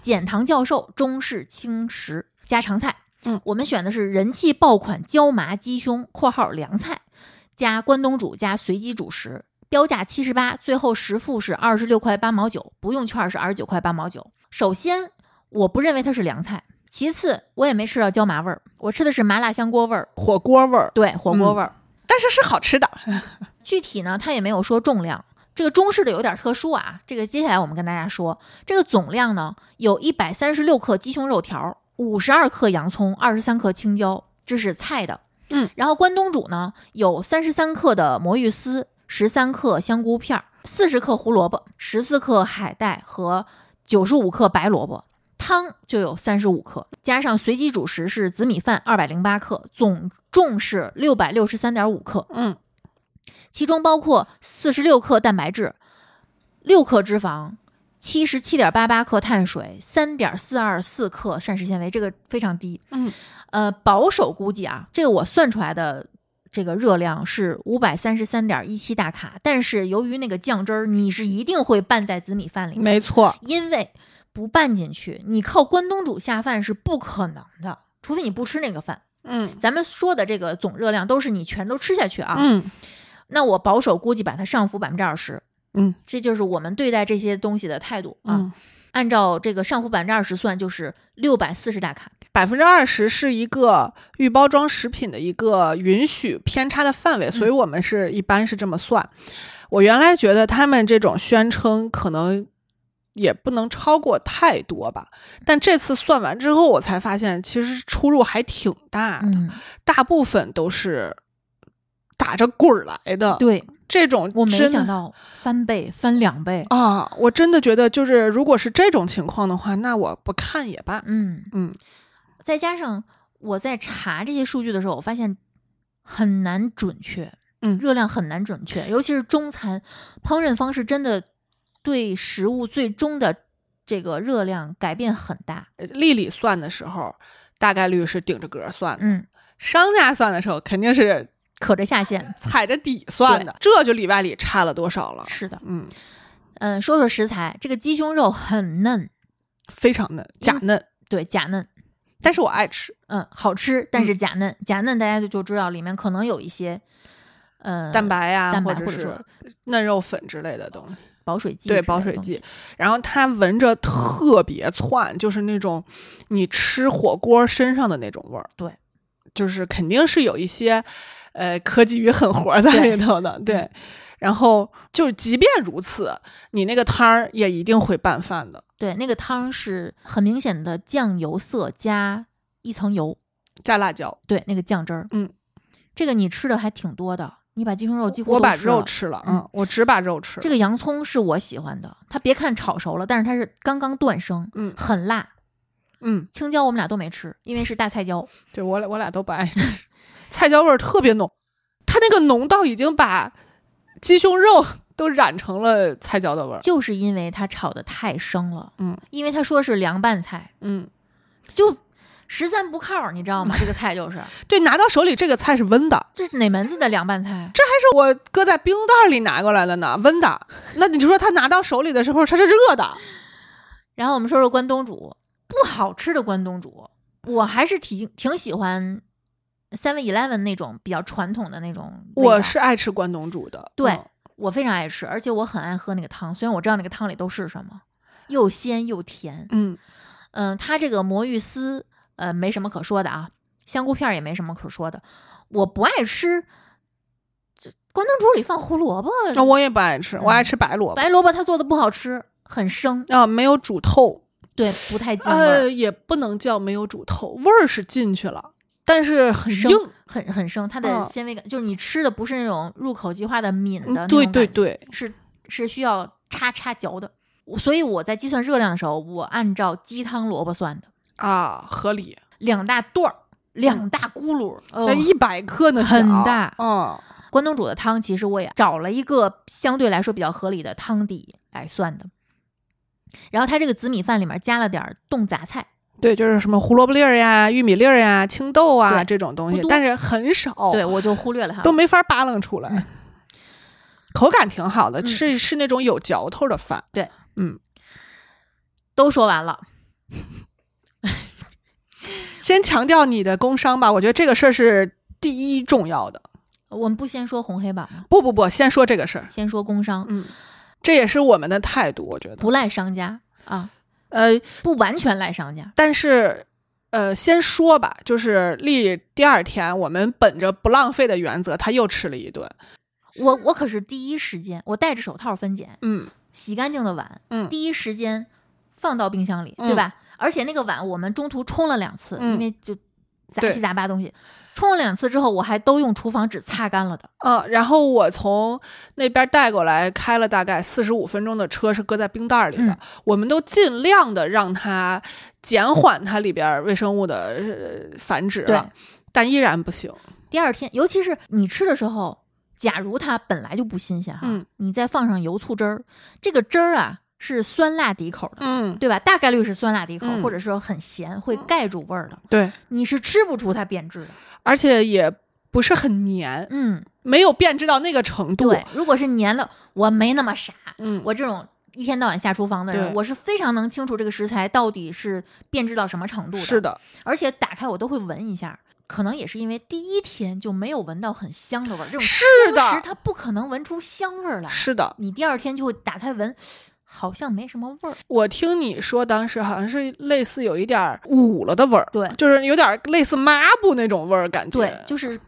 [SPEAKER 2] 简堂教授中式轻食家常菜。
[SPEAKER 3] 嗯，
[SPEAKER 2] 我们选的是人气爆款椒麻鸡胸（括号凉菜）加关东煮加随机主食，标价七十八，最后实付是二十六块八毛九，不用券是二十九块八毛九。首先，我不认为它是凉菜；其次，我也没吃到椒麻味儿，我吃的是麻辣香锅味儿，
[SPEAKER 3] 火锅味儿，
[SPEAKER 2] 对，火锅味儿。
[SPEAKER 3] 但是是好吃的。
[SPEAKER 2] 具体呢，它也没有说重量。这个中式的有点特殊啊，这个接下来我们跟大家说，这个总量呢有一百三十六克鸡胸肉条，五十二克洋葱，二十三克青椒，这是菜的。
[SPEAKER 3] 嗯，
[SPEAKER 2] 然后关东煮呢有三十三克的魔芋丝，十三克香菇片儿，四十克胡萝卜，十四克海带和九十五克白萝卜。汤就有三十五克，加上随机主食是紫米饭二百零八克，总重是六百六十三点五克。
[SPEAKER 3] 嗯，
[SPEAKER 2] 其中包括四十六克蛋白质、六克脂肪、七十七点八八克碳水、三点四二四克膳食纤维，这个非常低。
[SPEAKER 3] 嗯，
[SPEAKER 2] 呃，保守估计啊，这个我算出来的这个热量是五百三十三点一七大卡，但是由于那个酱汁儿，你是一定会拌在紫米饭里面，
[SPEAKER 3] 没错，
[SPEAKER 2] 因为不拌进去，你靠关东煮下饭是不可能的，除非你不吃那个饭。
[SPEAKER 3] 嗯
[SPEAKER 2] 咱们说的这个总热量都是你全都吃下去啊，
[SPEAKER 3] 嗯
[SPEAKER 2] 那我保守估计把它上浮百分之二十。
[SPEAKER 3] 嗯，
[SPEAKER 2] 这就是我们对待这些东西的态度啊。
[SPEAKER 3] 嗯，
[SPEAKER 2] 按照这个上浮百分之二十算，就是六百四十大卡。
[SPEAKER 3] 百分之二十是一个预包装食品的一个允许偏差的范围，所以
[SPEAKER 2] 嗯
[SPEAKER 3] 我们是一般是这么算。我原来觉得他们这种宣称可能也不能超过太多吧，但这次算完之后，我才发现其实出入还挺大的，
[SPEAKER 2] 嗯，
[SPEAKER 3] 大部分都是打着滚儿来的。
[SPEAKER 2] 对，
[SPEAKER 3] 这种
[SPEAKER 2] 我没
[SPEAKER 3] 真的
[SPEAKER 2] 想到翻倍、翻两倍。
[SPEAKER 3] 啊，我真的觉得就是如果是这种情况的话，那我不看也罢。
[SPEAKER 2] 嗯
[SPEAKER 3] 嗯，
[SPEAKER 2] 再加上我在查这些数据的时候，我发现很难准确，
[SPEAKER 3] 嗯
[SPEAKER 2] 热量很难准确，尤其是中餐，烹饪方式真的对食物最终的这个热量改变很大。
[SPEAKER 3] 呃丽丽算的时候，大概率是顶着格儿算的；
[SPEAKER 2] 嗯，
[SPEAKER 3] 商家算的时候，肯定是
[SPEAKER 2] 可着下限。
[SPEAKER 3] 踩着底算的，这就里外里差了多少了？
[SPEAKER 2] 是的，
[SPEAKER 3] 嗯，
[SPEAKER 2] 嗯，说说食材，这个鸡胸肉很嫩，
[SPEAKER 3] 非常嫩，假
[SPEAKER 2] 因
[SPEAKER 3] 嫩，
[SPEAKER 2] 对，假嫩，
[SPEAKER 3] 但是我爱吃，
[SPEAKER 2] 嗯，好吃，但是假嫩，假嫩大家就就知道里面可能有一些，呃，
[SPEAKER 3] 蛋、白呀、
[SPEAKER 2] 蛋白
[SPEAKER 3] 或
[SPEAKER 2] 或者
[SPEAKER 3] 是
[SPEAKER 2] 说
[SPEAKER 3] 嫩肉粉之类的东西。
[SPEAKER 2] 保水剂之
[SPEAKER 3] 对
[SPEAKER 2] 类的东
[SPEAKER 3] 保
[SPEAKER 2] 西，
[SPEAKER 3] 水剂，然后它闻着特别窜，就是那种你吃火锅身上的那种味儿。
[SPEAKER 2] 对，
[SPEAKER 3] 就是肯定是有一些呃科技与狠活在里头的。对，
[SPEAKER 2] 嗯
[SPEAKER 3] 然后就是即便如此，你那个汤儿也一定会拌饭的，
[SPEAKER 2] 对，那个汤是很明显的酱油色加一层油，
[SPEAKER 3] 加辣椒。
[SPEAKER 2] 对，那个酱汁儿，
[SPEAKER 3] 嗯，
[SPEAKER 2] 这个你吃的还挺多的，你把鸡胸肉几乎
[SPEAKER 3] 我
[SPEAKER 2] 都
[SPEAKER 3] 把
[SPEAKER 2] 吃了
[SPEAKER 3] 肉吃了，嗯，我只把肉吃了。
[SPEAKER 2] 这个洋葱是我喜欢的，它别看炒熟了，但是它是刚刚断生，
[SPEAKER 3] 嗯
[SPEAKER 2] 很辣。
[SPEAKER 3] 嗯，
[SPEAKER 2] 青椒我们俩都没吃，因为是大菜椒。
[SPEAKER 3] 对我俩我俩都不爱吃， 菜椒味儿特别浓，它那个浓到已经把鸡胸肉 都染成了菜椒的味儿。
[SPEAKER 2] 就是因为它炒的太生了，
[SPEAKER 3] 呃嗯，
[SPEAKER 2] 因为他说是凉拌菜，
[SPEAKER 3] 嗯，
[SPEAKER 2] 就十三不靠，你知道吗？这个菜 就是，
[SPEAKER 3] 对，拿到手里这个菜是温的，
[SPEAKER 2] 这是哪门子的凉拌菜？
[SPEAKER 3] 这还是我搁在冰袋里拿过来的呢，温的。那你就说它拿到手里的时候，它是热的。
[SPEAKER 2] 然后我们说说关东煮，不好吃的关东煮，我还是挺挺喜欢 Seven Eleven 那种比较传统的那种味道。
[SPEAKER 3] 我是爱吃关东煮的，
[SPEAKER 2] 对
[SPEAKER 3] 嗯
[SPEAKER 2] 我非常爱吃，而且我很爱喝那个汤，虽然我知道那个汤里都是什么，又鲜又甜。
[SPEAKER 3] 嗯
[SPEAKER 2] 嗯，它这个魔芋丝，呃，没什么可说的啊，香菇片儿也没什么可说的。我不爱吃，这关东煮里放胡萝卜，
[SPEAKER 3] 那、哦我也不爱吃，我爱吃嗯白萝卜。
[SPEAKER 2] 白萝卜它做的不好吃，很生，
[SPEAKER 3] 啊，没有煮透，
[SPEAKER 2] 对，不太进味儿，
[SPEAKER 3] 呃，也不能叫没有煮透，味儿是进去了，但是很
[SPEAKER 2] 生
[SPEAKER 3] 硬。
[SPEAKER 2] 很很生，它
[SPEAKER 3] 嗯
[SPEAKER 2] 的纤维感、就是你吃的不是那种入口即化的抿的那种
[SPEAKER 3] 嗯对对
[SPEAKER 2] 感觉，
[SPEAKER 3] 对，
[SPEAKER 2] 是是需要叉叉嚼的。我所以我在计算热量的时候，我按照鸡汤萝卜算的。
[SPEAKER 3] 啊，合理。
[SPEAKER 2] 两大段儿，两
[SPEAKER 3] 嗯
[SPEAKER 2] 大咕噜儿，
[SPEAKER 3] 那
[SPEAKER 2] 哦
[SPEAKER 3] 一百克呢，
[SPEAKER 2] 很
[SPEAKER 3] 小
[SPEAKER 2] 大
[SPEAKER 3] 嗯，
[SPEAKER 2] 关东煮的汤，其实我也找了一个相对来说比较合理的汤底来算的。然后它这个紫米饭里面加了点儿冻杂菜，
[SPEAKER 3] 对，就是什么胡萝卜粒儿呀、玉米粒儿呀、青豆啊
[SPEAKER 2] 对
[SPEAKER 3] 这种东
[SPEAKER 2] 不
[SPEAKER 3] 西，
[SPEAKER 2] 多
[SPEAKER 3] 但是很少，
[SPEAKER 2] 对我就忽略了它。
[SPEAKER 3] 都没法扒楞出来。口感挺好的，
[SPEAKER 2] 嗯
[SPEAKER 3] 是是那种有嚼头的饭。
[SPEAKER 2] 都说完了，
[SPEAKER 3] 先强调你的工伤吧，我觉得这个事儿是第一重要的。
[SPEAKER 2] 我们不先说红黑榜吗？
[SPEAKER 3] 不不不，先说这个事儿。
[SPEAKER 2] 先说工商，
[SPEAKER 3] 嗯，这也是我们的态度，我觉得。
[SPEAKER 2] 不赖商家啊，
[SPEAKER 3] 呃，
[SPEAKER 2] 不完全赖商家。
[SPEAKER 3] 但是，呃，先说吧，就是丽第二天，我们本着不浪费的原则，她又吃了一顿。
[SPEAKER 2] 我我可是第一时间，我戴着手套分拣，
[SPEAKER 3] 嗯
[SPEAKER 2] 洗干净的碗，
[SPEAKER 3] 嗯
[SPEAKER 2] 第一时间放到冰箱里，
[SPEAKER 3] 嗯
[SPEAKER 2] 对吧？而且那个碗我们中途冲了两次，
[SPEAKER 3] 嗯
[SPEAKER 2] 因为就杂
[SPEAKER 3] 对
[SPEAKER 2] 七杂八东西，冲了两次之后，我还都用厨房纸擦干了的。
[SPEAKER 3] 嗯，然后我从那边带过来，开了大概四十五分钟的车，是搁在冰袋里的。
[SPEAKER 2] 嗯
[SPEAKER 3] 我们都尽量的让它减缓它里边微生物的、呃繁殖
[SPEAKER 2] 对啊
[SPEAKER 3] 了，但依然不行。
[SPEAKER 2] 第二天，尤其是你吃的时候，假如它本来就不新鲜哈，
[SPEAKER 3] 嗯
[SPEAKER 2] 你再放上油醋汁儿，这个汁儿啊是酸辣底口的。
[SPEAKER 3] 嗯，
[SPEAKER 2] 对吧？大概率是酸辣底口，
[SPEAKER 3] 嗯
[SPEAKER 2] 或者说很咸，会盖住味儿的。
[SPEAKER 3] 对，
[SPEAKER 2] 你是吃不出它变质的。
[SPEAKER 3] 而且也不是很黏，
[SPEAKER 2] 嗯，
[SPEAKER 3] 没有变质到那个程度。
[SPEAKER 2] 对。如果是黏了，我没那么傻，
[SPEAKER 3] 嗯，
[SPEAKER 2] 我这种一天到晚下厨房的人，
[SPEAKER 3] 对
[SPEAKER 2] 我是非常能清楚这个食材到底是变质到什么程度的。
[SPEAKER 3] 是，的，
[SPEAKER 2] 而且打开我都会闻一下。可能也是因为第一天就没有闻到很香的味儿，这种
[SPEAKER 3] 是
[SPEAKER 2] 生
[SPEAKER 3] 的
[SPEAKER 2] 食它不可能闻出香味儿来。
[SPEAKER 3] 是的。
[SPEAKER 2] 你第二天就会打开闻，好像没什么味儿。
[SPEAKER 3] 我听你说，当时好像是类似有一点儿捂了的味儿，
[SPEAKER 2] 对
[SPEAKER 3] 就是有点儿类似抹布那种味儿感觉。
[SPEAKER 2] 对，就是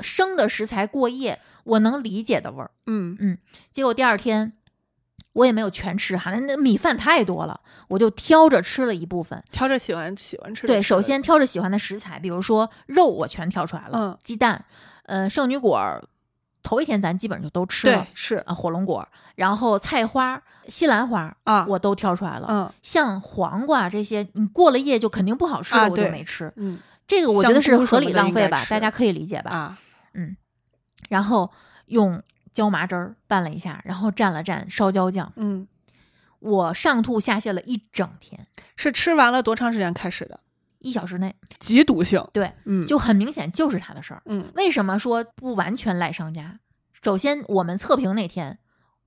[SPEAKER 2] 生的食材过夜，我能理解的味儿。
[SPEAKER 3] 嗯
[SPEAKER 2] 结果第二天我也没有全吃哈，那那米饭太多了，我就挑着吃了一部分。
[SPEAKER 3] 挑着喜欢喜欢吃的
[SPEAKER 2] 对，
[SPEAKER 3] 吃
[SPEAKER 2] 首
[SPEAKER 3] 的
[SPEAKER 2] 先挑着喜欢的食材，比如说肉，我全挑出来了，
[SPEAKER 3] 嗯
[SPEAKER 2] 鸡蛋，呃，圣女果儿，头一天咱基本上就都吃
[SPEAKER 3] 对
[SPEAKER 2] 了
[SPEAKER 3] 是
[SPEAKER 2] 啊，火龙果儿，然后菜花、西兰花，
[SPEAKER 3] 啊，
[SPEAKER 2] 我都挑出来了。
[SPEAKER 3] 嗯
[SPEAKER 2] 像黄瓜这些，你过了夜就肯定不好吃
[SPEAKER 3] 啊
[SPEAKER 2] 了，我就
[SPEAKER 3] 对
[SPEAKER 2] 没吃。
[SPEAKER 3] 嗯
[SPEAKER 2] 这个我觉得是
[SPEAKER 3] 香菇什
[SPEAKER 2] 合
[SPEAKER 3] 么
[SPEAKER 2] 理
[SPEAKER 3] 的
[SPEAKER 2] 浪
[SPEAKER 3] 应
[SPEAKER 2] 费
[SPEAKER 3] 该
[SPEAKER 2] 吧，
[SPEAKER 3] 吃
[SPEAKER 2] 大家可以理解吧。
[SPEAKER 3] 啊，
[SPEAKER 2] 然后用椒麻汁儿拌了一下，然后蘸了蘸烧椒酱，
[SPEAKER 3] 嗯，
[SPEAKER 2] 我上吐下泻了一整天，
[SPEAKER 3] 是吃完了多长时间开始的？
[SPEAKER 2] 一小时内，
[SPEAKER 3] 极毒性，
[SPEAKER 2] 对，
[SPEAKER 3] 嗯，
[SPEAKER 2] 就很明显就是他的事儿。
[SPEAKER 3] 嗯
[SPEAKER 2] 为什么说不完全赖商家？首先，我们测评那天，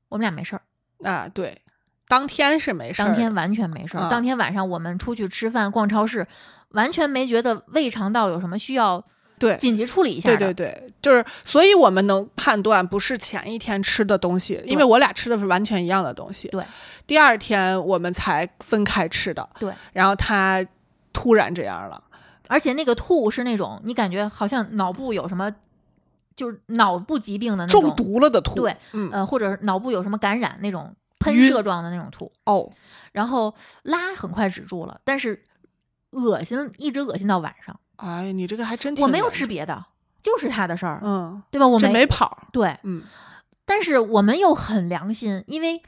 [SPEAKER 2] 我们俩没事儿，
[SPEAKER 3] 啊，对，当天是没事儿的，
[SPEAKER 2] 当天完全没事儿。
[SPEAKER 3] 啊
[SPEAKER 2] 当天晚上我们出去吃饭、逛超市，完全没觉得胃肠道有什么需要
[SPEAKER 3] 对
[SPEAKER 2] 紧急处理一下
[SPEAKER 3] 对
[SPEAKER 2] 的。
[SPEAKER 3] 对对，就是，所以我们能判断不是前一天吃的东西，因为我俩吃的是完全一样的东西。
[SPEAKER 2] 对，
[SPEAKER 3] 第二天我们才分开吃的。
[SPEAKER 2] 对，
[SPEAKER 3] 然后他突然这样了，
[SPEAKER 2] 而且那个吐是那种你感觉好像脑部有什么，就是脑部疾病的那种
[SPEAKER 3] 中，毒了的吐。
[SPEAKER 2] 对，
[SPEAKER 3] 嗯，
[SPEAKER 2] 呃，或者脑部有什么感染那种喷
[SPEAKER 3] 晕
[SPEAKER 2] 射状的那种吐。
[SPEAKER 3] 哦，
[SPEAKER 2] 然后拉很快止住了，但是恶心一直恶心到晚上。
[SPEAKER 3] 哎，你这个还真挺
[SPEAKER 2] 我没有
[SPEAKER 3] 严
[SPEAKER 2] 吃
[SPEAKER 3] 重
[SPEAKER 2] 别的，就是他的事儿，
[SPEAKER 3] 嗯，
[SPEAKER 2] 对吧？我
[SPEAKER 3] 这
[SPEAKER 2] 没
[SPEAKER 3] 没跑儿，
[SPEAKER 2] 对，
[SPEAKER 3] 嗯
[SPEAKER 2] 但是我们又很良心，因为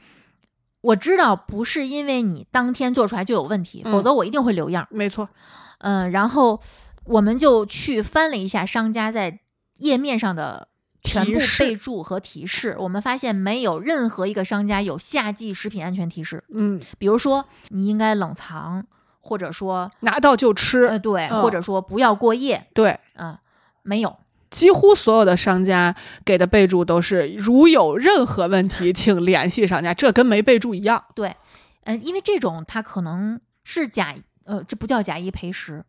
[SPEAKER 2] 我知道不是因为你当天做出来就有问题，
[SPEAKER 3] 嗯
[SPEAKER 2] 否则我一定会留样儿。
[SPEAKER 3] 没错，
[SPEAKER 2] 嗯、然后我们就去翻了一下商家在页面上的全部
[SPEAKER 3] 提示
[SPEAKER 2] 备注和提示，我们发现没有任何一个商家有夏季食品安全提示，
[SPEAKER 3] 嗯，
[SPEAKER 2] 比如说你应该冷藏，或者说
[SPEAKER 3] 拿到就吃，
[SPEAKER 2] 呃对，
[SPEAKER 3] 嗯
[SPEAKER 2] 或者说不要过夜
[SPEAKER 3] 对，
[SPEAKER 2] 啊、没有。
[SPEAKER 3] 几乎所有的商家给的备注都是如有任何问题，请联系商家，这跟没备注一样。
[SPEAKER 2] 对，呃，因为这种它可能是假，呃，这不叫假一赔十，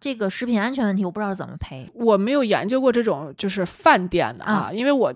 [SPEAKER 2] 这个食品安全问题我不知道怎么赔。
[SPEAKER 3] 我没有研究过这种就是饭店的啊，
[SPEAKER 2] 啊
[SPEAKER 3] 因为我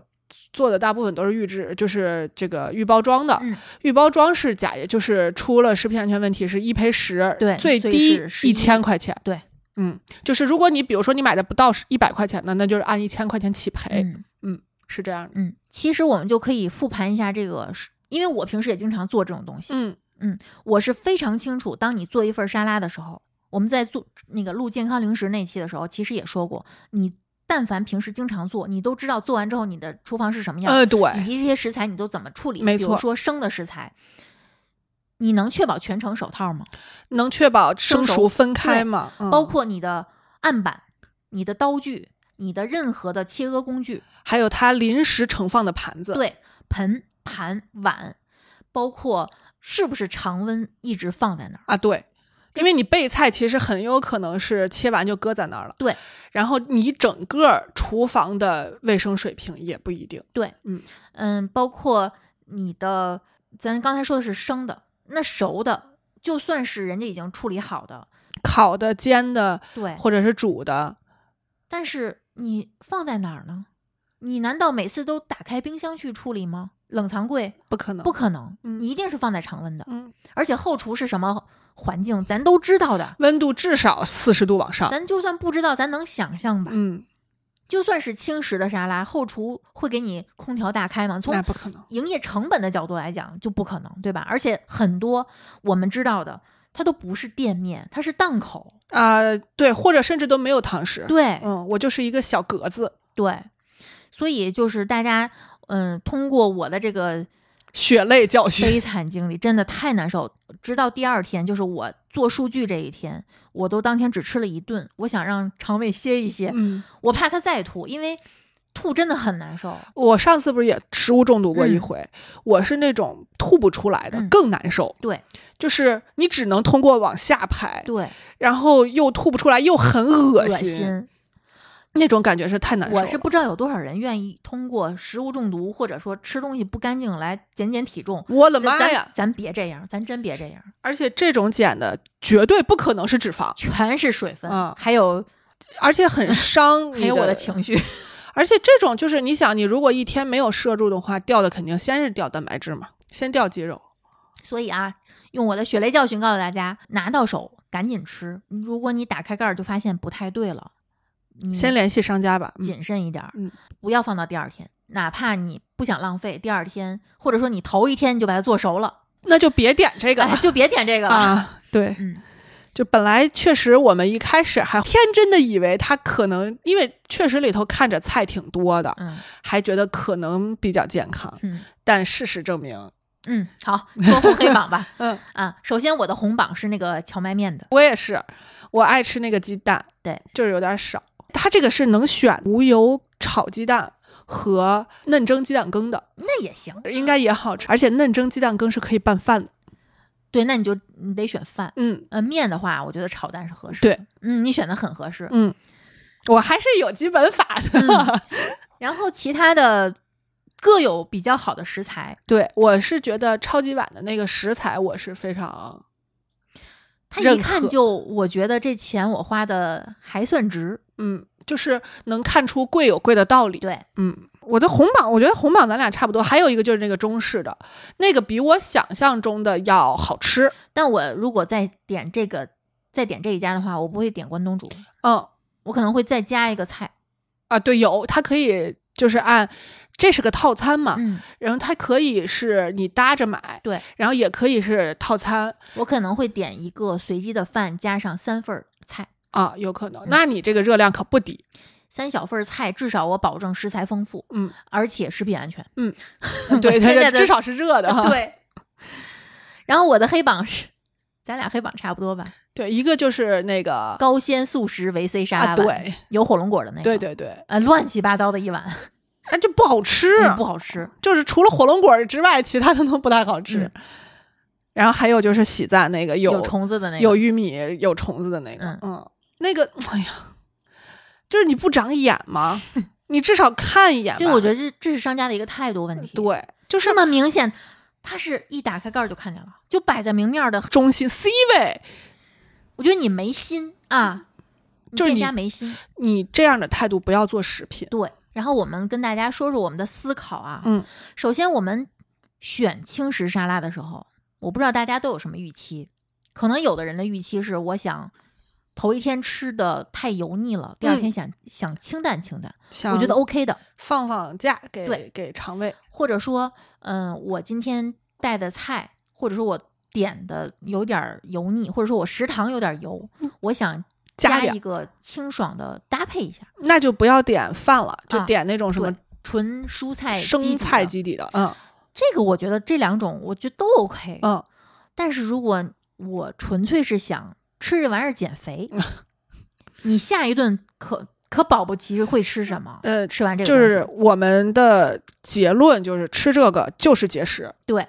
[SPEAKER 3] 做的大部分都是预制，就是这个预包装的。
[SPEAKER 2] 嗯
[SPEAKER 3] 预包装是假，就是出了食品安全问题是一赔十，
[SPEAKER 2] 对
[SPEAKER 3] 最
[SPEAKER 2] 所以
[SPEAKER 3] 低
[SPEAKER 2] 是11
[SPEAKER 3] 一千块钱。
[SPEAKER 2] 对，
[SPEAKER 3] 嗯，就是如果你比如说你买的不到一百块钱的，那就是按一千块钱起赔，
[SPEAKER 2] 嗯
[SPEAKER 3] 是这样的。
[SPEAKER 2] 嗯，其实我们就可以复盘一下这个是，因为我平时也经常做这种东西，
[SPEAKER 3] 嗯
[SPEAKER 2] 我是非常清楚，当你做一份沙拉的时候，我们在做那个录健康零食那期的时候，其实也说过，你但凡平时经常做，你都知道做完之后你的厨房是什么样，
[SPEAKER 3] 呃，
[SPEAKER 2] 以
[SPEAKER 3] 对，
[SPEAKER 2] 及这些食材你都怎么处理，
[SPEAKER 3] 没
[SPEAKER 2] 比如
[SPEAKER 3] 错
[SPEAKER 2] 说生的食材。你能确保全程手套吗？
[SPEAKER 3] 能确保
[SPEAKER 2] 生
[SPEAKER 3] 生
[SPEAKER 2] 熟
[SPEAKER 3] 熟分开
[SPEAKER 2] 对
[SPEAKER 3] 吗？嗯
[SPEAKER 2] 包括你的案板、你的刀具、你的任何的切割工具，
[SPEAKER 3] 还有它临时盛放的盘子。
[SPEAKER 2] 对，盆、盘、碗，包括是不是常温一直放在那儿？
[SPEAKER 3] 啊，对，因为你备菜其实很有可能是切完就搁在那儿了。
[SPEAKER 2] 对，
[SPEAKER 3] 然后你整个厨房的卫生水平也不一定。
[SPEAKER 2] 对，
[SPEAKER 3] 嗯
[SPEAKER 2] 嗯，包括你的，咱刚才说的是生的，那熟的，就算是人家已经处理好的，
[SPEAKER 3] 烤的、煎的
[SPEAKER 2] 对，
[SPEAKER 3] 或者是煮的，
[SPEAKER 2] 但是你放在哪儿呢？你难道每次都打开冰箱去处理吗？冷藏柜
[SPEAKER 3] 不可能。
[SPEAKER 2] 不可能，
[SPEAKER 3] 嗯
[SPEAKER 2] 你一定是放在常温的，
[SPEAKER 3] 嗯，
[SPEAKER 2] 而且后厨是什么环境，咱都知道的。
[SPEAKER 3] 温度至少四十度往上。
[SPEAKER 2] 咱就算不知道，咱能想象吧？
[SPEAKER 3] 嗯，
[SPEAKER 2] 就算是轻食的沙拉，后厨会给你空调大开吗？从
[SPEAKER 3] 那不可能。
[SPEAKER 2] 营业成本的角度来讲，就不可能，对吧？而且很多我们知道的，它都不是店面，它是档口。
[SPEAKER 3] 啊、对，或者甚至都没有堂食。，
[SPEAKER 2] 对、
[SPEAKER 3] 嗯，我就是一个小格子，
[SPEAKER 2] 对，所以就是大家，嗯，通过我的这 个
[SPEAKER 3] 血泪教训。
[SPEAKER 2] 悲惨经历，真的太难受。直到第二天，就是我做数据这一天，我都当天只吃了一顿，我想让肠胃歇一歇，
[SPEAKER 3] 嗯，
[SPEAKER 2] 我怕它再吐，因为吐真的很难受。
[SPEAKER 3] 我上次不是也食物中毒过一
[SPEAKER 2] 嗯
[SPEAKER 3] 回，我是那种吐不出来的，
[SPEAKER 2] 嗯
[SPEAKER 3] 更难受。
[SPEAKER 2] 对
[SPEAKER 3] 就是你只能通过往下排，
[SPEAKER 2] 对，
[SPEAKER 3] 然后又吐不出来，又很恶
[SPEAKER 2] 恶心。
[SPEAKER 3] 那种感觉是太难受了。
[SPEAKER 2] 我是不知道有多少人愿意通过食物中毒或者说吃东西不干净来减减体重。
[SPEAKER 3] 我的
[SPEAKER 2] 咱
[SPEAKER 3] 妈呀
[SPEAKER 2] 咱！咱别这样，咱真别这样，
[SPEAKER 3] 而且这种减的绝对不可能是脂肪，
[SPEAKER 2] 全是水分，
[SPEAKER 3] 嗯
[SPEAKER 2] 还有
[SPEAKER 3] 而 且很伤你
[SPEAKER 2] 还有我
[SPEAKER 3] 的
[SPEAKER 2] 的。情绪。
[SPEAKER 3] 而且这种就是你想，你如果一天没有摄入的话，掉的肯定先是掉蛋白质嘛，先掉肌肉。
[SPEAKER 2] 所以啊，用我的血泪教训告诉大家，拿到手赶紧吃。如果你打开盖儿就发现不太对了，你
[SPEAKER 3] 先联系商家吧。嗯
[SPEAKER 2] 谨慎一点，
[SPEAKER 3] 嗯，
[SPEAKER 2] 不要放到第二天，哪怕你不想浪费，第二天或者说你头一天你就把它做熟了，
[SPEAKER 3] 那就别点这个
[SPEAKER 2] 哎
[SPEAKER 3] 了、
[SPEAKER 2] 就别点这个了。
[SPEAKER 3] 啊。对，
[SPEAKER 2] 嗯，
[SPEAKER 3] 就本来确实我们一开始还天真的以为它可能，因为确实里头看着菜挺多的，
[SPEAKER 2] 嗯
[SPEAKER 3] 还觉得可能比较健康，
[SPEAKER 2] 嗯
[SPEAKER 3] 但事实证明。
[SPEAKER 2] 嗯，好， 说红黑榜吧
[SPEAKER 3] 嗯
[SPEAKER 2] 啊，首先我的红榜是那个荞麦面的，
[SPEAKER 3] 我也是，我爱吃那个鸡蛋，
[SPEAKER 2] 对，
[SPEAKER 3] 就是有点少。它这个是能选无油炒鸡蛋和嫩蒸鸡蛋羹的，
[SPEAKER 2] 那也行。
[SPEAKER 3] 应该也好吃。而且嫩蒸鸡蛋羹是可以拌饭的。
[SPEAKER 2] 对，那你就你得选饭。
[SPEAKER 3] 嗯
[SPEAKER 2] 呃，面的话，我觉得炒蛋是合适。
[SPEAKER 3] 对，
[SPEAKER 2] 嗯，你选的很合适。
[SPEAKER 3] 嗯，我还是有基本法的。
[SPEAKER 2] 嗯然后其他的各有比较好的食材，
[SPEAKER 3] 对，我是觉得超级碗的那个食材，我是非常
[SPEAKER 2] 它
[SPEAKER 3] 认
[SPEAKER 2] 一
[SPEAKER 3] 可
[SPEAKER 2] 看就，我觉得这钱我花的还算值。
[SPEAKER 3] 嗯，就是能看出贵有贵的道理。
[SPEAKER 2] 对，
[SPEAKER 3] 嗯，我的红榜，我觉得红榜咱俩差不多。还有一个就是那个中式的，那个比我想象中的要好吃。
[SPEAKER 2] 但我如果再点这个，再点这一家的话，我不会点关东煮，
[SPEAKER 3] 嗯，
[SPEAKER 2] 我可能会再加一个菜。
[SPEAKER 3] 啊，对，有，它可以就是按，这是个套餐嘛，
[SPEAKER 2] 嗯，
[SPEAKER 3] 然后它可以是你搭着买，
[SPEAKER 2] 对，
[SPEAKER 3] 然后也可以是套餐
[SPEAKER 2] 我可能会点一个随机的饭，加上三份儿菜。嗯
[SPEAKER 3] 啊，有可能。那你这个热量可不低，
[SPEAKER 2] 三小份儿菜，至少我保证食材丰富，
[SPEAKER 3] 嗯，
[SPEAKER 2] 而且食品安全。
[SPEAKER 3] 对，
[SPEAKER 2] 现在的
[SPEAKER 3] 它至少是热的 哈。
[SPEAKER 2] 对。然后我的黑榜是，咱俩黑榜差不多吧？
[SPEAKER 3] 对，一个就是那个
[SPEAKER 2] 高纤素食维 C 沙
[SPEAKER 3] 哦啊，
[SPEAKER 2] 拉碗，
[SPEAKER 3] 对，
[SPEAKER 2] 有火龙果的那个，
[SPEAKER 3] 对，对对，
[SPEAKER 2] 呃，乱七八糟的一碗，
[SPEAKER 3] 那就不好吃，
[SPEAKER 2] 嗯不好吃。
[SPEAKER 3] 就是除了火龙果之外，其他的都不太好吃。
[SPEAKER 2] 嗯
[SPEAKER 3] 然后还有就是喜赞那个有
[SPEAKER 2] 有虫子的那个，
[SPEAKER 3] 有玉米有虫子的那个，
[SPEAKER 2] 嗯
[SPEAKER 3] 嗯那个，哎呀，就是你不长眼吗？你至少看一眼吧。
[SPEAKER 2] 对，我觉得这这是商家的一个态度问题。，
[SPEAKER 3] 对，就是
[SPEAKER 2] 这么明显，它是一打开盖儿就看见了，就摆在明面儿的。
[SPEAKER 3] 中心 C 位，
[SPEAKER 2] 我觉得你没心啊，你
[SPEAKER 3] 嗯就是
[SPEAKER 2] 店
[SPEAKER 3] 你
[SPEAKER 2] 家没心。
[SPEAKER 3] 你这样的态度不要做食品。
[SPEAKER 2] 对，然后我们跟大家说说我们的思考啊。
[SPEAKER 3] 嗯，
[SPEAKER 2] 首先我们选轻食沙拉的时候，我不知道大家都有什么预期，可能有的人的预期是，我想头一天吃的太油腻了，
[SPEAKER 3] 嗯
[SPEAKER 2] 第二天想、想清淡清淡，我觉得 OK 的。
[SPEAKER 3] 放放假给
[SPEAKER 2] 对
[SPEAKER 3] 给肠胃，
[SPEAKER 2] 或者说，嗯，我今天带的菜，或者说我点的有点儿油腻，或者说我食堂有点儿油，我想
[SPEAKER 3] 嗯加
[SPEAKER 2] 加
[SPEAKER 3] 点儿
[SPEAKER 2] 一个清爽的搭配一下，
[SPEAKER 3] 那就不要点饭了，就
[SPEAKER 2] 啊
[SPEAKER 3] 点那种什么
[SPEAKER 2] 对纯蔬菜基
[SPEAKER 3] 生
[SPEAKER 2] 底
[SPEAKER 3] 菜
[SPEAKER 2] 的
[SPEAKER 3] 基底的。嗯
[SPEAKER 2] 这个我觉得这两种我觉得都 OK，、
[SPEAKER 3] 嗯，
[SPEAKER 2] 但是如果我纯粹是想吃这玩意儿减肥，
[SPEAKER 3] 嗯
[SPEAKER 2] 你下一顿可可保不齐是会吃什么？
[SPEAKER 3] 呃
[SPEAKER 2] 吃完这个
[SPEAKER 3] 就
[SPEAKER 2] 东
[SPEAKER 3] 是
[SPEAKER 2] 西
[SPEAKER 3] 我们的结论就是吃这个就是节食，
[SPEAKER 2] 对，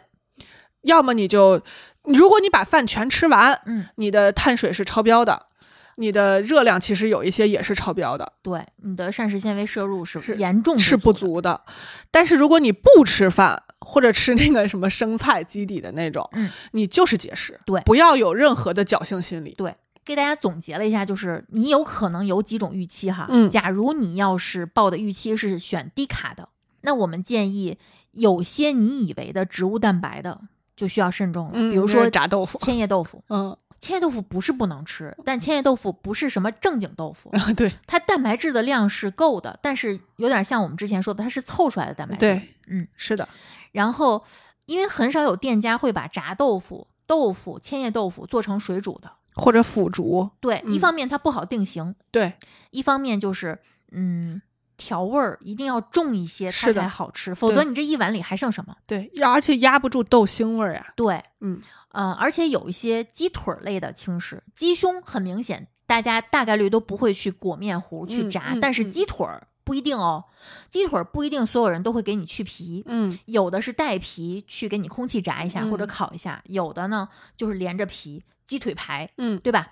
[SPEAKER 3] 要么你就，如果你把饭全吃完，
[SPEAKER 2] 嗯，
[SPEAKER 3] 你的碳水是超标的，你的热量其实有一些也是超标的，
[SPEAKER 2] 对，你的膳食纤维摄入是
[SPEAKER 3] 是
[SPEAKER 2] 严重
[SPEAKER 3] 是
[SPEAKER 2] 不
[SPEAKER 3] 不
[SPEAKER 2] 足的，
[SPEAKER 3] 足的。但是如果你不吃饭，或者吃那个什么生菜基底的那种，
[SPEAKER 2] 嗯，
[SPEAKER 3] 你就是节食，
[SPEAKER 2] 对
[SPEAKER 3] 不要有任何的侥幸心理。
[SPEAKER 2] 对。给大家总结了一下，就是你有可能有几种预期哈。
[SPEAKER 3] 嗯
[SPEAKER 2] 假如你要是报的预期是选低卡的，那我们建议有些你以为的植物蛋白的就需要慎重了，
[SPEAKER 3] 嗯，
[SPEAKER 2] 比如说
[SPEAKER 3] 炸豆腐，
[SPEAKER 2] 千叶豆腐，
[SPEAKER 3] 嗯，
[SPEAKER 2] 千叶豆腐不是不能吃，但千叶豆腐不是什么正经豆腐，
[SPEAKER 3] 对
[SPEAKER 2] 它蛋白质的量是够的，但是有点像我们之前说的，它是凑出来的蛋白质。，
[SPEAKER 3] 对，
[SPEAKER 2] 嗯，
[SPEAKER 3] 是的，
[SPEAKER 2] 然后因为很少有店家会把炸豆腐、豆腐、千叶豆腐做成水煮的。
[SPEAKER 3] 或者腐竹，
[SPEAKER 2] 对，一
[SPEAKER 3] 嗯
[SPEAKER 2] 方面它不好定型，
[SPEAKER 3] 对，
[SPEAKER 2] 一方面就是嗯调味儿一定要重一些，它
[SPEAKER 3] 是的
[SPEAKER 2] 才好吃，否则你这一碗里还剩什么？
[SPEAKER 3] 对，而且压不住豆腥味儿呀、
[SPEAKER 2] 对，
[SPEAKER 3] 嗯，
[SPEAKER 2] 呃，而且有一些鸡腿儿类的轻食，鸡胸很明显，大家大概率都不会去裹面糊去
[SPEAKER 3] 嗯
[SPEAKER 2] 炸，
[SPEAKER 3] 嗯
[SPEAKER 2] 但是
[SPEAKER 3] 嗯
[SPEAKER 2] 鸡腿儿不一定哦，鸡腿儿不一定所有人都会给你去皮。
[SPEAKER 3] 嗯，
[SPEAKER 2] 有的是带皮去给你空气炸一下或者
[SPEAKER 3] 嗯
[SPEAKER 2] 烤一下，有的呢就是连着皮，鸡腿排，
[SPEAKER 3] 嗯
[SPEAKER 2] 对吧？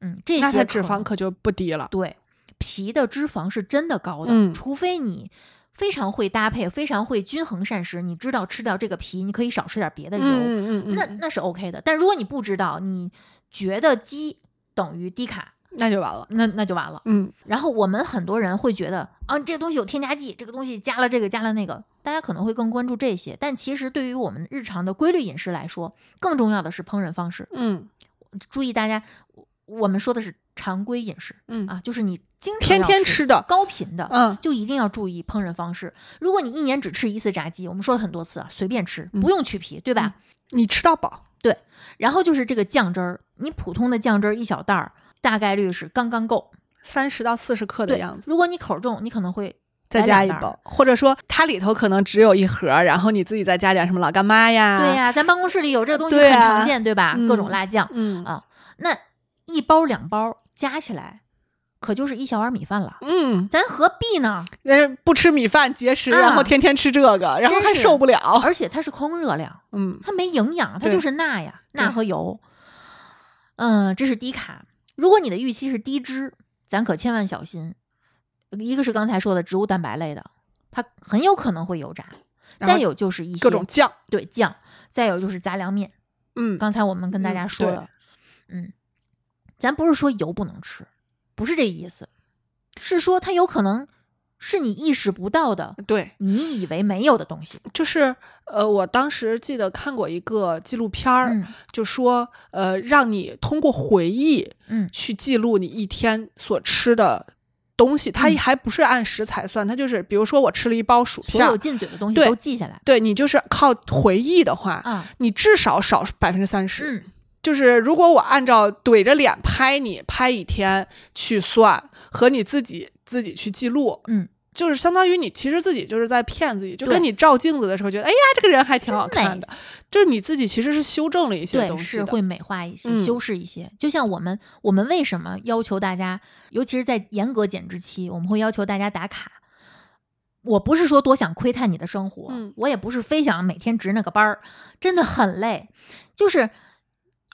[SPEAKER 2] 嗯，这
[SPEAKER 3] 那它
[SPEAKER 2] 些
[SPEAKER 3] 脂肪
[SPEAKER 2] 能
[SPEAKER 3] 可就不低了。
[SPEAKER 2] 对，皮的脂肪是真的高的，
[SPEAKER 3] 嗯
[SPEAKER 2] 除非你非常会搭配，非常会均衡膳食，你知道吃掉这个皮，你可以少吃点别的油，
[SPEAKER 3] 嗯嗯嗯，
[SPEAKER 2] 那
[SPEAKER 3] 嗯
[SPEAKER 2] 那是 OK 的。但如果你不知道，你觉得鸡等于低卡，
[SPEAKER 3] 那就完了。
[SPEAKER 2] 那那就完了。
[SPEAKER 3] 嗯，
[SPEAKER 2] 然后我们很多人会觉得啊，这个东西有添加剂，这个东西加了这个加了那个，大家可能会更关注这些。但其实对于我们日常的规律饮食来说，更重要的是烹饪方式。
[SPEAKER 3] 嗯
[SPEAKER 2] 注意大家，我我们说的是常规饮食
[SPEAKER 3] 嗯
[SPEAKER 2] 啊，就是你经常
[SPEAKER 3] 天
[SPEAKER 2] 要
[SPEAKER 3] 天吃的
[SPEAKER 2] 高频的，
[SPEAKER 3] 嗯
[SPEAKER 2] 就一定要注意烹饪方式。如果你一年只吃一次炸鸡，我们说了很多次啊，随便吃，
[SPEAKER 3] 嗯
[SPEAKER 2] 不用去皮，对吧？
[SPEAKER 3] 你吃到饱，
[SPEAKER 2] 然后就是这个酱汁儿，你普通的酱汁儿一小袋儿，大概率是刚刚够
[SPEAKER 3] 三十到四十克的
[SPEAKER 2] 对
[SPEAKER 3] 样子，
[SPEAKER 2] 如果你口儿重，你可能会
[SPEAKER 3] 再
[SPEAKER 2] 来
[SPEAKER 3] 加
[SPEAKER 2] 两
[SPEAKER 3] 一
[SPEAKER 2] 袋儿
[SPEAKER 3] 包，或者说它里头可能只有一盒，然后你自己再加点什么老干妈呀，
[SPEAKER 2] 对呀、咱办公室里有这个东西
[SPEAKER 3] 啊对
[SPEAKER 2] 很
[SPEAKER 3] 啊
[SPEAKER 2] 常见，对吧？各种
[SPEAKER 3] 嗯
[SPEAKER 2] 辣酱，
[SPEAKER 3] 嗯
[SPEAKER 2] 啊那一包两包加起来，可就是一小碗米饭了。
[SPEAKER 3] 嗯，
[SPEAKER 2] 咱何必呢？
[SPEAKER 3] 那不吃米饭节食，然
[SPEAKER 2] 啊
[SPEAKER 3] 后天天吃这个，然后
[SPEAKER 2] 真
[SPEAKER 3] 还
[SPEAKER 2] 是
[SPEAKER 3] 受不了，
[SPEAKER 2] 而且它是空热量，
[SPEAKER 3] 嗯，
[SPEAKER 2] 它没营养，它
[SPEAKER 3] 对
[SPEAKER 2] 就是钠呀，钠
[SPEAKER 3] 对
[SPEAKER 2] 和油。嗯，这是低卡。如果你的预期是低脂，咱可千万小心。一个是刚才说的植物蛋白类的，它很有可能会油炸；
[SPEAKER 3] 然后
[SPEAKER 2] 再有就是一些
[SPEAKER 3] 各种酱，
[SPEAKER 2] 对酱，再有就是杂粮面。
[SPEAKER 3] 嗯，
[SPEAKER 2] 刚才我们跟大家
[SPEAKER 3] 嗯
[SPEAKER 2] 说
[SPEAKER 3] 对
[SPEAKER 2] 了，嗯咱不是说油不能吃，不是这意思，是说它有可能是你意识不到的，
[SPEAKER 3] 对，
[SPEAKER 2] 你以为没有的东西。
[SPEAKER 3] 就是呃，我当时记得看过一个纪录片儿，
[SPEAKER 2] 嗯
[SPEAKER 3] 就说呃，让你通过回忆
[SPEAKER 2] 嗯，
[SPEAKER 3] 去记录你一天所吃的东西，它
[SPEAKER 2] 嗯
[SPEAKER 3] 还不是按食材算，它就是比如说我吃了一包薯
[SPEAKER 2] 所有
[SPEAKER 3] 片，
[SPEAKER 2] 进嘴的东西
[SPEAKER 3] 对
[SPEAKER 2] 都记下来
[SPEAKER 3] 对你就是靠回忆的话，
[SPEAKER 2] 啊。
[SPEAKER 3] 你至少少百分之三十。
[SPEAKER 2] 嗯，
[SPEAKER 3] 就是如果我按照怼着脸拍你拍一天去算，和你自己自己去记录，
[SPEAKER 2] 嗯，
[SPEAKER 3] 就是相当于你其实自己就是在骗自己，就
[SPEAKER 2] 对
[SPEAKER 3] 跟你照镜子的时候觉得，哎呀，这个人还挺好
[SPEAKER 2] 真美
[SPEAKER 3] 看的，就是你自己其实是修正了一些
[SPEAKER 2] 对，
[SPEAKER 3] 东西
[SPEAKER 2] 是
[SPEAKER 3] 的，
[SPEAKER 2] 会美化一些、
[SPEAKER 3] 嗯
[SPEAKER 2] 修饰一些。就像我们，我们为什么要求大家，尤其是在严格减脂期，我们会要求大家打卡。我不是说多想窥探你的生活，
[SPEAKER 3] 嗯
[SPEAKER 2] 我也不是非想每天值那个班儿，真的很累。就是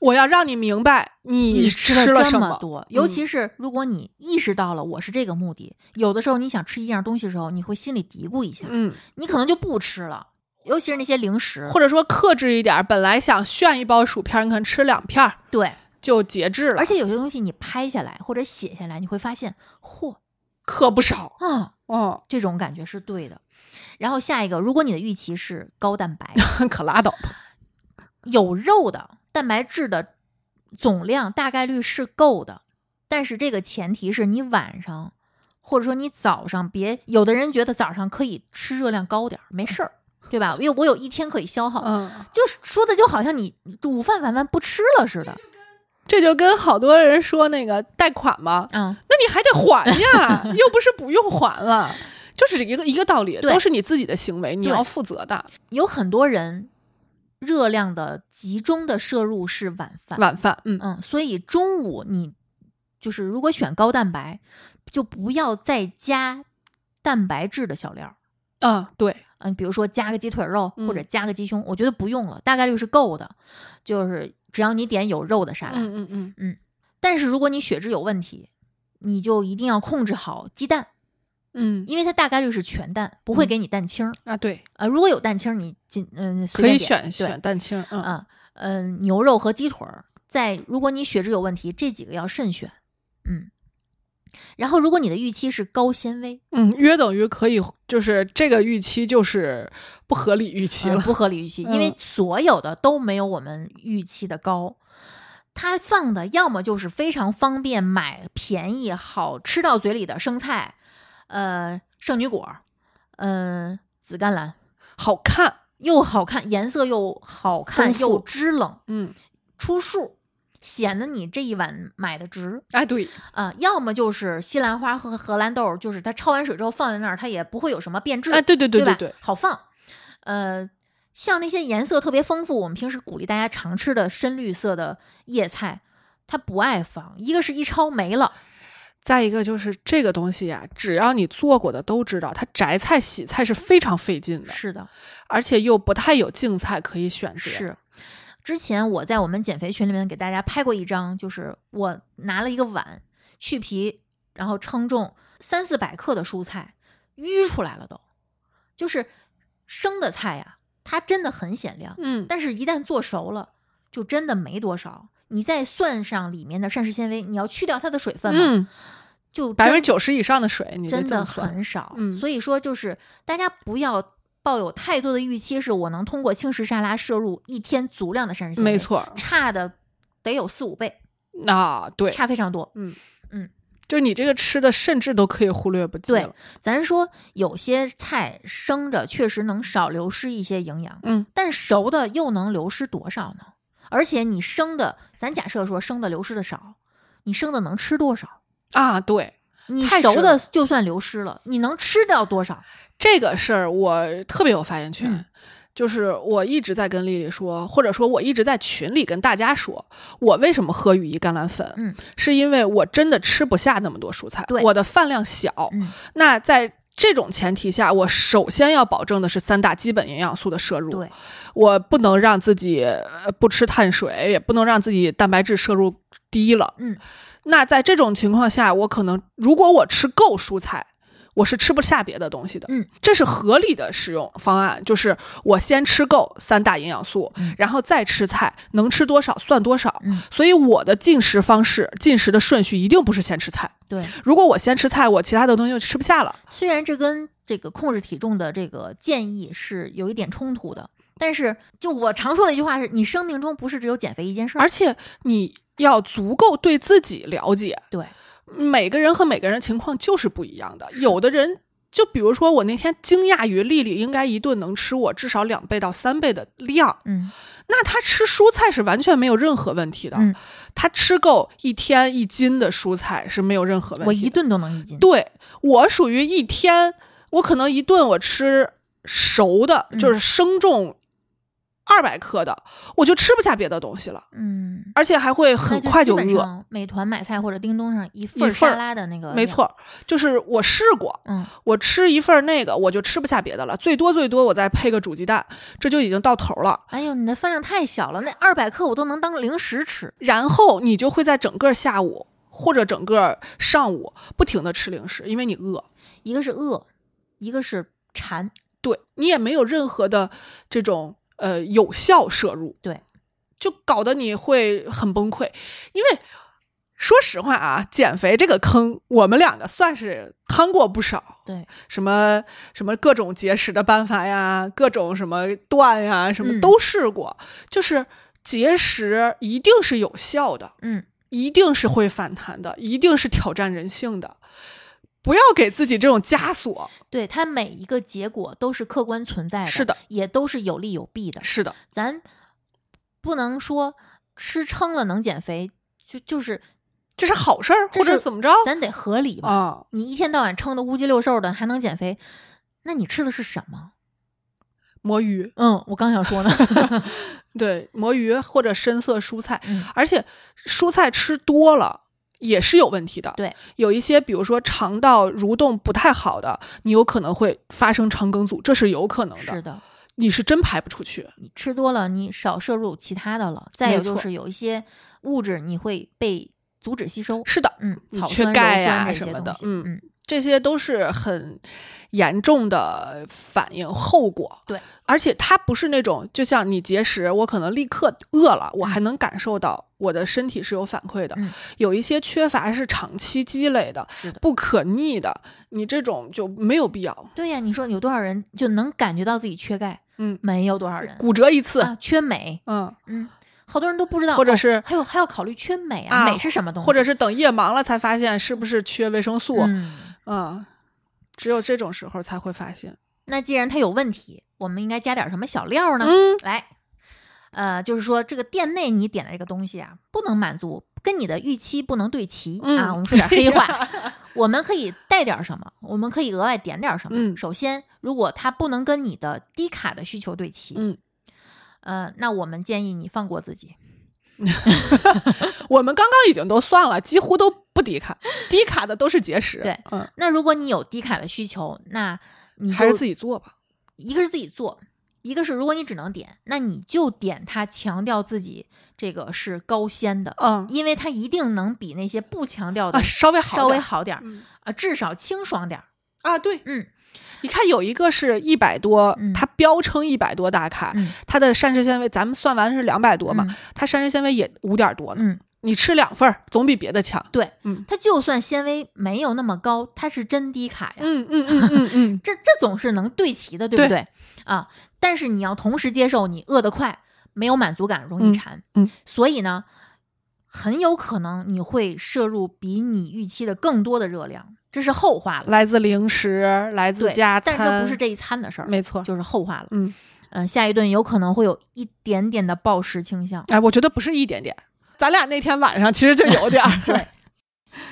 [SPEAKER 3] 我要让你明白你
[SPEAKER 2] 你
[SPEAKER 3] 吃
[SPEAKER 2] 吃了
[SPEAKER 3] 了
[SPEAKER 2] 这
[SPEAKER 3] 什嗯
[SPEAKER 2] 么多，尤其是如果你意识到了我是这个目的，有的时候你想吃一样东西的时候，你会心里嘀咕一下，
[SPEAKER 3] 嗯，
[SPEAKER 2] 你可能就不吃了，尤其是那些零食，
[SPEAKER 3] 或者说克制一点儿，本来想炫一包薯片儿，你可能吃两片儿
[SPEAKER 2] 对，
[SPEAKER 3] 就节制了，
[SPEAKER 2] 而且有些东西你拍下来或者写下来，你会发现，嚯
[SPEAKER 3] 克不少，
[SPEAKER 2] 啊，
[SPEAKER 3] 嗯，
[SPEAKER 2] 这种感觉是对的。然后下一个，如果你的预期是高蛋白、
[SPEAKER 3] 可拉倒吧，
[SPEAKER 2] 有肉的蛋白质的总量，大概率是够的，但是这个前提是你晚上或者说你早上别，有的人觉得早上可以吃热量高点儿，没事儿，对吧？因为我有一天可以消耗，
[SPEAKER 3] 嗯，
[SPEAKER 2] 就是说的就好像你午饭晚饭不吃了似的，
[SPEAKER 3] 这就跟好多人说那个贷款嘛，
[SPEAKER 2] 嗯，
[SPEAKER 3] 那你还得还 呀，又不是不用还了，就是一个一个道理，
[SPEAKER 2] 对
[SPEAKER 3] 都是你自己的行为，你
[SPEAKER 2] 对
[SPEAKER 3] 要负责的。
[SPEAKER 2] 有很多人热量的集中的摄入是晚饭，
[SPEAKER 3] 晚饭，嗯，
[SPEAKER 2] 嗯，所以中午你就是如果选高蛋白，就不要再加蛋白质的小料儿。
[SPEAKER 3] 啊，对，
[SPEAKER 2] 嗯，比如说加个鸡腿肉
[SPEAKER 3] 嗯
[SPEAKER 2] 或者加个鸡胸，我觉得不用了，大概率是够的。就是只要你点有肉的沙拉，
[SPEAKER 3] 嗯嗯，
[SPEAKER 2] 但是如果你血脂有问题，你就一定要控制好鸡蛋，
[SPEAKER 3] 嗯
[SPEAKER 2] 因为它大概率是全蛋，不会
[SPEAKER 3] 嗯
[SPEAKER 2] 给你蛋清儿。
[SPEAKER 3] 啊，对，
[SPEAKER 2] 呃，如果有蛋清儿，你尽嗯随
[SPEAKER 3] 可
[SPEAKER 2] 便点
[SPEAKER 3] 以选
[SPEAKER 2] 对
[SPEAKER 3] 选蛋清，嗯，
[SPEAKER 2] 啊，嗯，牛肉和鸡腿儿，在如果你血脂有问题，这几个要慎选。嗯，然后如果你的预期是高纤维，
[SPEAKER 3] 嗯，约等于可以，就是这个预期就是不合理预期
[SPEAKER 2] 呃
[SPEAKER 3] 了，
[SPEAKER 2] 不合理预 期，因为
[SPEAKER 3] 嗯
[SPEAKER 2] 所有的都没有我们预期的高。它放的要么就是非常方便买、便宜、好吃到嘴里的生菜，呃，圣女果，嗯、紫甘蓝，
[SPEAKER 3] 好看，
[SPEAKER 2] 又好看，颜色又好看
[SPEAKER 3] 丰
[SPEAKER 2] 又
[SPEAKER 3] 富
[SPEAKER 2] 支棱，
[SPEAKER 3] 嗯，
[SPEAKER 2] 出数，显得你这一碗买的值。
[SPEAKER 3] 哎，对，
[SPEAKER 2] 啊、要么就是西兰花和荷兰豆，就是它焯完水之后放在那儿，它也不会有什么变质，
[SPEAKER 3] 哎，对对对
[SPEAKER 2] 吧？
[SPEAKER 3] 对，
[SPEAKER 2] 好放。呃，像那些颜色特别丰富，我们平时鼓励大家常吃的深绿色的叶菜，它不爱放，一个是一焯没了，
[SPEAKER 3] 再一个就是这个东西呀、只要你做过的都知道，它择菜洗菜是非常费劲的，
[SPEAKER 2] 是的，
[SPEAKER 3] 而且又不太有净菜可以选择。
[SPEAKER 2] 是。之前我在我们减肥群里面给大家拍过一张，就是我拿了一个碗，去皮，然后称重三四百克的蔬菜，淤出来了都，就是生的菜呀、它真的很显亮，
[SPEAKER 3] 嗯，
[SPEAKER 2] 但是一旦做熟了，就真的没多少。你再算上里面的膳食纤维，你要去掉它的水分嘛，
[SPEAKER 3] 嗯，
[SPEAKER 2] 就
[SPEAKER 3] 百
[SPEAKER 2] 真
[SPEAKER 3] 分之九十以上的水，你得
[SPEAKER 2] 真
[SPEAKER 3] 这
[SPEAKER 2] 的
[SPEAKER 3] 么算。
[SPEAKER 2] 很少。
[SPEAKER 3] 嗯
[SPEAKER 2] 所以说，就是大家不要抱有太多的预期，是我能通过轻食沙拉摄入一天足量的膳食纤维，
[SPEAKER 3] 没，错儿，
[SPEAKER 2] 差的得有四五倍，
[SPEAKER 3] 啊，对，
[SPEAKER 2] 差非常多。
[SPEAKER 3] 嗯
[SPEAKER 2] 嗯，
[SPEAKER 3] 就是你这个吃的，甚至都可以忽略不计
[SPEAKER 2] 对
[SPEAKER 3] 了。
[SPEAKER 2] 咱说有些菜生着确实能少流失一些营养，
[SPEAKER 3] 嗯，
[SPEAKER 2] 但熟的又能流失多少呢？而且你生的，咱假设说生的流失的少，你生的能吃多少？
[SPEAKER 3] 啊，对，
[SPEAKER 2] 你
[SPEAKER 3] 太
[SPEAKER 2] 熟
[SPEAKER 3] 值
[SPEAKER 2] 的
[SPEAKER 3] 了
[SPEAKER 2] 就算流失了，你能吃掉多少？
[SPEAKER 3] 这个事儿我特别有发言权。
[SPEAKER 2] 嗯
[SPEAKER 3] 就是我一直在跟丽丽说，或者说我一直在群里跟大家说，我为什么喝羽衣甘蓝粉，
[SPEAKER 2] 嗯，
[SPEAKER 3] 是因为我真的吃不下那么多蔬菜，
[SPEAKER 2] 对
[SPEAKER 3] 我的饭量小，
[SPEAKER 2] 嗯，
[SPEAKER 3] 那在这种前提下，我首先要保证的是三大基本营养素的摄入。
[SPEAKER 2] 对，
[SPEAKER 3] 我不能让自己呃不吃碳水，也不能让自己蛋白质摄入低了。
[SPEAKER 2] 嗯，
[SPEAKER 3] 那在这种情况下，我可能如果我吃够蔬菜。我是吃不下别的东西的，
[SPEAKER 2] 嗯，
[SPEAKER 3] 这是合理的使用方案，就是我先吃够三大营养素，
[SPEAKER 2] 嗯
[SPEAKER 3] 然后再吃菜，能吃多少算多少。
[SPEAKER 2] 嗯
[SPEAKER 3] 所以我的进食方式、进食的顺序一定不是先吃菜。
[SPEAKER 2] 对。
[SPEAKER 3] 如果我先吃菜，我其他的东西就吃不下了。
[SPEAKER 2] 虽然这跟这个控制体重的这个建议是有一点冲突的，但是就我常说的一句话是：你生命中不是只有减肥一件事儿。
[SPEAKER 3] 而且你要足够对自己了解，
[SPEAKER 2] 对，
[SPEAKER 3] 每个人和每个人情况就是不一样的。有的人就比如说，我那天惊讶于丽丽应该一顿能吃我至少两倍到三倍的量，
[SPEAKER 2] 嗯
[SPEAKER 3] 那她吃蔬菜是完全没有任何问题的。
[SPEAKER 2] 嗯，
[SPEAKER 3] 她吃够一天一斤的蔬菜是没有任何问题的。
[SPEAKER 2] 我一顿都能一斤。
[SPEAKER 3] 对我属于一天，我可能一顿我吃熟的，
[SPEAKER 2] 嗯
[SPEAKER 3] 就是生重二百克的，我就吃不下别的东西了，
[SPEAKER 2] 嗯，
[SPEAKER 3] 而且还会很
[SPEAKER 2] 那
[SPEAKER 3] 快
[SPEAKER 2] 基
[SPEAKER 3] 就
[SPEAKER 2] 本
[SPEAKER 3] 饿。
[SPEAKER 2] 上美团买菜或者叮咚上一
[SPEAKER 3] 一
[SPEAKER 2] 份儿
[SPEAKER 3] 份儿
[SPEAKER 2] 沙拉的那个，
[SPEAKER 3] 没。错，就是我试过，
[SPEAKER 2] 嗯，
[SPEAKER 3] 我吃一份儿那个，我就吃不下别的了，最多最多我再配个煮鸡蛋，这就已经到头了。
[SPEAKER 2] 哎呦，你的饭量太小了，那二百克我都能当零食吃。
[SPEAKER 3] 然后你就会在整个下午或者整个上午不停的吃零食，因为你饿。
[SPEAKER 2] 一个是饿，一个是馋。
[SPEAKER 3] 对你也没有任何的这种呃有效摄入，
[SPEAKER 2] 对，
[SPEAKER 3] 就搞得你会很崩溃。因为说实话啊，减肥这个坑，我们两个算是趟过不少，
[SPEAKER 2] 对，
[SPEAKER 3] 什么什么各种节食的办法呀，各种什么断呀，什么
[SPEAKER 2] 嗯
[SPEAKER 3] 都试过，就是节食一定是有效的，
[SPEAKER 2] 嗯，
[SPEAKER 3] 一定是会反弹的，一定是挑战人性的。不要给自己这种枷锁。
[SPEAKER 2] 对，它每一个结果都是客观存在的，
[SPEAKER 3] 是的，
[SPEAKER 2] 也都是有利有弊的。
[SPEAKER 3] 是的，
[SPEAKER 2] 咱不能说吃撑了能减肥，就就是
[SPEAKER 3] 这是好事儿，
[SPEAKER 2] 这
[SPEAKER 3] 或者
[SPEAKER 2] 是
[SPEAKER 3] 怎么着？
[SPEAKER 2] 咱得合理吧。
[SPEAKER 3] 啊，
[SPEAKER 2] 你一天到晚撑的乌鸡六瘦的，还能减肥？那你吃的是什么？
[SPEAKER 3] 魔芋，
[SPEAKER 2] 嗯，我刚想说呢。
[SPEAKER 3] 对，魔芋或者深色蔬菜，
[SPEAKER 2] 嗯
[SPEAKER 3] 而且蔬菜吃多了。也是有问题的，
[SPEAKER 2] 对，
[SPEAKER 3] 有一些比如说肠道蠕动不太好的，你有可能会发生肠梗阻，这是有可能的，
[SPEAKER 2] 是的，
[SPEAKER 3] 你是真排不出去，
[SPEAKER 2] 你吃多了，你少摄入其他的了。再
[SPEAKER 3] 没
[SPEAKER 2] 有就
[SPEAKER 3] 错
[SPEAKER 2] 是有一些物质你会被阻止吸收。
[SPEAKER 3] 是的，
[SPEAKER 2] 嗯，
[SPEAKER 3] 你
[SPEAKER 2] 草
[SPEAKER 3] 缺
[SPEAKER 2] 酸、
[SPEAKER 3] 钙
[SPEAKER 2] 鞣
[SPEAKER 3] 呀
[SPEAKER 2] 酸这
[SPEAKER 3] 什
[SPEAKER 2] 些
[SPEAKER 3] 么
[SPEAKER 2] 东
[SPEAKER 3] 的
[SPEAKER 2] 西
[SPEAKER 3] 嗯
[SPEAKER 2] 嗯，
[SPEAKER 3] 这些都是很严重的反应后果。
[SPEAKER 2] 对，
[SPEAKER 3] 而且它不是那种，就像你节食，我可能立刻饿了，我还能感受到我的身体是有反馈的。
[SPEAKER 2] 嗯
[SPEAKER 3] 有一些缺乏是长期积累的，
[SPEAKER 2] 是的。
[SPEAKER 3] 不可逆的，你这种就没有必要。
[SPEAKER 2] 对呀，你说有多少人就能感觉到自己缺钙？
[SPEAKER 3] 嗯，
[SPEAKER 2] 没有多少人
[SPEAKER 3] 骨折一次，
[SPEAKER 2] 啊，缺镁。
[SPEAKER 3] 嗯，
[SPEAKER 2] 嗯，好多人都不知道，
[SPEAKER 3] 或者
[SPEAKER 2] 哦
[SPEAKER 3] 是
[SPEAKER 2] 还有还要考虑缺镁
[SPEAKER 3] 啊
[SPEAKER 2] 啊，镁是什么东西？
[SPEAKER 3] 或者是等夜盲了才发现是不是缺维生素。
[SPEAKER 2] 嗯，
[SPEAKER 3] 嗯只有这种时候才会发现。
[SPEAKER 2] 那既然它有问题，我们应该加点什么小料呢？
[SPEAKER 3] 嗯，
[SPEAKER 2] 来，呃，就是说这个店内你点的这个东西啊，不能满足，跟你的预期不能对齐、
[SPEAKER 3] 嗯
[SPEAKER 2] 啊。我们说点黑 话，我们可以带点什么，我们可以额外点点什么。
[SPEAKER 3] 嗯
[SPEAKER 2] 首先，如果它不能跟你的低卡的需求对齐，
[SPEAKER 3] 嗯，
[SPEAKER 2] 呃，那我们建议你放过自己。
[SPEAKER 3] 我们刚刚已经都算了，几乎都不低卡，低卡的都是节食。
[SPEAKER 2] 对，
[SPEAKER 3] 嗯，
[SPEAKER 2] 那如果你有低卡的需求，那你就
[SPEAKER 3] 还是自己做吧。
[SPEAKER 2] 一个是自己做，一个是如果你只能点，那你就点它强调自己这个是高纤的，
[SPEAKER 3] 嗯
[SPEAKER 2] 因为它一定能比那些不强调的
[SPEAKER 3] 啊，稍微好，
[SPEAKER 2] 稍微。好点儿，
[SPEAKER 3] 嗯
[SPEAKER 2] 啊，至少清爽点儿。
[SPEAKER 3] 啊，对，
[SPEAKER 2] 嗯
[SPEAKER 3] 你看有一个是一百多
[SPEAKER 2] 嗯，
[SPEAKER 3] 它标称一百多大卡，
[SPEAKER 2] 嗯，
[SPEAKER 3] 它的膳食纤维咱们算完是两百多嘛
[SPEAKER 2] 嗯，
[SPEAKER 3] 它膳食纤维也五点多呢。
[SPEAKER 2] 嗯，
[SPEAKER 3] 你吃两份儿总比别的强。
[SPEAKER 2] 对，
[SPEAKER 3] 嗯
[SPEAKER 2] 它就算纤维没有那么高，它是真低卡哎呀。
[SPEAKER 3] 嗯嗯嗯嗯 嗯，
[SPEAKER 2] 这这总是能对齐的，对不对
[SPEAKER 3] 对
[SPEAKER 2] 啊？但是你要同时接受，你饿得快，没有满足感，容易
[SPEAKER 3] 嗯
[SPEAKER 2] 馋。
[SPEAKER 3] 嗯
[SPEAKER 2] 所以呢，很有可能你会摄入比你预期的更多的热量，这是后话了。
[SPEAKER 3] 来自零食，来嗯自
[SPEAKER 2] 对，
[SPEAKER 3] 加
[SPEAKER 2] 但
[SPEAKER 3] 餐，
[SPEAKER 2] 是这不是这一餐的事儿，
[SPEAKER 3] 没错。
[SPEAKER 2] 就是后话了。
[SPEAKER 3] 嗯，
[SPEAKER 2] 嗯、下一顿有可能会有一点点的暴食倾 向。
[SPEAKER 3] 哎，我觉得不是一点点，咱俩那天晚上其实就有点儿。
[SPEAKER 2] 对，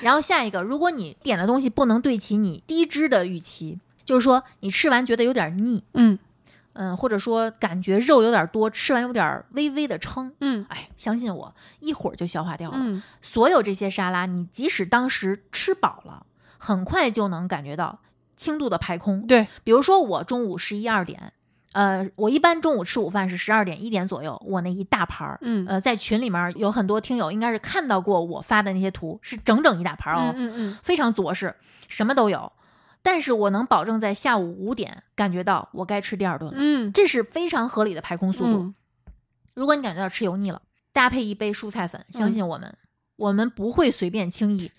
[SPEAKER 2] 然后下一个，如果你点的东西不能对齐你低脂的预期，就是说你吃完觉得有点腻，
[SPEAKER 3] 嗯
[SPEAKER 2] 嗯，或者说感觉肉有点多，吃完有点微微的撑。
[SPEAKER 3] 嗯
[SPEAKER 2] 哎，相信我，一会儿就消化掉了。
[SPEAKER 3] 嗯，
[SPEAKER 2] 所有这些沙拉，你即使当时吃饱了，很快就能感觉到轻度的排空。
[SPEAKER 3] 对，
[SPEAKER 2] 比如说我中午十一二点，呃，我一般中午吃午饭是十二点一点左右，我那一大盘儿，
[SPEAKER 3] 嗯
[SPEAKER 2] 呃，在群里面有很多听友应该是看到过我发的那些图，是整整一大盘儿哦，
[SPEAKER 3] 嗯嗯
[SPEAKER 2] 非常着实，什么都有。但是我能保证在下午五点感觉到我该吃第二顿了，
[SPEAKER 3] 嗯，
[SPEAKER 2] 这是非常合理的排空速度。
[SPEAKER 3] 嗯
[SPEAKER 2] 如果你感觉到吃油腻了，搭配一杯蔬菜粉，
[SPEAKER 3] 嗯
[SPEAKER 2] 相信我们，我们不会随便轻易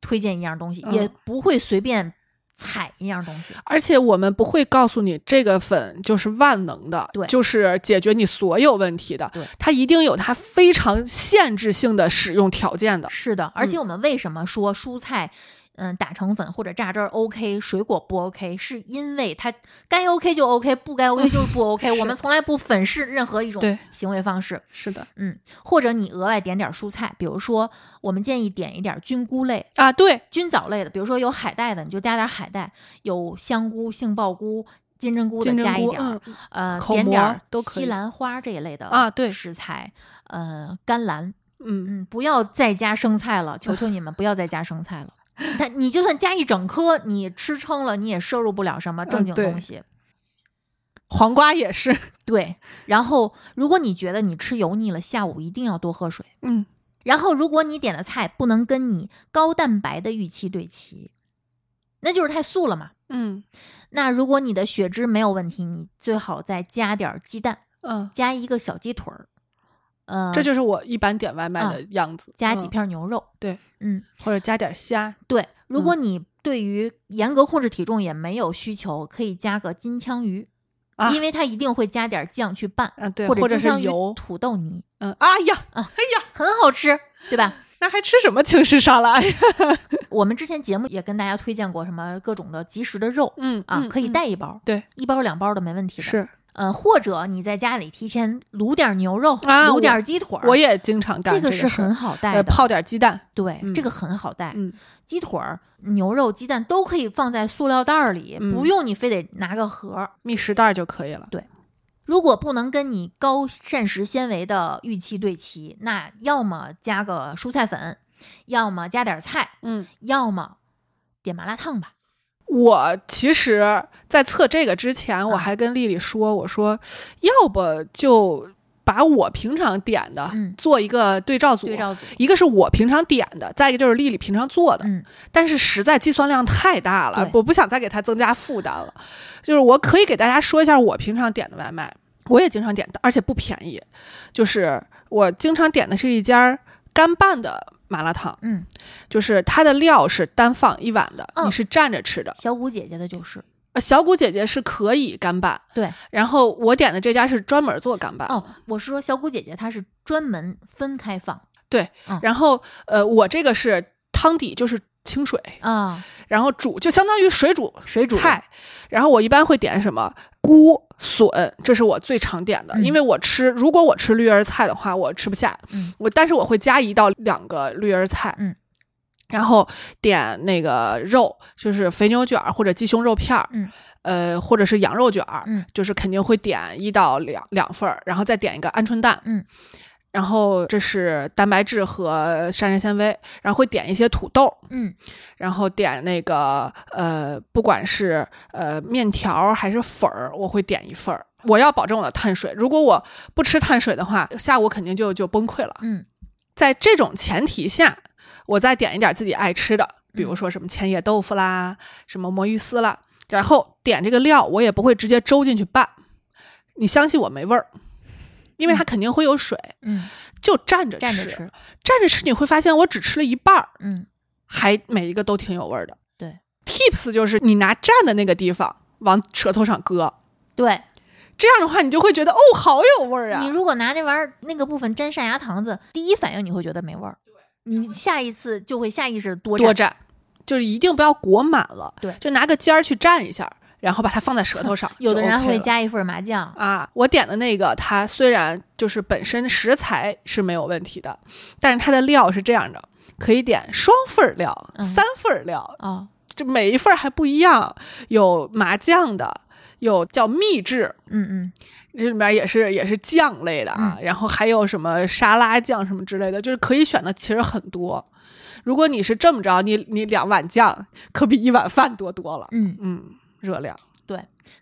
[SPEAKER 2] 推荐一样东西，
[SPEAKER 3] 嗯
[SPEAKER 2] 也不会随便踩一样东西。
[SPEAKER 3] 而且我们不会告诉你这个粉就是万能的，
[SPEAKER 2] 对
[SPEAKER 3] 就是解决你所有问题的，
[SPEAKER 2] 对
[SPEAKER 3] 它一定有它非常限制性的使用条件的。嗯
[SPEAKER 2] 是的，而且我们为什么说蔬菜，嗯打成粉或者榨汁儿 OK，水果不 OK，是因为它该 OK 就 OK，不该 OK 就不 OK，、
[SPEAKER 3] 嗯是
[SPEAKER 2] 我们从来不粉饰任何一种
[SPEAKER 3] 对
[SPEAKER 2] 行为方式。
[SPEAKER 3] 是的
[SPEAKER 2] 嗯，或者你额外点点蔬菜，比如说我们建议点一点菌菇类、
[SPEAKER 3] 啊，对，
[SPEAKER 2] 菌藻类的，比如说有海带的，你就加点海带；有香菇、杏鲍菇、金针菇的
[SPEAKER 3] 金针
[SPEAKER 2] 加一
[SPEAKER 3] 菇，
[SPEAKER 2] 点儿，
[SPEAKER 3] 嗯，
[SPEAKER 2] 呃，
[SPEAKER 3] 口
[SPEAKER 2] 点点
[SPEAKER 3] 蘑
[SPEAKER 2] 儿
[SPEAKER 3] 都可
[SPEAKER 2] 西
[SPEAKER 3] 以
[SPEAKER 2] 兰花这一类的
[SPEAKER 3] 啊对
[SPEAKER 2] 食材，呃，甘蓝，
[SPEAKER 3] 嗯，
[SPEAKER 2] 嗯，不要再加生菜了，求求你们不要再加生菜了。但你就算加一整颗，你吃撑了，你也摄入不了什么正
[SPEAKER 3] 嗯
[SPEAKER 2] 经
[SPEAKER 3] 对
[SPEAKER 2] 东西。
[SPEAKER 3] 黄瓜 也是，
[SPEAKER 2] 对，然后如果你觉得你吃油腻了，下午一定要多喝水。
[SPEAKER 3] 嗯，
[SPEAKER 2] 然后，如果你点的菜不能跟你高蛋白的预期对齐，那就是太素了嘛。
[SPEAKER 3] 嗯
[SPEAKER 2] 那如果你的血脂没有问题，你最好再加点儿鸡蛋，
[SPEAKER 3] 嗯，
[SPEAKER 2] 加一个小鸡腿儿，呃，
[SPEAKER 3] 这就是我一般点外卖的样子，
[SPEAKER 2] 加几
[SPEAKER 3] 嗯
[SPEAKER 2] 片牛肉。
[SPEAKER 3] 对，嗯
[SPEAKER 2] 嗯，
[SPEAKER 3] 或者加点虾，
[SPEAKER 2] 对。如果你对于严格控制体重也没有需求，可以加个金枪鱼，
[SPEAKER 3] 啊
[SPEAKER 2] 因为它一定会加点儿酱去拌，
[SPEAKER 3] 嗯，对，
[SPEAKER 2] 或者
[SPEAKER 3] 或者
[SPEAKER 2] 金
[SPEAKER 3] 是
[SPEAKER 2] 枪鱼
[SPEAKER 3] 油，
[SPEAKER 2] 土豆泥，
[SPEAKER 3] 嗯，哎呀，
[SPEAKER 2] 很好吃，对吧？
[SPEAKER 3] 那还吃什么轻食沙拉呀？
[SPEAKER 2] 我们之前节目也跟大家推荐过什么各种的即食的肉，
[SPEAKER 3] 嗯
[SPEAKER 2] 啊，可以，带一包，
[SPEAKER 3] 对，
[SPEAKER 2] 一包两包的没问题的。，
[SPEAKER 3] 是
[SPEAKER 2] 呃，或者你在家里提前卤点牛肉，
[SPEAKER 3] 啊
[SPEAKER 2] 卤
[SPEAKER 3] 我
[SPEAKER 2] 点鸡腿儿，
[SPEAKER 3] 我也经常干
[SPEAKER 2] 这
[SPEAKER 3] 个
[SPEAKER 2] 个是
[SPEAKER 3] 事儿
[SPEAKER 2] 很好带
[SPEAKER 3] 呃，
[SPEAKER 2] 的，
[SPEAKER 3] 泡点鸡蛋，
[SPEAKER 2] 对，
[SPEAKER 3] 嗯
[SPEAKER 2] 这个很好带。
[SPEAKER 3] 嗯，
[SPEAKER 2] 鸡腿儿、牛肉、鸡蛋都可以放在塑料袋儿里，
[SPEAKER 3] 嗯
[SPEAKER 2] 不用你非得拿个盒儿。
[SPEAKER 3] 密食袋儿就可以了。
[SPEAKER 2] 如果不能跟你高膳食纤维的预期对齐，那要么加个蔬菜粉，要么加点儿菜，
[SPEAKER 3] 嗯，
[SPEAKER 2] 要么点麻辣烫吧。
[SPEAKER 3] 我其实，在测这个之前，我
[SPEAKER 2] 啊
[SPEAKER 3] 还跟丽丽说，我说，要不就把我平常点的
[SPEAKER 2] 嗯
[SPEAKER 3] 啊做一个对照组，
[SPEAKER 2] 对照组，
[SPEAKER 3] 一个是我平常点的，再一个就是丽丽平常做的，
[SPEAKER 2] 嗯
[SPEAKER 3] 但是实在计算量太大了
[SPEAKER 2] 对，
[SPEAKER 3] 我不想再给她增加负担了。就是我可以给大家说一下我平常点的外卖，我也经常点的，而且不便宜。就是我经常点的是一家干拌的麻辣烫，
[SPEAKER 2] 嗯，
[SPEAKER 3] 就是它的料是单放一碗的，
[SPEAKER 2] 嗯
[SPEAKER 3] 你是蘸着吃的。
[SPEAKER 2] 小五姐姐的就是
[SPEAKER 3] 呃小谷姐姐是可以干拌，
[SPEAKER 2] 对。
[SPEAKER 3] 然后我点的这家是专门做干拌。
[SPEAKER 2] 哦，我是说小谷姐姐她是专门分开放
[SPEAKER 3] 然后呃，我这个是汤底就是清水，
[SPEAKER 2] 啊，
[SPEAKER 3] 然后煮就相当于水煮
[SPEAKER 2] 水煮
[SPEAKER 3] 菜，然后我一般会点什么菇、笋，这是我最常点的，
[SPEAKER 2] 嗯
[SPEAKER 3] 因为我吃如果我吃绿叶菜的话，我吃不下，
[SPEAKER 2] 嗯
[SPEAKER 3] 我但是我会加一到两个绿叶菜，
[SPEAKER 2] 嗯。
[SPEAKER 3] 然后点那个肉，就是肥牛卷儿或者鸡胸肉片儿，
[SPEAKER 2] 嗯，
[SPEAKER 3] 呃，或者是羊肉卷儿，
[SPEAKER 2] 嗯，
[SPEAKER 3] 就是肯定会点一到两两份儿，然后再点一个鹌鹑蛋，
[SPEAKER 2] 嗯，
[SPEAKER 3] 然后这是蛋白质和膳食纤维，然后会点一些土豆，
[SPEAKER 2] 嗯
[SPEAKER 3] 然后点那个呃，不管是呃面条儿还是粉儿，我会点一份儿。我要保证我的碳水，如果我不吃碳水的话，下午肯定就就崩溃了。
[SPEAKER 2] 嗯
[SPEAKER 3] 在这种前提下，我再点一点自己爱吃的，比
[SPEAKER 2] 嗯
[SPEAKER 3] 如说什么千叶豆腐啦，什么魔芋丝啦，然后点这个料，我也不会直接粥进去拌。你相信我没味儿，因为它肯定会有水，
[SPEAKER 2] 嗯，
[SPEAKER 3] 就蘸着吃，
[SPEAKER 2] 蘸着吃，
[SPEAKER 3] 蘸着吃你会发现我只吃了一半儿，
[SPEAKER 2] 嗯
[SPEAKER 3] 还每一个都挺有味儿的。
[SPEAKER 2] 对
[SPEAKER 3] ，tips 就是你拿蘸的那个地方往舌头上搁，
[SPEAKER 2] 对，
[SPEAKER 3] 这样的话你就会觉得哦，好有味儿
[SPEAKER 2] 你
[SPEAKER 3] 啊！
[SPEAKER 2] 如果拿那玩意儿那个部分沾晒牙糖子，第一反应你会觉得没味儿，你下一次就会下意识多
[SPEAKER 3] 嗯多
[SPEAKER 2] 蘸。
[SPEAKER 3] 蘸，就是一定不要裹满了，
[SPEAKER 2] 对。
[SPEAKER 3] 就拿个尖儿去蘸一下，然后把它放在舌头上
[SPEAKER 2] 有的
[SPEAKER 3] 就
[SPEAKER 2] 人还
[SPEAKER 3] OK
[SPEAKER 2] 会
[SPEAKER 3] 了。
[SPEAKER 2] 加一份麻酱，
[SPEAKER 3] 啊，我点的那个，它虽然就是本身食材是没有问题的，但是它的料是这样的，可以点双份儿料、
[SPEAKER 2] 嗯
[SPEAKER 3] 三份儿料，
[SPEAKER 2] 哦，
[SPEAKER 3] 这每一份儿还不一样，有麻酱的，有叫秘制，
[SPEAKER 2] 嗯嗯，
[SPEAKER 3] 这里面也是也是酱类的啊，然后还有什么沙拉酱什么之类的，就是可以选的其实很多。如果你是这么着，你你两碗酱可比一碗饭多多了。
[SPEAKER 2] 嗯，
[SPEAKER 3] 嗯，热量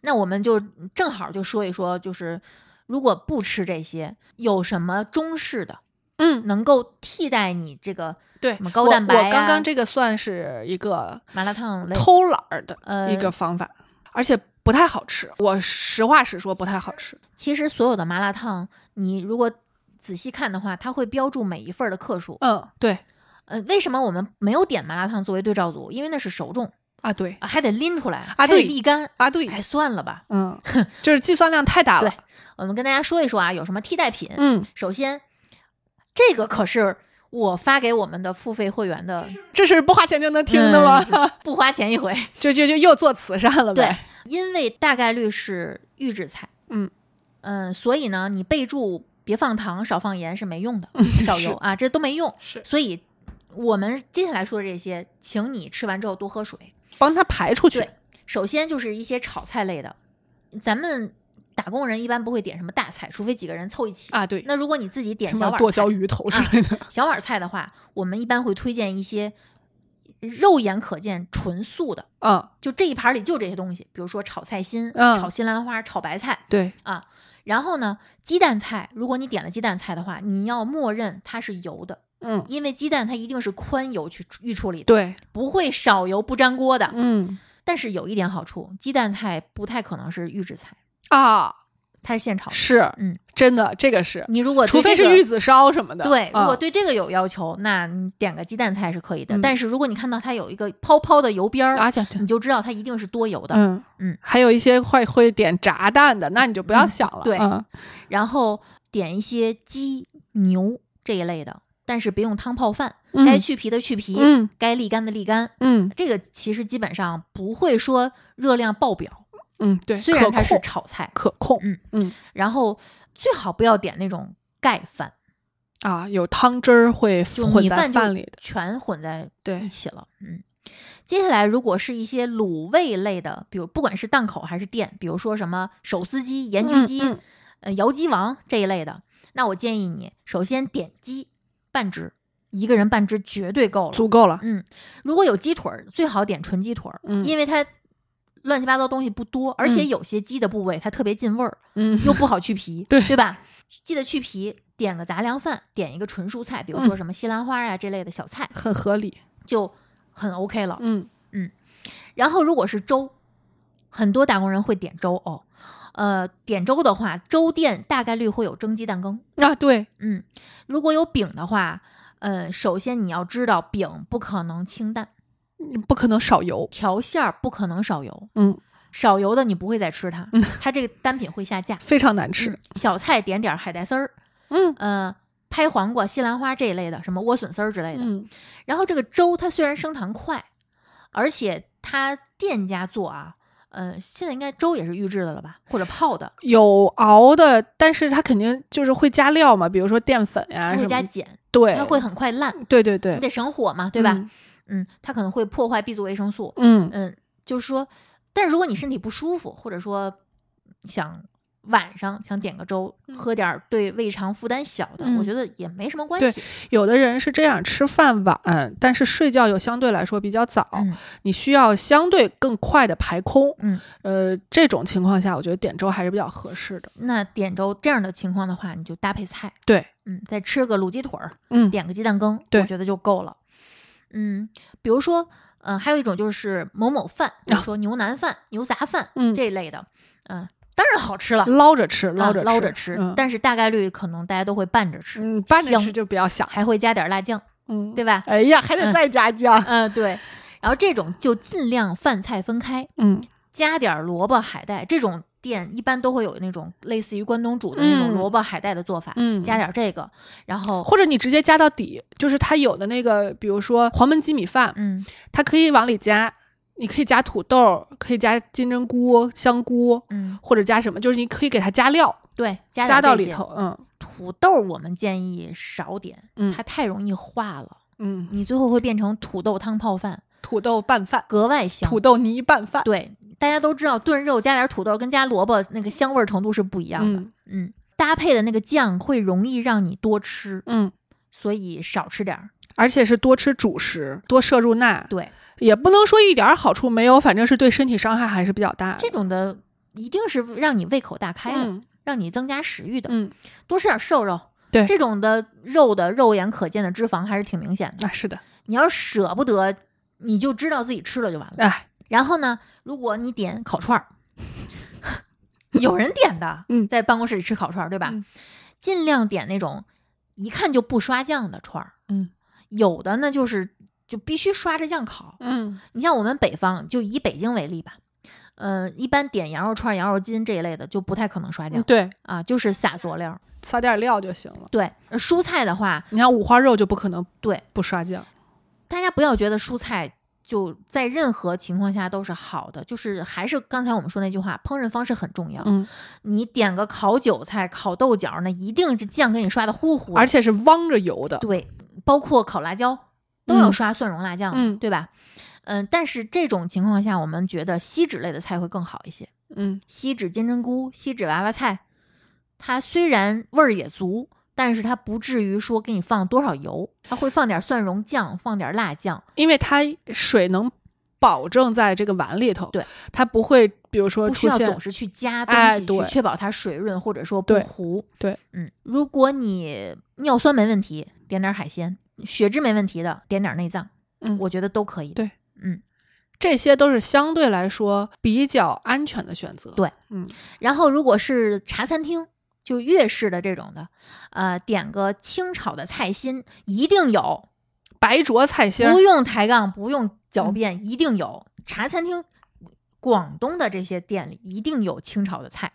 [SPEAKER 2] 那我们就正好就说一说，就是如果不吃这些，有什么中式的
[SPEAKER 3] 嗯
[SPEAKER 2] 能够替代你这个
[SPEAKER 3] 对
[SPEAKER 2] 什么高蛋白
[SPEAKER 3] 我。我刚
[SPEAKER 2] 呀
[SPEAKER 3] 刚这个算是一个
[SPEAKER 2] 麻辣烫类？
[SPEAKER 3] 偷懒儿的
[SPEAKER 2] 呃
[SPEAKER 3] 一个方法，而且不太好吃。我实话实说，不太好吃。
[SPEAKER 2] 其实所有的麻辣烫，你如果仔细看的话，它会标注每一份儿的克数。
[SPEAKER 3] 嗯，对
[SPEAKER 2] 呃，为什么我们没有点麻辣烫作为对照组？因为那是手重，
[SPEAKER 3] 啊，对
[SPEAKER 2] 啊还得拎出来，
[SPEAKER 3] 啊
[SPEAKER 2] 还得
[SPEAKER 3] 对
[SPEAKER 2] 沥干。
[SPEAKER 3] 啊，对，
[SPEAKER 2] 哎，算了吧。
[SPEAKER 3] 嗯，就是计算量太大
[SPEAKER 2] 对
[SPEAKER 3] 了。，
[SPEAKER 2] 我们跟大家说一说啊，有什么替代品？
[SPEAKER 3] 嗯
[SPEAKER 2] 首先，这个可是我发给我们的付费会员的
[SPEAKER 3] 这是不花钱就能听的吗？
[SPEAKER 2] 嗯不花钱一回。
[SPEAKER 3] 就就就又做慈善了
[SPEAKER 2] 对
[SPEAKER 3] 呗？，
[SPEAKER 2] 因为大概率是预制菜，
[SPEAKER 3] 嗯
[SPEAKER 2] 嗯，所以呢，你备注别放糖、少放盐是没用的， 少油
[SPEAKER 3] 嗯是
[SPEAKER 2] 啊，这都没用。
[SPEAKER 3] 是
[SPEAKER 2] 所以我们接下来说的这些，请你吃完之后多喝水。
[SPEAKER 3] 帮他排出去
[SPEAKER 2] 对。首先就是一些炒菜类的，咱们打工人一般不会点什么大菜，除非几个人凑一起。
[SPEAKER 3] 啊，对，
[SPEAKER 2] 那如果你自己点
[SPEAKER 3] 什
[SPEAKER 2] 小
[SPEAKER 3] 么
[SPEAKER 2] 碗
[SPEAKER 3] 剁
[SPEAKER 2] 菜啊
[SPEAKER 3] 椒、鱼头之类的，
[SPEAKER 2] 小碗菜的话，我们一般会推荐一些肉眼可见纯素的，
[SPEAKER 3] 嗯，
[SPEAKER 2] 就这一盘里就这些东西，比如说炒菜心、
[SPEAKER 3] 嗯
[SPEAKER 2] 炒西兰花、炒白菜。
[SPEAKER 3] 对，
[SPEAKER 2] 然后呢，鸡蛋菜，如果你点了鸡蛋菜的话，你要默认它是油的，
[SPEAKER 3] 嗯，
[SPEAKER 2] 因为鸡蛋它一定是宽油去预处理的，
[SPEAKER 3] 对，
[SPEAKER 2] 不会少油不粘锅的。
[SPEAKER 3] 嗯
[SPEAKER 2] 但是有一点好处，鸡蛋菜不太可能是预制菜，
[SPEAKER 3] 啊，
[SPEAKER 2] 它是现炒的。
[SPEAKER 3] 是，
[SPEAKER 2] 嗯，
[SPEAKER 3] 真的，这个是，
[SPEAKER 2] 你如果
[SPEAKER 3] 除
[SPEAKER 2] 对
[SPEAKER 3] 非
[SPEAKER 2] 这
[SPEAKER 3] 是
[SPEAKER 2] 个
[SPEAKER 3] 玉子烧什么的，
[SPEAKER 2] 对，如
[SPEAKER 3] 啊
[SPEAKER 2] 果对这个有要求，那你点个鸡蛋菜是可以的。
[SPEAKER 3] 嗯
[SPEAKER 2] 但是如果你看到它有一个泡泡的油边儿，
[SPEAKER 3] 啊，对对
[SPEAKER 2] 你，就知道它一定是多油的。
[SPEAKER 3] 嗯
[SPEAKER 2] 嗯，
[SPEAKER 3] 还有一些会会点炸弹的，那你就不要
[SPEAKER 2] 嗯
[SPEAKER 3] 想了，
[SPEAKER 2] 对
[SPEAKER 3] 嗯
[SPEAKER 2] 然后点一些鸡、牛这一类的，但是别用汤泡饭，
[SPEAKER 3] 嗯
[SPEAKER 2] 该去皮的去皮，
[SPEAKER 3] 嗯
[SPEAKER 2] 该沥干的沥干。
[SPEAKER 3] 嗯
[SPEAKER 2] 这个其实基本上不会说热量爆表，
[SPEAKER 3] 嗯，对，
[SPEAKER 2] 虽
[SPEAKER 3] 可
[SPEAKER 2] 然它是嗯
[SPEAKER 3] 控
[SPEAKER 2] 炒菜。
[SPEAKER 3] 可控
[SPEAKER 2] 然后最好不要点那种盖饭，
[SPEAKER 3] 啊，有汤汁儿会
[SPEAKER 2] 就
[SPEAKER 3] 混
[SPEAKER 2] 米
[SPEAKER 3] 在
[SPEAKER 2] 饭
[SPEAKER 3] 饭里
[SPEAKER 2] 就
[SPEAKER 3] 的，
[SPEAKER 2] 全混在
[SPEAKER 3] 对
[SPEAKER 2] 一起了。嗯，接下来如果是一些卤味类的，比如不管是档口还是店，比如说什么手撕鸡、盐焗鸡、
[SPEAKER 3] 嗯嗯
[SPEAKER 2] 呃窑鸡王这一类的，那我建议你首先点鸡半只，一个人半只绝对够了。
[SPEAKER 3] 足够了，
[SPEAKER 2] 嗯，如果有鸡腿儿，最好点纯鸡腿儿，
[SPEAKER 3] 嗯
[SPEAKER 2] 因为它乱七八糟东西不多，而且
[SPEAKER 3] 嗯
[SPEAKER 2] 有些鸡的部位它特别进味儿，
[SPEAKER 3] 嗯
[SPEAKER 2] 又不好去皮，
[SPEAKER 3] 对
[SPEAKER 2] 对吧？记得去皮，点个杂粮饭，点一个纯蔬菜，比
[SPEAKER 3] 嗯
[SPEAKER 2] 如说什么西兰花呀、这类的小菜，
[SPEAKER 3] 很合理，
[SPEAKER 2] 就很 OK 了。
[SPEAKER 3] 嗯
[SPEAKER 2] 然后如果是粥，很多打工人会点粥哦，呃，点粥的话，粥店大概率会有蒸鸡蛋羹。
[SPEAKER 3] 啊，对，
[SPEAKER 2] 嗯，如果有饼的话，呃，首先你要知道饼不可能清淡，
[SPEAKER 3] 不可能少油，
[SPEAKER 2] 调馅儿不可能少油，
[SPEAKER 3] 嗯，
[SPEAKER 2] 少油的你不会再吃它，它这个单品会下架。
[SPEAKER 3] 非常难吃
[SPEAKER 2] 嗯，小菜点点儿海带丝儿，
[SPEAKER 3] 嗯
[SPEAKER 2] 呃，拍黄瓜、西兰花这一类的，什么莴笋丝儿之类的。
[SPEAKER 3] 嗯
[SPEAKER 2] 然后这个粥它虽然升糖快，而且它店家做啊，呃，现在应该粥也是预制的了吧，或者泡的，
[SPEAKER 3] 有熬的，但是它肯定就是会加料嘛，比如说淀粉
[SPEAKER 2] 它
[SPEAKER 3] 呀什
[SPEAKER 2] 会
[SPEAKER 3] 么
[SPEAKER 2] 加
[SPEAKER 3] 的，
[SPEAKER 2] 碱，
[SPEAKER 3] 对，
[SPEAKER 2] 它会很快烂，
[SPEAKER 3] 对对对
[SPEAKER 2] 你，得省火嘛，对吧？
[SPEAKER 3] 嗯
[SPEAKER 2] 嗯，它可能会破坏 B 族维生素。
[SPEAKER 3] 嗯
[SPEAKER 2] 嗯，就是说，但如果你身体不舒服，或者说想晚上想点个粥，
[SPEAKER 3] 嗯
[SPEAKER 2] 喝点儿对胃肠负担小的，我
[SPEAKER 3] 嗯
[SPEAKER 2] 觉得也没什么关
[SPEAKER 3] 对
[SPEAKER 2] 系。
[SPEAKER 3] 有的人是这样，吃饭晚，但是睡觉又相对来说比较早，
[SPEAKER 2] 嗯
[SPEAKER 3] 你需要相对更快的排空。
[SPEAKER 2] 嗯，
[SPEAKER 3] 呃，这种情况下，我觉得点粥还是比较合适的。
[SPEAKER 2] 那点粥这样的情况的话，你就搭配菜，
[SPEAKER 3] 对，
[SPEAKER 2] 嗯，再吃个卤鸡腿儿，
[SPEAKER 3] 嗯，
[SPEAKER 2] 点个鸡蛋羹，
[SPEAKER 3] 对
[SPEAKER 2] 我觉得就够了。嗯，比如说，呃，还有一种就是某某饭，比如
[SPEAKER 3] 啊
[SPEAKER 2] 说牛腩饭、牛杂饭、
[SPEAKER 3] 嗯
[SPEAKER 2] 这一类的，嗯、当然好吃了，
[SPEAKER 3] 捞着吃，
[SPEAKER 2] 啊
[SPEAKER 3] 捞着、
[SPEAKER 2] 捞着吃，
[SPEAKER 3] 嗯、
[SPEAKER 2] 但是大概率可能大家都会拌着吃，
[SPEAKER 3] 嗯，拌着
[SPEAKER 2] 香
[SPEAKER 3] 吃就不要想，
[SPEAKER 2] 还会加点辣酱，
[SPEAKER 3] 嗯，
[SPEAKER 2] 对吧？
[SPEAKER 3] 哎呀，还得再加酱，
[SPEAKER 2] 嗯、对。然后这种就尽量饭菜分开，
[SPEAKER 3] 嗯，
[SPEAKER 2] 加点儿萝卜、海带。这种店一般都会有那种类似于关东煮的那种
[SPEAKER 3] 嗯
[SPEAKER 2] 萝卜、海带的做法，
[SPEAKER 3] 嗯
[SPEAKER 2] 加点儿这个，然后
[SPEAKER 3] 或者你直接加到底，就是它有的那个，比如说黄焖鸡米饭，
[SPEAKER 2] 嗯
[SPEAKER 3] 它可以往里加，你可以加土豆，可以加金针菇、香菇，
[SPEAKER 2] 嗯，
[SPEAKER 3] 或者加什么，就是你可以给它加料，
[SPEAKER 2] 对，加
[SPEAKER 3] 加
[SPEAKER 2] 点
[SPEAKER 3] 到
[SPEAKER 2] 儿这
[SPEAKER 3] 里
[SPEAKER 2] 些
[SPEAKER 3] 头，。嗯
[SPEAKER 2] 土豆我们建议少点，
[SPEAKER 3] 嗯
[SPEAKER 2] 它太容易化了，
[SPEAKER 3] 嗯，
[SPEAKER 2] 你最后会变成土豆汤泡饭，
[SPEAKER 3] 土豆拌饭。
[SPEAKER 2] 格外香。
[SPEAKER 3] 土豆泥拌饭，
[SPEAKER 2] 对，大家都知道炖肉加点土豆跟加萝卜那个香味儿程度是不一样的。
[SPEAKER 3] 嗯
[SPEAKER 2] 嗯，搭配的那个酱会容易让你多吃，
[SPEAKER 3] 嗯，
[SPEAKER 2] 所以少吃点儿。
[SPEAKER 3] 而且是多吃主食，多摄入钠，
[SPEAKER 2] 对，
[SPEAKER 3] 也不能说一点儿好处没有，反正是对身体伤害还是比较大的。
[SPEAKER 2] 这种的一定是让你胃口大开的，
[SPEAKER 3] 嗯
[SPEAKER 2] 让你增加食欲的。
[SPEAKER 3] 嗯，
[SPEAKER 2] 多吃点瘦肉，
[SPEAKER 3] 对
[SPEAKER 2] 这种的肉的肉眼可见的脂肪还是挺明显的。
[SPEAKER 3] 那、啊是的，
[SPEAKER 2] 你要舍不得，你就知道自己吃了就完了。
[SPEAKER 3] 哎，
[SPEAKER 2] 然后呢，如果你点烤串儿， 有人点的，
[SPEAKER 3] 嗯
[SPEAKER 2] 在办公室里吃烤串儿，对吧？
[SPEAKER 3] 嗯
[SPEAKER 2] 尽量点那种一看就不刷酱的串儿，
[SPEAKER 3] 嗯，
[SPEAKER 2] 有的呢就是就必须刷着酱烤。
[SPEAKER 3] 嗯
[SPEAKER 2] 你像我们北方，就以北京为例吧，嗯，一般点羊肉串、羊肉筋这一类的就不太可能刷酱、
[SPEAKER 3] 嗯对，
[SPEAKER 2] 啊，就是撒佐料。
[SPEAKER 3] 撒点料就行了。
[SPEAKER 2] 对，呃蔬菜的话，
[SPEAKER 3] 你看五花肉就不可能
[SPEAKER 2] 对
[SPEAKER 3] 不刷酱，
[SPEAKER 2] 大家不要觉得蔬菜就在任何情况下都是好的，就是还是刚才我们说那句话，烹饪方式很重要。
[SPEAKER 3] 嗯，
[SPEAKER 2] 你点个烤韭菜、烤豆角，那一定是酱给你刷的呼呼的，
[SPEAKER 3] 而且是汪着油的。
[SPEAKER 2] 对，包括烤辣椒都要
[SPEAKER 3] 嗯
[SPEAKER 2] 刷蒜蓉辣酱的，
[SPEAKER 3] 嗯
[SPEAKER 2] 对吧？嗯，但是这种情况下，我们觉得锡纸类的菜会更好一些。
[SPEAKER 3] 嗯，
[SPEAKER 2] 锡纸金针菇、锡纸娃娃菜，它虽然味儿也足，但是它不至于说给你放多少油，它会放点蒜蓉酱，放点辣酱。
[SPEAKER 3] 因为它水能保证在这个碗里头，
[SPEAKER 2] 对，
[SPEAKER 3] 它不会比如说
[SPEAKER 2] 不需
[SPEAKER 3] 出
[SPEAKER 2] 要
[SPEAKER 3] 现
[SPEAKER 2] 总是去加东
[SPEAKER 3] 哎
[SPEAKER 2] 西
[SPEAKER 3] 对
[SPEAKER 2] 去确保它水润，或者说不
[SPEAKER 3] 对
[SPEAKER 2] 糊。
[SPEAKER 3] 对
[SPEAKER 2] 嗯，如果你尿酸没问题，点点海鲜；血脂没问题的，点点内脏。
[SPEAKER 3] 嗯
[SPEAKER 2] 我觉得都可以。
[SPEAKER 3] 对
[SPEAKER 2] 嗯，
[SPEAKER 3] 这些都是相对来说比较安全的选择。
[SPEAKER 2] 对，
[SPEAKER 3] 嗯，
[SPEAKER 2] 然后如果是茶餐厅，就粤式的这种的，呃，点个清炒的菜心一定有，
[SPEAKER 3] 白灼菜心儿
[SPEAKER 2] 不用抬杠，不用
[SPEAKER 3] 嗯
[SPEAKER 2] 狡辩，一定有茶餐厅。广东的这些店里一定有清炒的菜，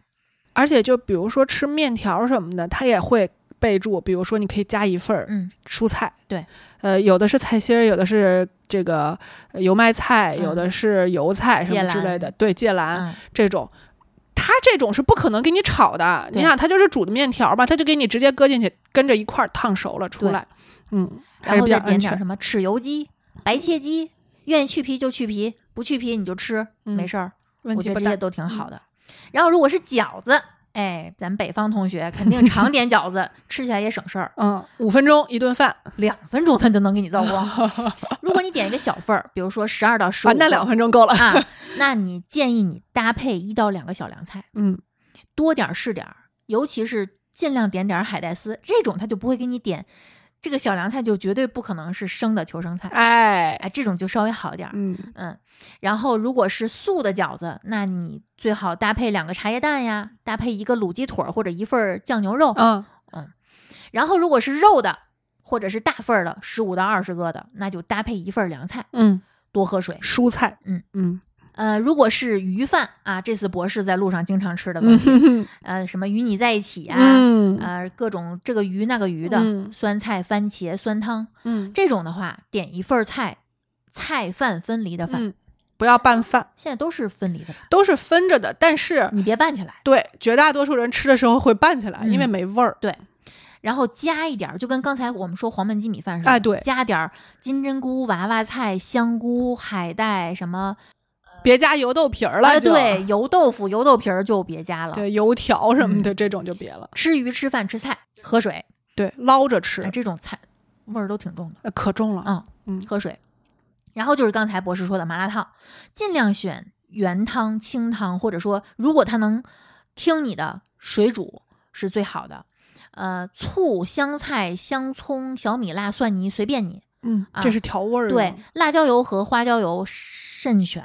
[SPEAKER 3] 而且就比如说吃面条什么的，它也会备注，比如说你可以加一份儿
[SPEAKER 2] 嗯，
[SPEAKER 3] 蔬菜，
[SPEAKER 2] 对，
[SPEAKER 3] 呃，有的是菜心儿，有的是这个呃油麦菜，
[SPEAKER 2] 嗯
[SPEAKER 3] 有的是油菜什
[SPEAKER 2] 芥
[SPEAKER 3] 么
[SPEAKER 2] 兰
[SPEAKER 3] 之类的，对，芥兰、
[SPEAKER 2] 嗯
[SPEAKER 3] 这种。它这种是不可能给你炒的，
[SPEAKER 2] 对
[SPEAKER 3] 你想，它就是煮的面条吧，它就给你直接搁进去，跟着一块儿烫熟了出
[SPEAKER 2] 对
[SPEAKER 3] 来，嗯，还
[SPEAKER 2] 然
[SPEAKER 3] 是
[SPEAKER 2] 后
[SPEAKER 3] 比
[SPEAKER 2] 再
[SPEAKER 3] 较
[SPEAKER 2] 点点
[SPEAKER 3] 安全。
[SPEAKER 2] 什么豉油鸡、白切鸡，愿意去皮就去皮，不去皮你就吃，
[SPEAKER 3] 嗯
[SPEAKER 2] 没事儿。
[SPEAKER 3] 问
[SPEAKER 2] 我
[SPEAKER 3] 题
[SPEAKER 2] 觉
[SPEAKER 3] 不
[SPEAKER 2] 得这
[SPEAKER 3] 大嗯
[SPEAKER 2] 些，都挺好的。然后如果是饺子，哎，咱北方同学肯定常点饺子，吃起来也省事儿，
[SPEAKER 3] 嗯，五分钟一顿饭
[SPEAKER 2] 两分钟他就能给你造 光。如果你点一个小份儿，比如说十二到十五、
[SPEAKER 3] 啊，那两分钟够了。
[SPEAKER 2] 啊，那你建议你搭配一到两个小凉菜，
[SPEAKER 3] 嗯，
[SPEAKER 2] 多点儿是点儿，尤其是尽量点点儿海带丝这种，他就不会给你点这个小凉菜，就绝对不可能是生的求生菜。
[SPEAKER 3] 哎，
[SPEAKER 2] 哎，这种就稍微好一点儿。
[SPEAKER 3] 嗯，
[SPEAKER 2] 嗯，然后如果是素的饺子，那你最好搭配两个茶叶蛋呀，搭配一个卤鸡腿儿或者一份儿酱牛肉。
[SPEAKER 3] 嗯，
[SPEAKER 2] 然后如果是肉的，或者是大份儿的，十五到二十个的，那就搭配一份儿凉菜，
[SPEAKER 3] 嗯，
[SPEAKER 2] 多喝水。
[SPEAKER 3] 蔬菜，
[SPEAKER 2] 嗯
[SPEAKER 3] 嗯，
[SPEAKER 2] 呃，如果是鱼饭啊，这次博士在路上经常吃的东西，
[SPEAKER 3] 嗯，
[SPEAKER 2] 呃，什么与你在一起呀、
[SPEAKER 3] 嗯，
[SPEAKER 2] 呃，各种这个鱼那个鱼的、
[SPEAKER 3] 嗯
[SPEAKER 2] 酸菜、番茄、酸汤
[SPEAKER 3] 嗯，
[SPEAKER 2] 这种的话，点一份儿菜，菜饭分离的饭，
[SPEAKER 3] 嗯，不要拌饭，
[SPEAKER 2] 现在都是分离的吧？
[SPEAKER 3] 都是分着的，但是
[SPEAKER 2] 你别拌起来。
[SPEAKER 3] 对绝大多数人吃的时候会拌起来，
[SPEAKER 2] 嗯
[SPEAKER 3] 因为没味儿。
[SPEAKER 2] 然后加一点儿，就跟刚才我们说黄焖鸡米饭似的，
[SPEAKER 3] 哎对
[SPEAKER 2] 加点儿金针菇、娃娃菜、香菇、海带什么，
[SPEAKER 3] 别加油豆皮儿了
[SPEAKER 2] 哎嗯
[SPEAKER 3] 就，
[SPEAKER 2] 对，油豆腐、油豆皮儿就别加了。
[SPEAKER 3] 对油条什么的这种就别了，
[SPEAKER 2] 吃鱼、吃饭、吃菜、喝水，
[SPEAKER 3] 嗯对捞着吃
[SPEAKER 2] 哎，这种菜味儿都挺重的，
[SPEAKER 3] 呃可重了。
[SPEAKER 2] 嗯，
[SPEAKER 3] 嗯
[SPEAKER 2] 喝水。然后就是刚才博士说的麻辣烫，尽量选原汤、清汤，或者说如果它能听你的，水煮是最好的。呃，醋、香菜、香葱、小米辣、蒜泥，随便你。
[SPEAKER 3] 嗯
[SPEAKER 2] 啊，
[SPEAKER 3] 这是调味儿的。
[SPEAKER 2] 对，辣椒油和花椒油慎选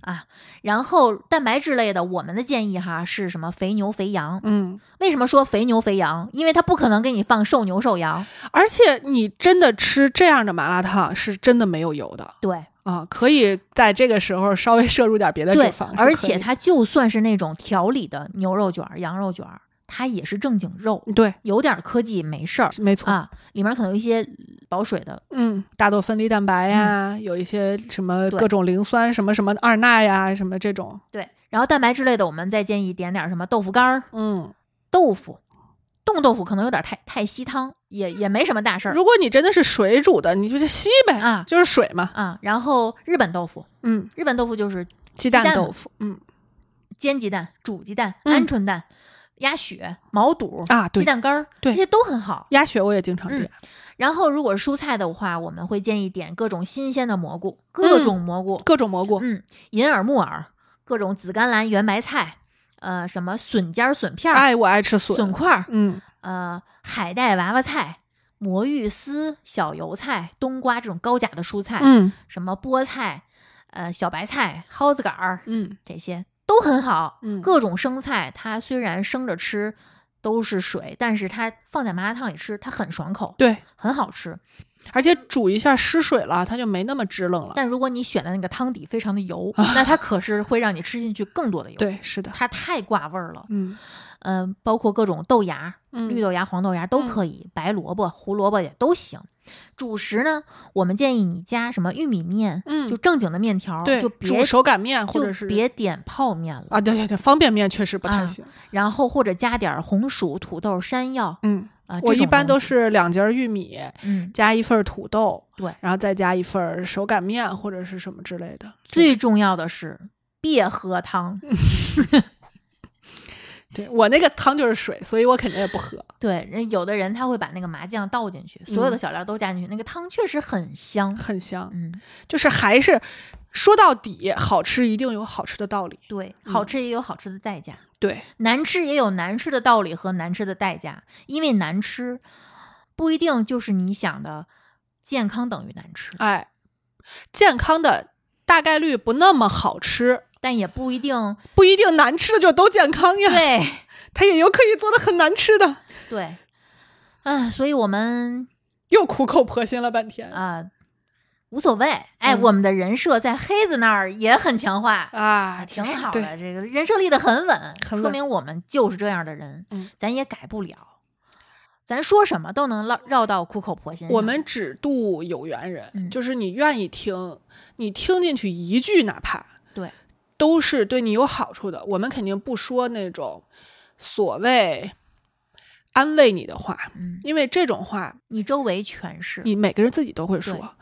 [SPEAKER 2] 啊。然后蛋白质类的，我们的建议哈是什么？肥牛、肥羊。
[SPEAKER 3] 嗯，
[SPEAKER 2] 为什么说肥牛、肥羊？因为它不可能给你放瘦牛、瘦羊。
[SPEAKER 3] 而且你真的吃这样的麻辣烫是真的没有油的
[SPEAKER 2] 对
[SPEAKER 3] 啊，可以在这个时候稍微摄入点别的脂
[SPEAKER 2] 对
[SPEAKER 3] 肪，，
[SPEAKER 2] 而且
[SPEAKER 3] 它
[SPEAKER 2] 它就算是那种调理的牛肉卷儿、羊肉卷儿，它也是正经肉，
[SPEAKER 3] 嗯对，
[SPEAKER 2] 有点科技没事儿
[SPEAKER 3] 没错。
[SPEAKER 2] 啊。里面可能有一些保水的，
[SPEAKER 3] 嗯，大豆分离蛋白呀，有一些什么
[SPEAKER 2] 对
[SPEAKER 3] 各种磷酸什么什么二钠呀，什么这种。
[SPEAKER 2] 对。然后蛋白质类的，我们再建议点点儿什么豆腐干儿、
[SPEAKER 3] 嗯，
[SPEAKER 2] 豆腐。冻豆腐可能有点太太稀汤，也也没什么大事儿。
[SPEAKER 3] 如果你真的是水煮的，你就去吸呗，
[SPEAKER 2] 啊
[SPEAKER 3] 就是水嘛。
[SPEAKER 2] 啊，然后日本豆腐，
[SPEAKER 3] 嗯，
[SPEAKER 2] 日本豆腐就是
[SPEAKER 3] 鸡蛋
[SPEAKER 2] 鸡蛋
[SPEAKER 3] 豆腐，嗯
[SPEAKER 2] 煎鸡蛋、煮鸡蛋、
[SPEAKER 3] 嗯
[SPEAKER 2] 鹌鹑蛋、鸭血、毛肚、
[SPEAKER 3] 啊，
[SPEAKER 2] 鸡
[SPEAKER 3] 对，
[SPEAKER 2] 蛋干儿，
[SPEAKER 3] 对
[SPEAKER 2] 这些都很好。
[SPEAKER 3] 鸭血我也经常
[SPEAKER 2] 嗯
[SPEAKER 3] 点，
[SPEAKER 2] 然后如果是蔬菜的话，我们会建议点各种新鲜的蘑菇，
[SPEAKER 3] 嗯
[SPEAKER 2] 各种蘑菇，
[SPEAKER 3] 各种蘑菇，
[SPEAKER 2] 嗯，银耳、木耳，各种紫甘蓝、圆白菜，呃，什么笋尖儿、笋片儿、
[SPEAKER 3] 哎，我爱吃笋，
[SPEAKER 2] 笋块儿，
[SPEAKER 3] 嗯，
[SPEAKER 2] 呃，海带娃娃菜。魔芋丝、小油菜、冬瓜这种高钾的蔬菜，
[SPEAKER 3] 嗯
[SPEAKER 2] 什么菠菜、呃小白菜、蒿子杆儿，
[SPEAKER 3] 嗯
[SPEAKER 2] 这些都很好。
[SPEAKER 3] 嗯
[SPEAKER 2] 各种生菜，它虽然生着吃都是水，但是它放在麻辣烫里吃，它很爽口，
[SPEAKER 3] 对，
[SPEAKER 2] 很好吃。
[SPEAKER 3] 而且煮一下失水了，它就没那么支棱了。
[SPEAKER 2] 但如果你选的那个汤底非常的 油，那它可是会让你吃进去更多的油。，
[SPEAKER 3] 对，是的，
[SPEAKER 2] 它太挂味儿了。
[SPEAKER 3] 嗯
[SPEAKER 2] 嗯、包括各种豆芽、
[SPEAKER 3] 嗯
[SPEAKER 2] 绿豆芽、黄豆芽都可以，白萝卜、胡萝卜也都行。主食呢，我们建议你加什么玉米面，
[SPEAKER 3] 嗯
[SPEAKER 2] 就正经的面条，
[SPEAKER 3] 对，
[SPEAKER 2] 就
[SPEAKER 3] 煮
[SPEAKER 2] 别
[SPEAKER 3] 手擀面或
[SPEAKER 2] 就
[SPEAKER 3] 者是
[SPEAKER 2] 别点泡面了。
[SPEAKER 3] 啊，对对对，方便面确实不太
[SPEAKER 2] 啊
[SPEAKER 3] 行。
[SPEAKER 2] 然后或者加点儿红薯、土豆、山药
[SPEAKER 3] 嗯，
[SPEAKER 2] 啊。
[SPEAKER 3] 我
[SPEAKER 2] 这种
[SPEAKER 3] 一般
[SPEAKER 2] 东
[SPEAKER 3] 都
[SPEAKER 2] 西
[SPEAKER 3] 是两节儿玉米
[SPEAKER 2] 嗯，
[SPEAKER 3] 加一份儿土豆，
[SPEAKER 2] 对
[SPEAKER 3] 然后再加一份儿手擀面或者是什么之类的。
[SPEAKER 2] 最重要的是别喝汤。
[SPEAKER 3] 对我那个汤就是水，所以我肯定也不喝。
[SPEAKER 2] 对，人有的人他会把那个麻酱倒进去，所有的
[SPEAKER 3] 嗯
[SPEAKER 2] 小料都加进去，那个汤确实很香。
[SPEAKER 3] 很香，
[SPEAKER 2] 嗯，
[SPEAKER 3] 就是还是说到底，好吃一定有好吃的道理。
[SPEAKER 2] 对，好吃也有好吃的代价，
[SPEAKER 3] 对，
[SPEAKER 2] 难吃也有难吃的道理和难吃的代价，因为难吃不一定就是你想的健康等于难吃，
[SPEAKER 3] 哎，健康的大概率不那么好吃，
[SPEAKER 2] 但也不一定
[SPEAKER 3] 不一定难吃的就都健康 呀。
[SPEAKER 2] 对。
[SPEAKER 3] 它也有可以做的很难吃的，
[SPEAKER 2] 对，啊，所以我们
[SPEAKER 3] 又苦口婆心了半天
[SPEAKER 2] 啊、无所谓。哎，
[SPEAKER 3] 嗯
[SPEAKER 2] 我们的人设在黑子那儿也很强化，
[SPEAKER 3] 啊
[SPEAKER 2] 挺
[SPEAKER 3] 就是
[SPEAKER 2] 好
[SPEAKER 3] 对
[SPEAKER 2] 的。这个人设立得很稳，
[SPEAKER 3] 很
[SPEAKER 2] 说
[SPEAKER 3] 稳
[SPEAKER 2] 明我们就是这样的人，
[SPEAKER 3] 嗯
[SPEAKER 2] 咱也改不了，咱说什么都能绕绕到苦口婆心上。
[SPEAKER 3] 我们只渡有缘人，
[SPEAKER 2] 嗯
[SPEAKER 3] 就是你愿意听，你听进去一句，哪怕
[SPEAKER 2] 对
[SPEAKER 3] 都是对你有好处的。我们肯定不说那种所谓安慰你的话，
[SPEAKER 2] 嗯，
[SPEAKER 3] 因为这种话
[SPEAKER 2] 你周围全是，
[SPEAKER 3] 你每个人自己都会
[SPEAKER 2] 对
[SPEAKER 3] 说，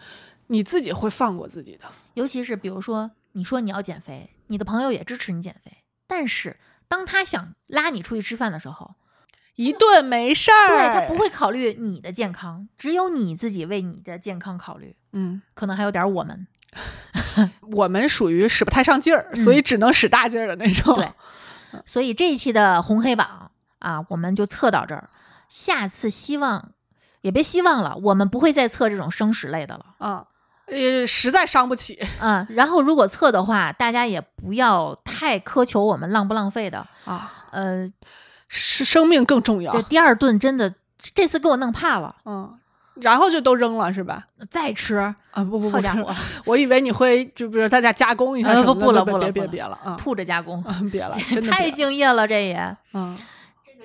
[SPEAKER 3] 你自己会放过自己的。
[SPEAKER 2] 尤其是比如说，你说你要减肥，你的朋友也支持你减肥，但是当他想拉你出去吃饭的时候，
[SPEAKER 3] 一顿没事儿，
[SPEAKER 2] 对他不，会考虑你的健康，只有你自己为你的健康考虑。
[SPEAKER 3] 嗯，
[SPEAKER 2] 可能还有点我们。
[SPEAKER 3] 我们属于使不太上劲儿，所以只能使大劲儿的那 种。
[SPEAKER 2] 对所以这一期的红黑榜啊，我们就测到这儿。下次希望也别希望了，我们不会再测这种生食类的了。
[SPEAKER 3] 啊，呃，实在伤不起
[SPEAKER 2] 嗯，然后如果测的话，大家也不要太苛求我们浪不浪费的。
[SPEAKER 3] 啊，
[SPEAKER 2] 呃，
[SPEAKER 3] 是生命更重要
[SPEAKER 2] 这。第二顿真的这次给我弄怕了，
[SPEAKER 3] 嗯，然后就都扔了是吧？
[SPEAKER 2] 再吃，
[SPEAKER 3] 啊，不不不
[SPEAKER 2] 好，家伙，
[SPEAKER 3] 我以为你会就比如大家加工一下
[SPEAKER 2] 呃
[SPEAKER 3] 什么
[SPEAKER 2] 不
[SPEAKER 3] 的，
[SPEAKER 2] 不了不
[SPEAKER 3] 别
[SPEAKER 2] 了
[SPEAKER 3] 别别
[SPEAKER 2] 不了
[SPEAKER 3] 别了啊
[SPEAKER 2] 吐着加工，
[SPEAKER 3] 啊，别 了， 真的
[SPEAKER 2] 太
[SPEAKER 3] 别了
[SPEAKER 2] 敬业了，这也
[SPEAKER 3] 嗯。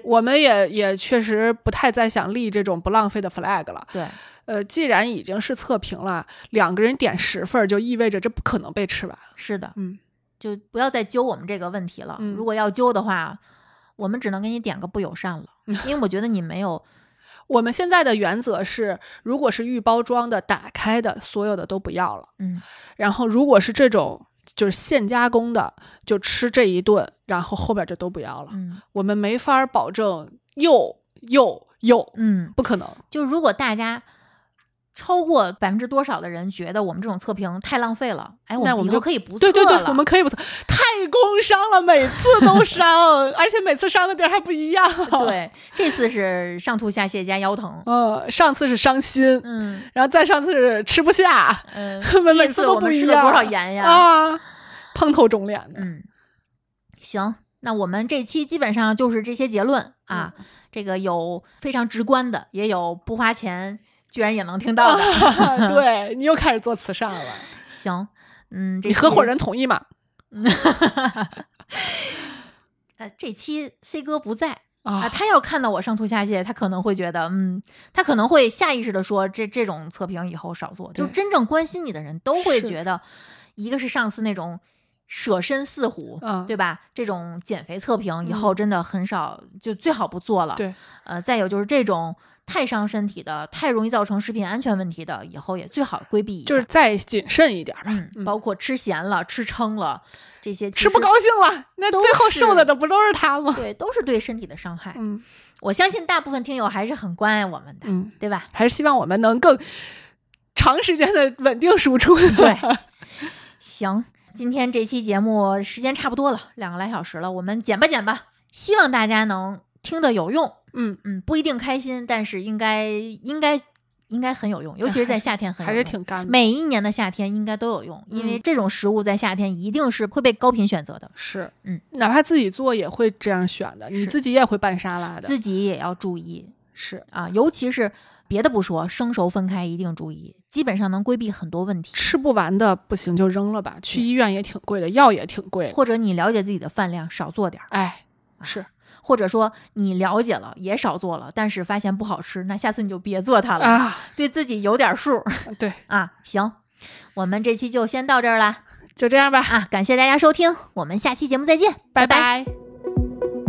[SPEAKER 3] 我们也也确实不太再想立这种不浪费的 flag 了。
[SPEAKER 2] 对
[SPEAKER 3] 呃，既然已经是测评了，两个人点十份儿，就意味着这不可能被吃完。
[SPEAKER 2] 是的，
[SPEAKER 3] 嗯，
[SPEAKER 2] 就不要再揪我们这个问题了。
[SPEAKER 3] 嗯
[SPEAKER 2] 如果要揪的话，我们只能给你点个不友善了，因为我觉得你没有
[SPEAKER 3] 我们现在的原则是，如果是预包装的、打开的，所有的都不要了。
[SPEAKER 2] 嗯，
[SPEAKER 3] 然后如果是这种就是现加工的，就吃这一顿，然后后边就都不要了。
[SPEAKER 2] 嗯
[SPEAKER 3] 我们没法保证又又又，
[SPEAKER 2] 嗯，
[SPEAKER 3] 不可能。
[SPEAKER 2] 就如果大家超过百分之多少的人觉得我们这种测评太浪费了，哎，
[SPEAKER 3] 那
[SPEAKER 2] 我
[SPEAKER 3] 我
[SPEAKER 2] 们以
[SPEAKER 3] 们
[SPEAKER 2] 后
[SPEAKER 3] 就
[SPEAKER 2] 可以不测
[SPEAKER 3] 对
[SPEAKER 2] 了。
[SPEAKER 3] 对对，我们可以不错，太工伤了，每次 都伤，而且每次伤的地儿还不一样。，
[SPEAKER 2] 对这次是上吐下泻加腰 疼，
[SPEAKER 3] 嗯，上次是伤心，
[SPEAKER 2] 嗯
[SPEAKER 3] 然后再上次是吃不下，
[SPEAKER 2] 嗯，
[SPEAKER 3] 每
[SPEAKER 2] 这
[SPEAKER 3] 每次
[SPEAKER 2] 次
[SPEAKER 3] 都
[SPEAKER 2] 我
[SPEAKER 3] 不
[SPEAKER 2] 们
[SPEAKER 3] 一
[SPEAKER 2] 吃了
[SPEAKER 3] 样。
[SPEAKER 2] 多少盐哎呀？
[SPEAKER 3] 啊，碰头肿脸的。
[SPEAKER 2] 嗯，行，那我们这期基本上就是这些结论
[SPEAKER 3] 嗯
[SPEAKER 2] 啊。这个有非常直观的，也有不花钱居然也能听 到的。
[SPEAKER 3] 对你又开始做慈善了，
[SPEAKER 2] 行，嗯，这
[SPEAKER 3] 你合
[SPEAKER 2] 期
[SPEAKER 3] 伙人同意吗？
[SPEAKER 2] 呃，这期 C 哥不在啊，
[SPEAKER 3] 啊，
[SPEAKER 2] 他要看到我上吐下泻，他可能会觉得，嗯，他可能会下意识的说，这这种测评以后少做。就
[SPEAKER 3] 对
[SPEAKER 2] 真正关心你的人都会
[SPEAKER 3] 是
[SPEAKER 2] 觉得，一个是上次那种舍身饲虎，
[SPEAKER 3] 嗯
[SPEAKER 2] 对吧？这种减肥测评以后真的很少，就最好不做了。
[SPEAKER 3] 对，
[SPEAKER 2] 呃，再有就是这种太伤身体的、太容易造成食品安全问题的，以后也最好规避一下。
[SPEAKER 3] 就是再谨慎一点吧。
[SPEAKER 2] 嗯，
[SPEAKER 3] 嗯
[SPEAKER 2] 包括吃咸了、吃撑了这些，
[SPEAKER 3] 吃不高。兴了，那
[SPEAKER 2] 都
[SPEAKER 3] 最后
[SPEAKER 2] 是
[SPEAKER 3] 受的的不都是他吗？
[SPEAKER 2] 对，都是对身体的伤害。
[SPEAKER 3] 嗯
[SPEAKER 2] 我相信大部分听友还是很关爱我们的，
[SPEAKER 3] 嗯，
[SPEAKER 2] 对吧？
[SPEAKER 3] 还是希望我们能更长时间的稳定输 出。
[SPEAKER 2] 对，行，今天这期节目时间差不多了，两个来小时了，我们剪吧剪吧，希望大家能听得有用。
[SPEAKER 3] 嗯，
[SPEAKER 2] 嗯，不一定开心，但是应该应该应该很有用，尤其是在夏天很有
[SPEAKER 3] 哎还
[SPEAKER 2] 用
[SPEAKER 3] 是挺干的。
[SPEAKER 2] 每一年的夏天应该都有用，因为
[SPEAKER 3] 嗯
[SPEAKER 2] 这种食物在夏天一定是会被高频选择的，
[SPEAKER 3] 是，
[SPEAKER 2] 嗯，
[SPEAKER 3] 哪怕自己做也会这样选的，你
[SPEAKER 2] 是
[SPEAKER 3] 自己也会拌沙拉的
[SPEAKER 2] 自。己也要注意
[SPEAKER 3] 是，
[SPEAKER 2] 啊，尤其是别的不说，生熟分开一定注意，基本上能规避很多问题。
[SPEAKER 3] 吃不完的不行就扔了吧，去医院也挺贵的，药也挺贵的。
[SPEAKER 2] 或者你了解自己的饭量，少做点儿；
[SPEAKER 3] 哎，是
[SPEAKER 2] 或者说你了解了也少做了，但是发现不好吃，那下次你就别做它了，
[SPEAKER 3] 啊，
[SPEAKER 2] 对自己有点数
[SPEAKER 3] 对，
[SPEAKER 2] 啊。行，我们这期就先到这儿啦
[SPEAKER 3] 就这样吧，
[SPEAKER 2] 啊！感谢大家收听，我们下期节目再见，拜拜
[SPEAKER 3] 拜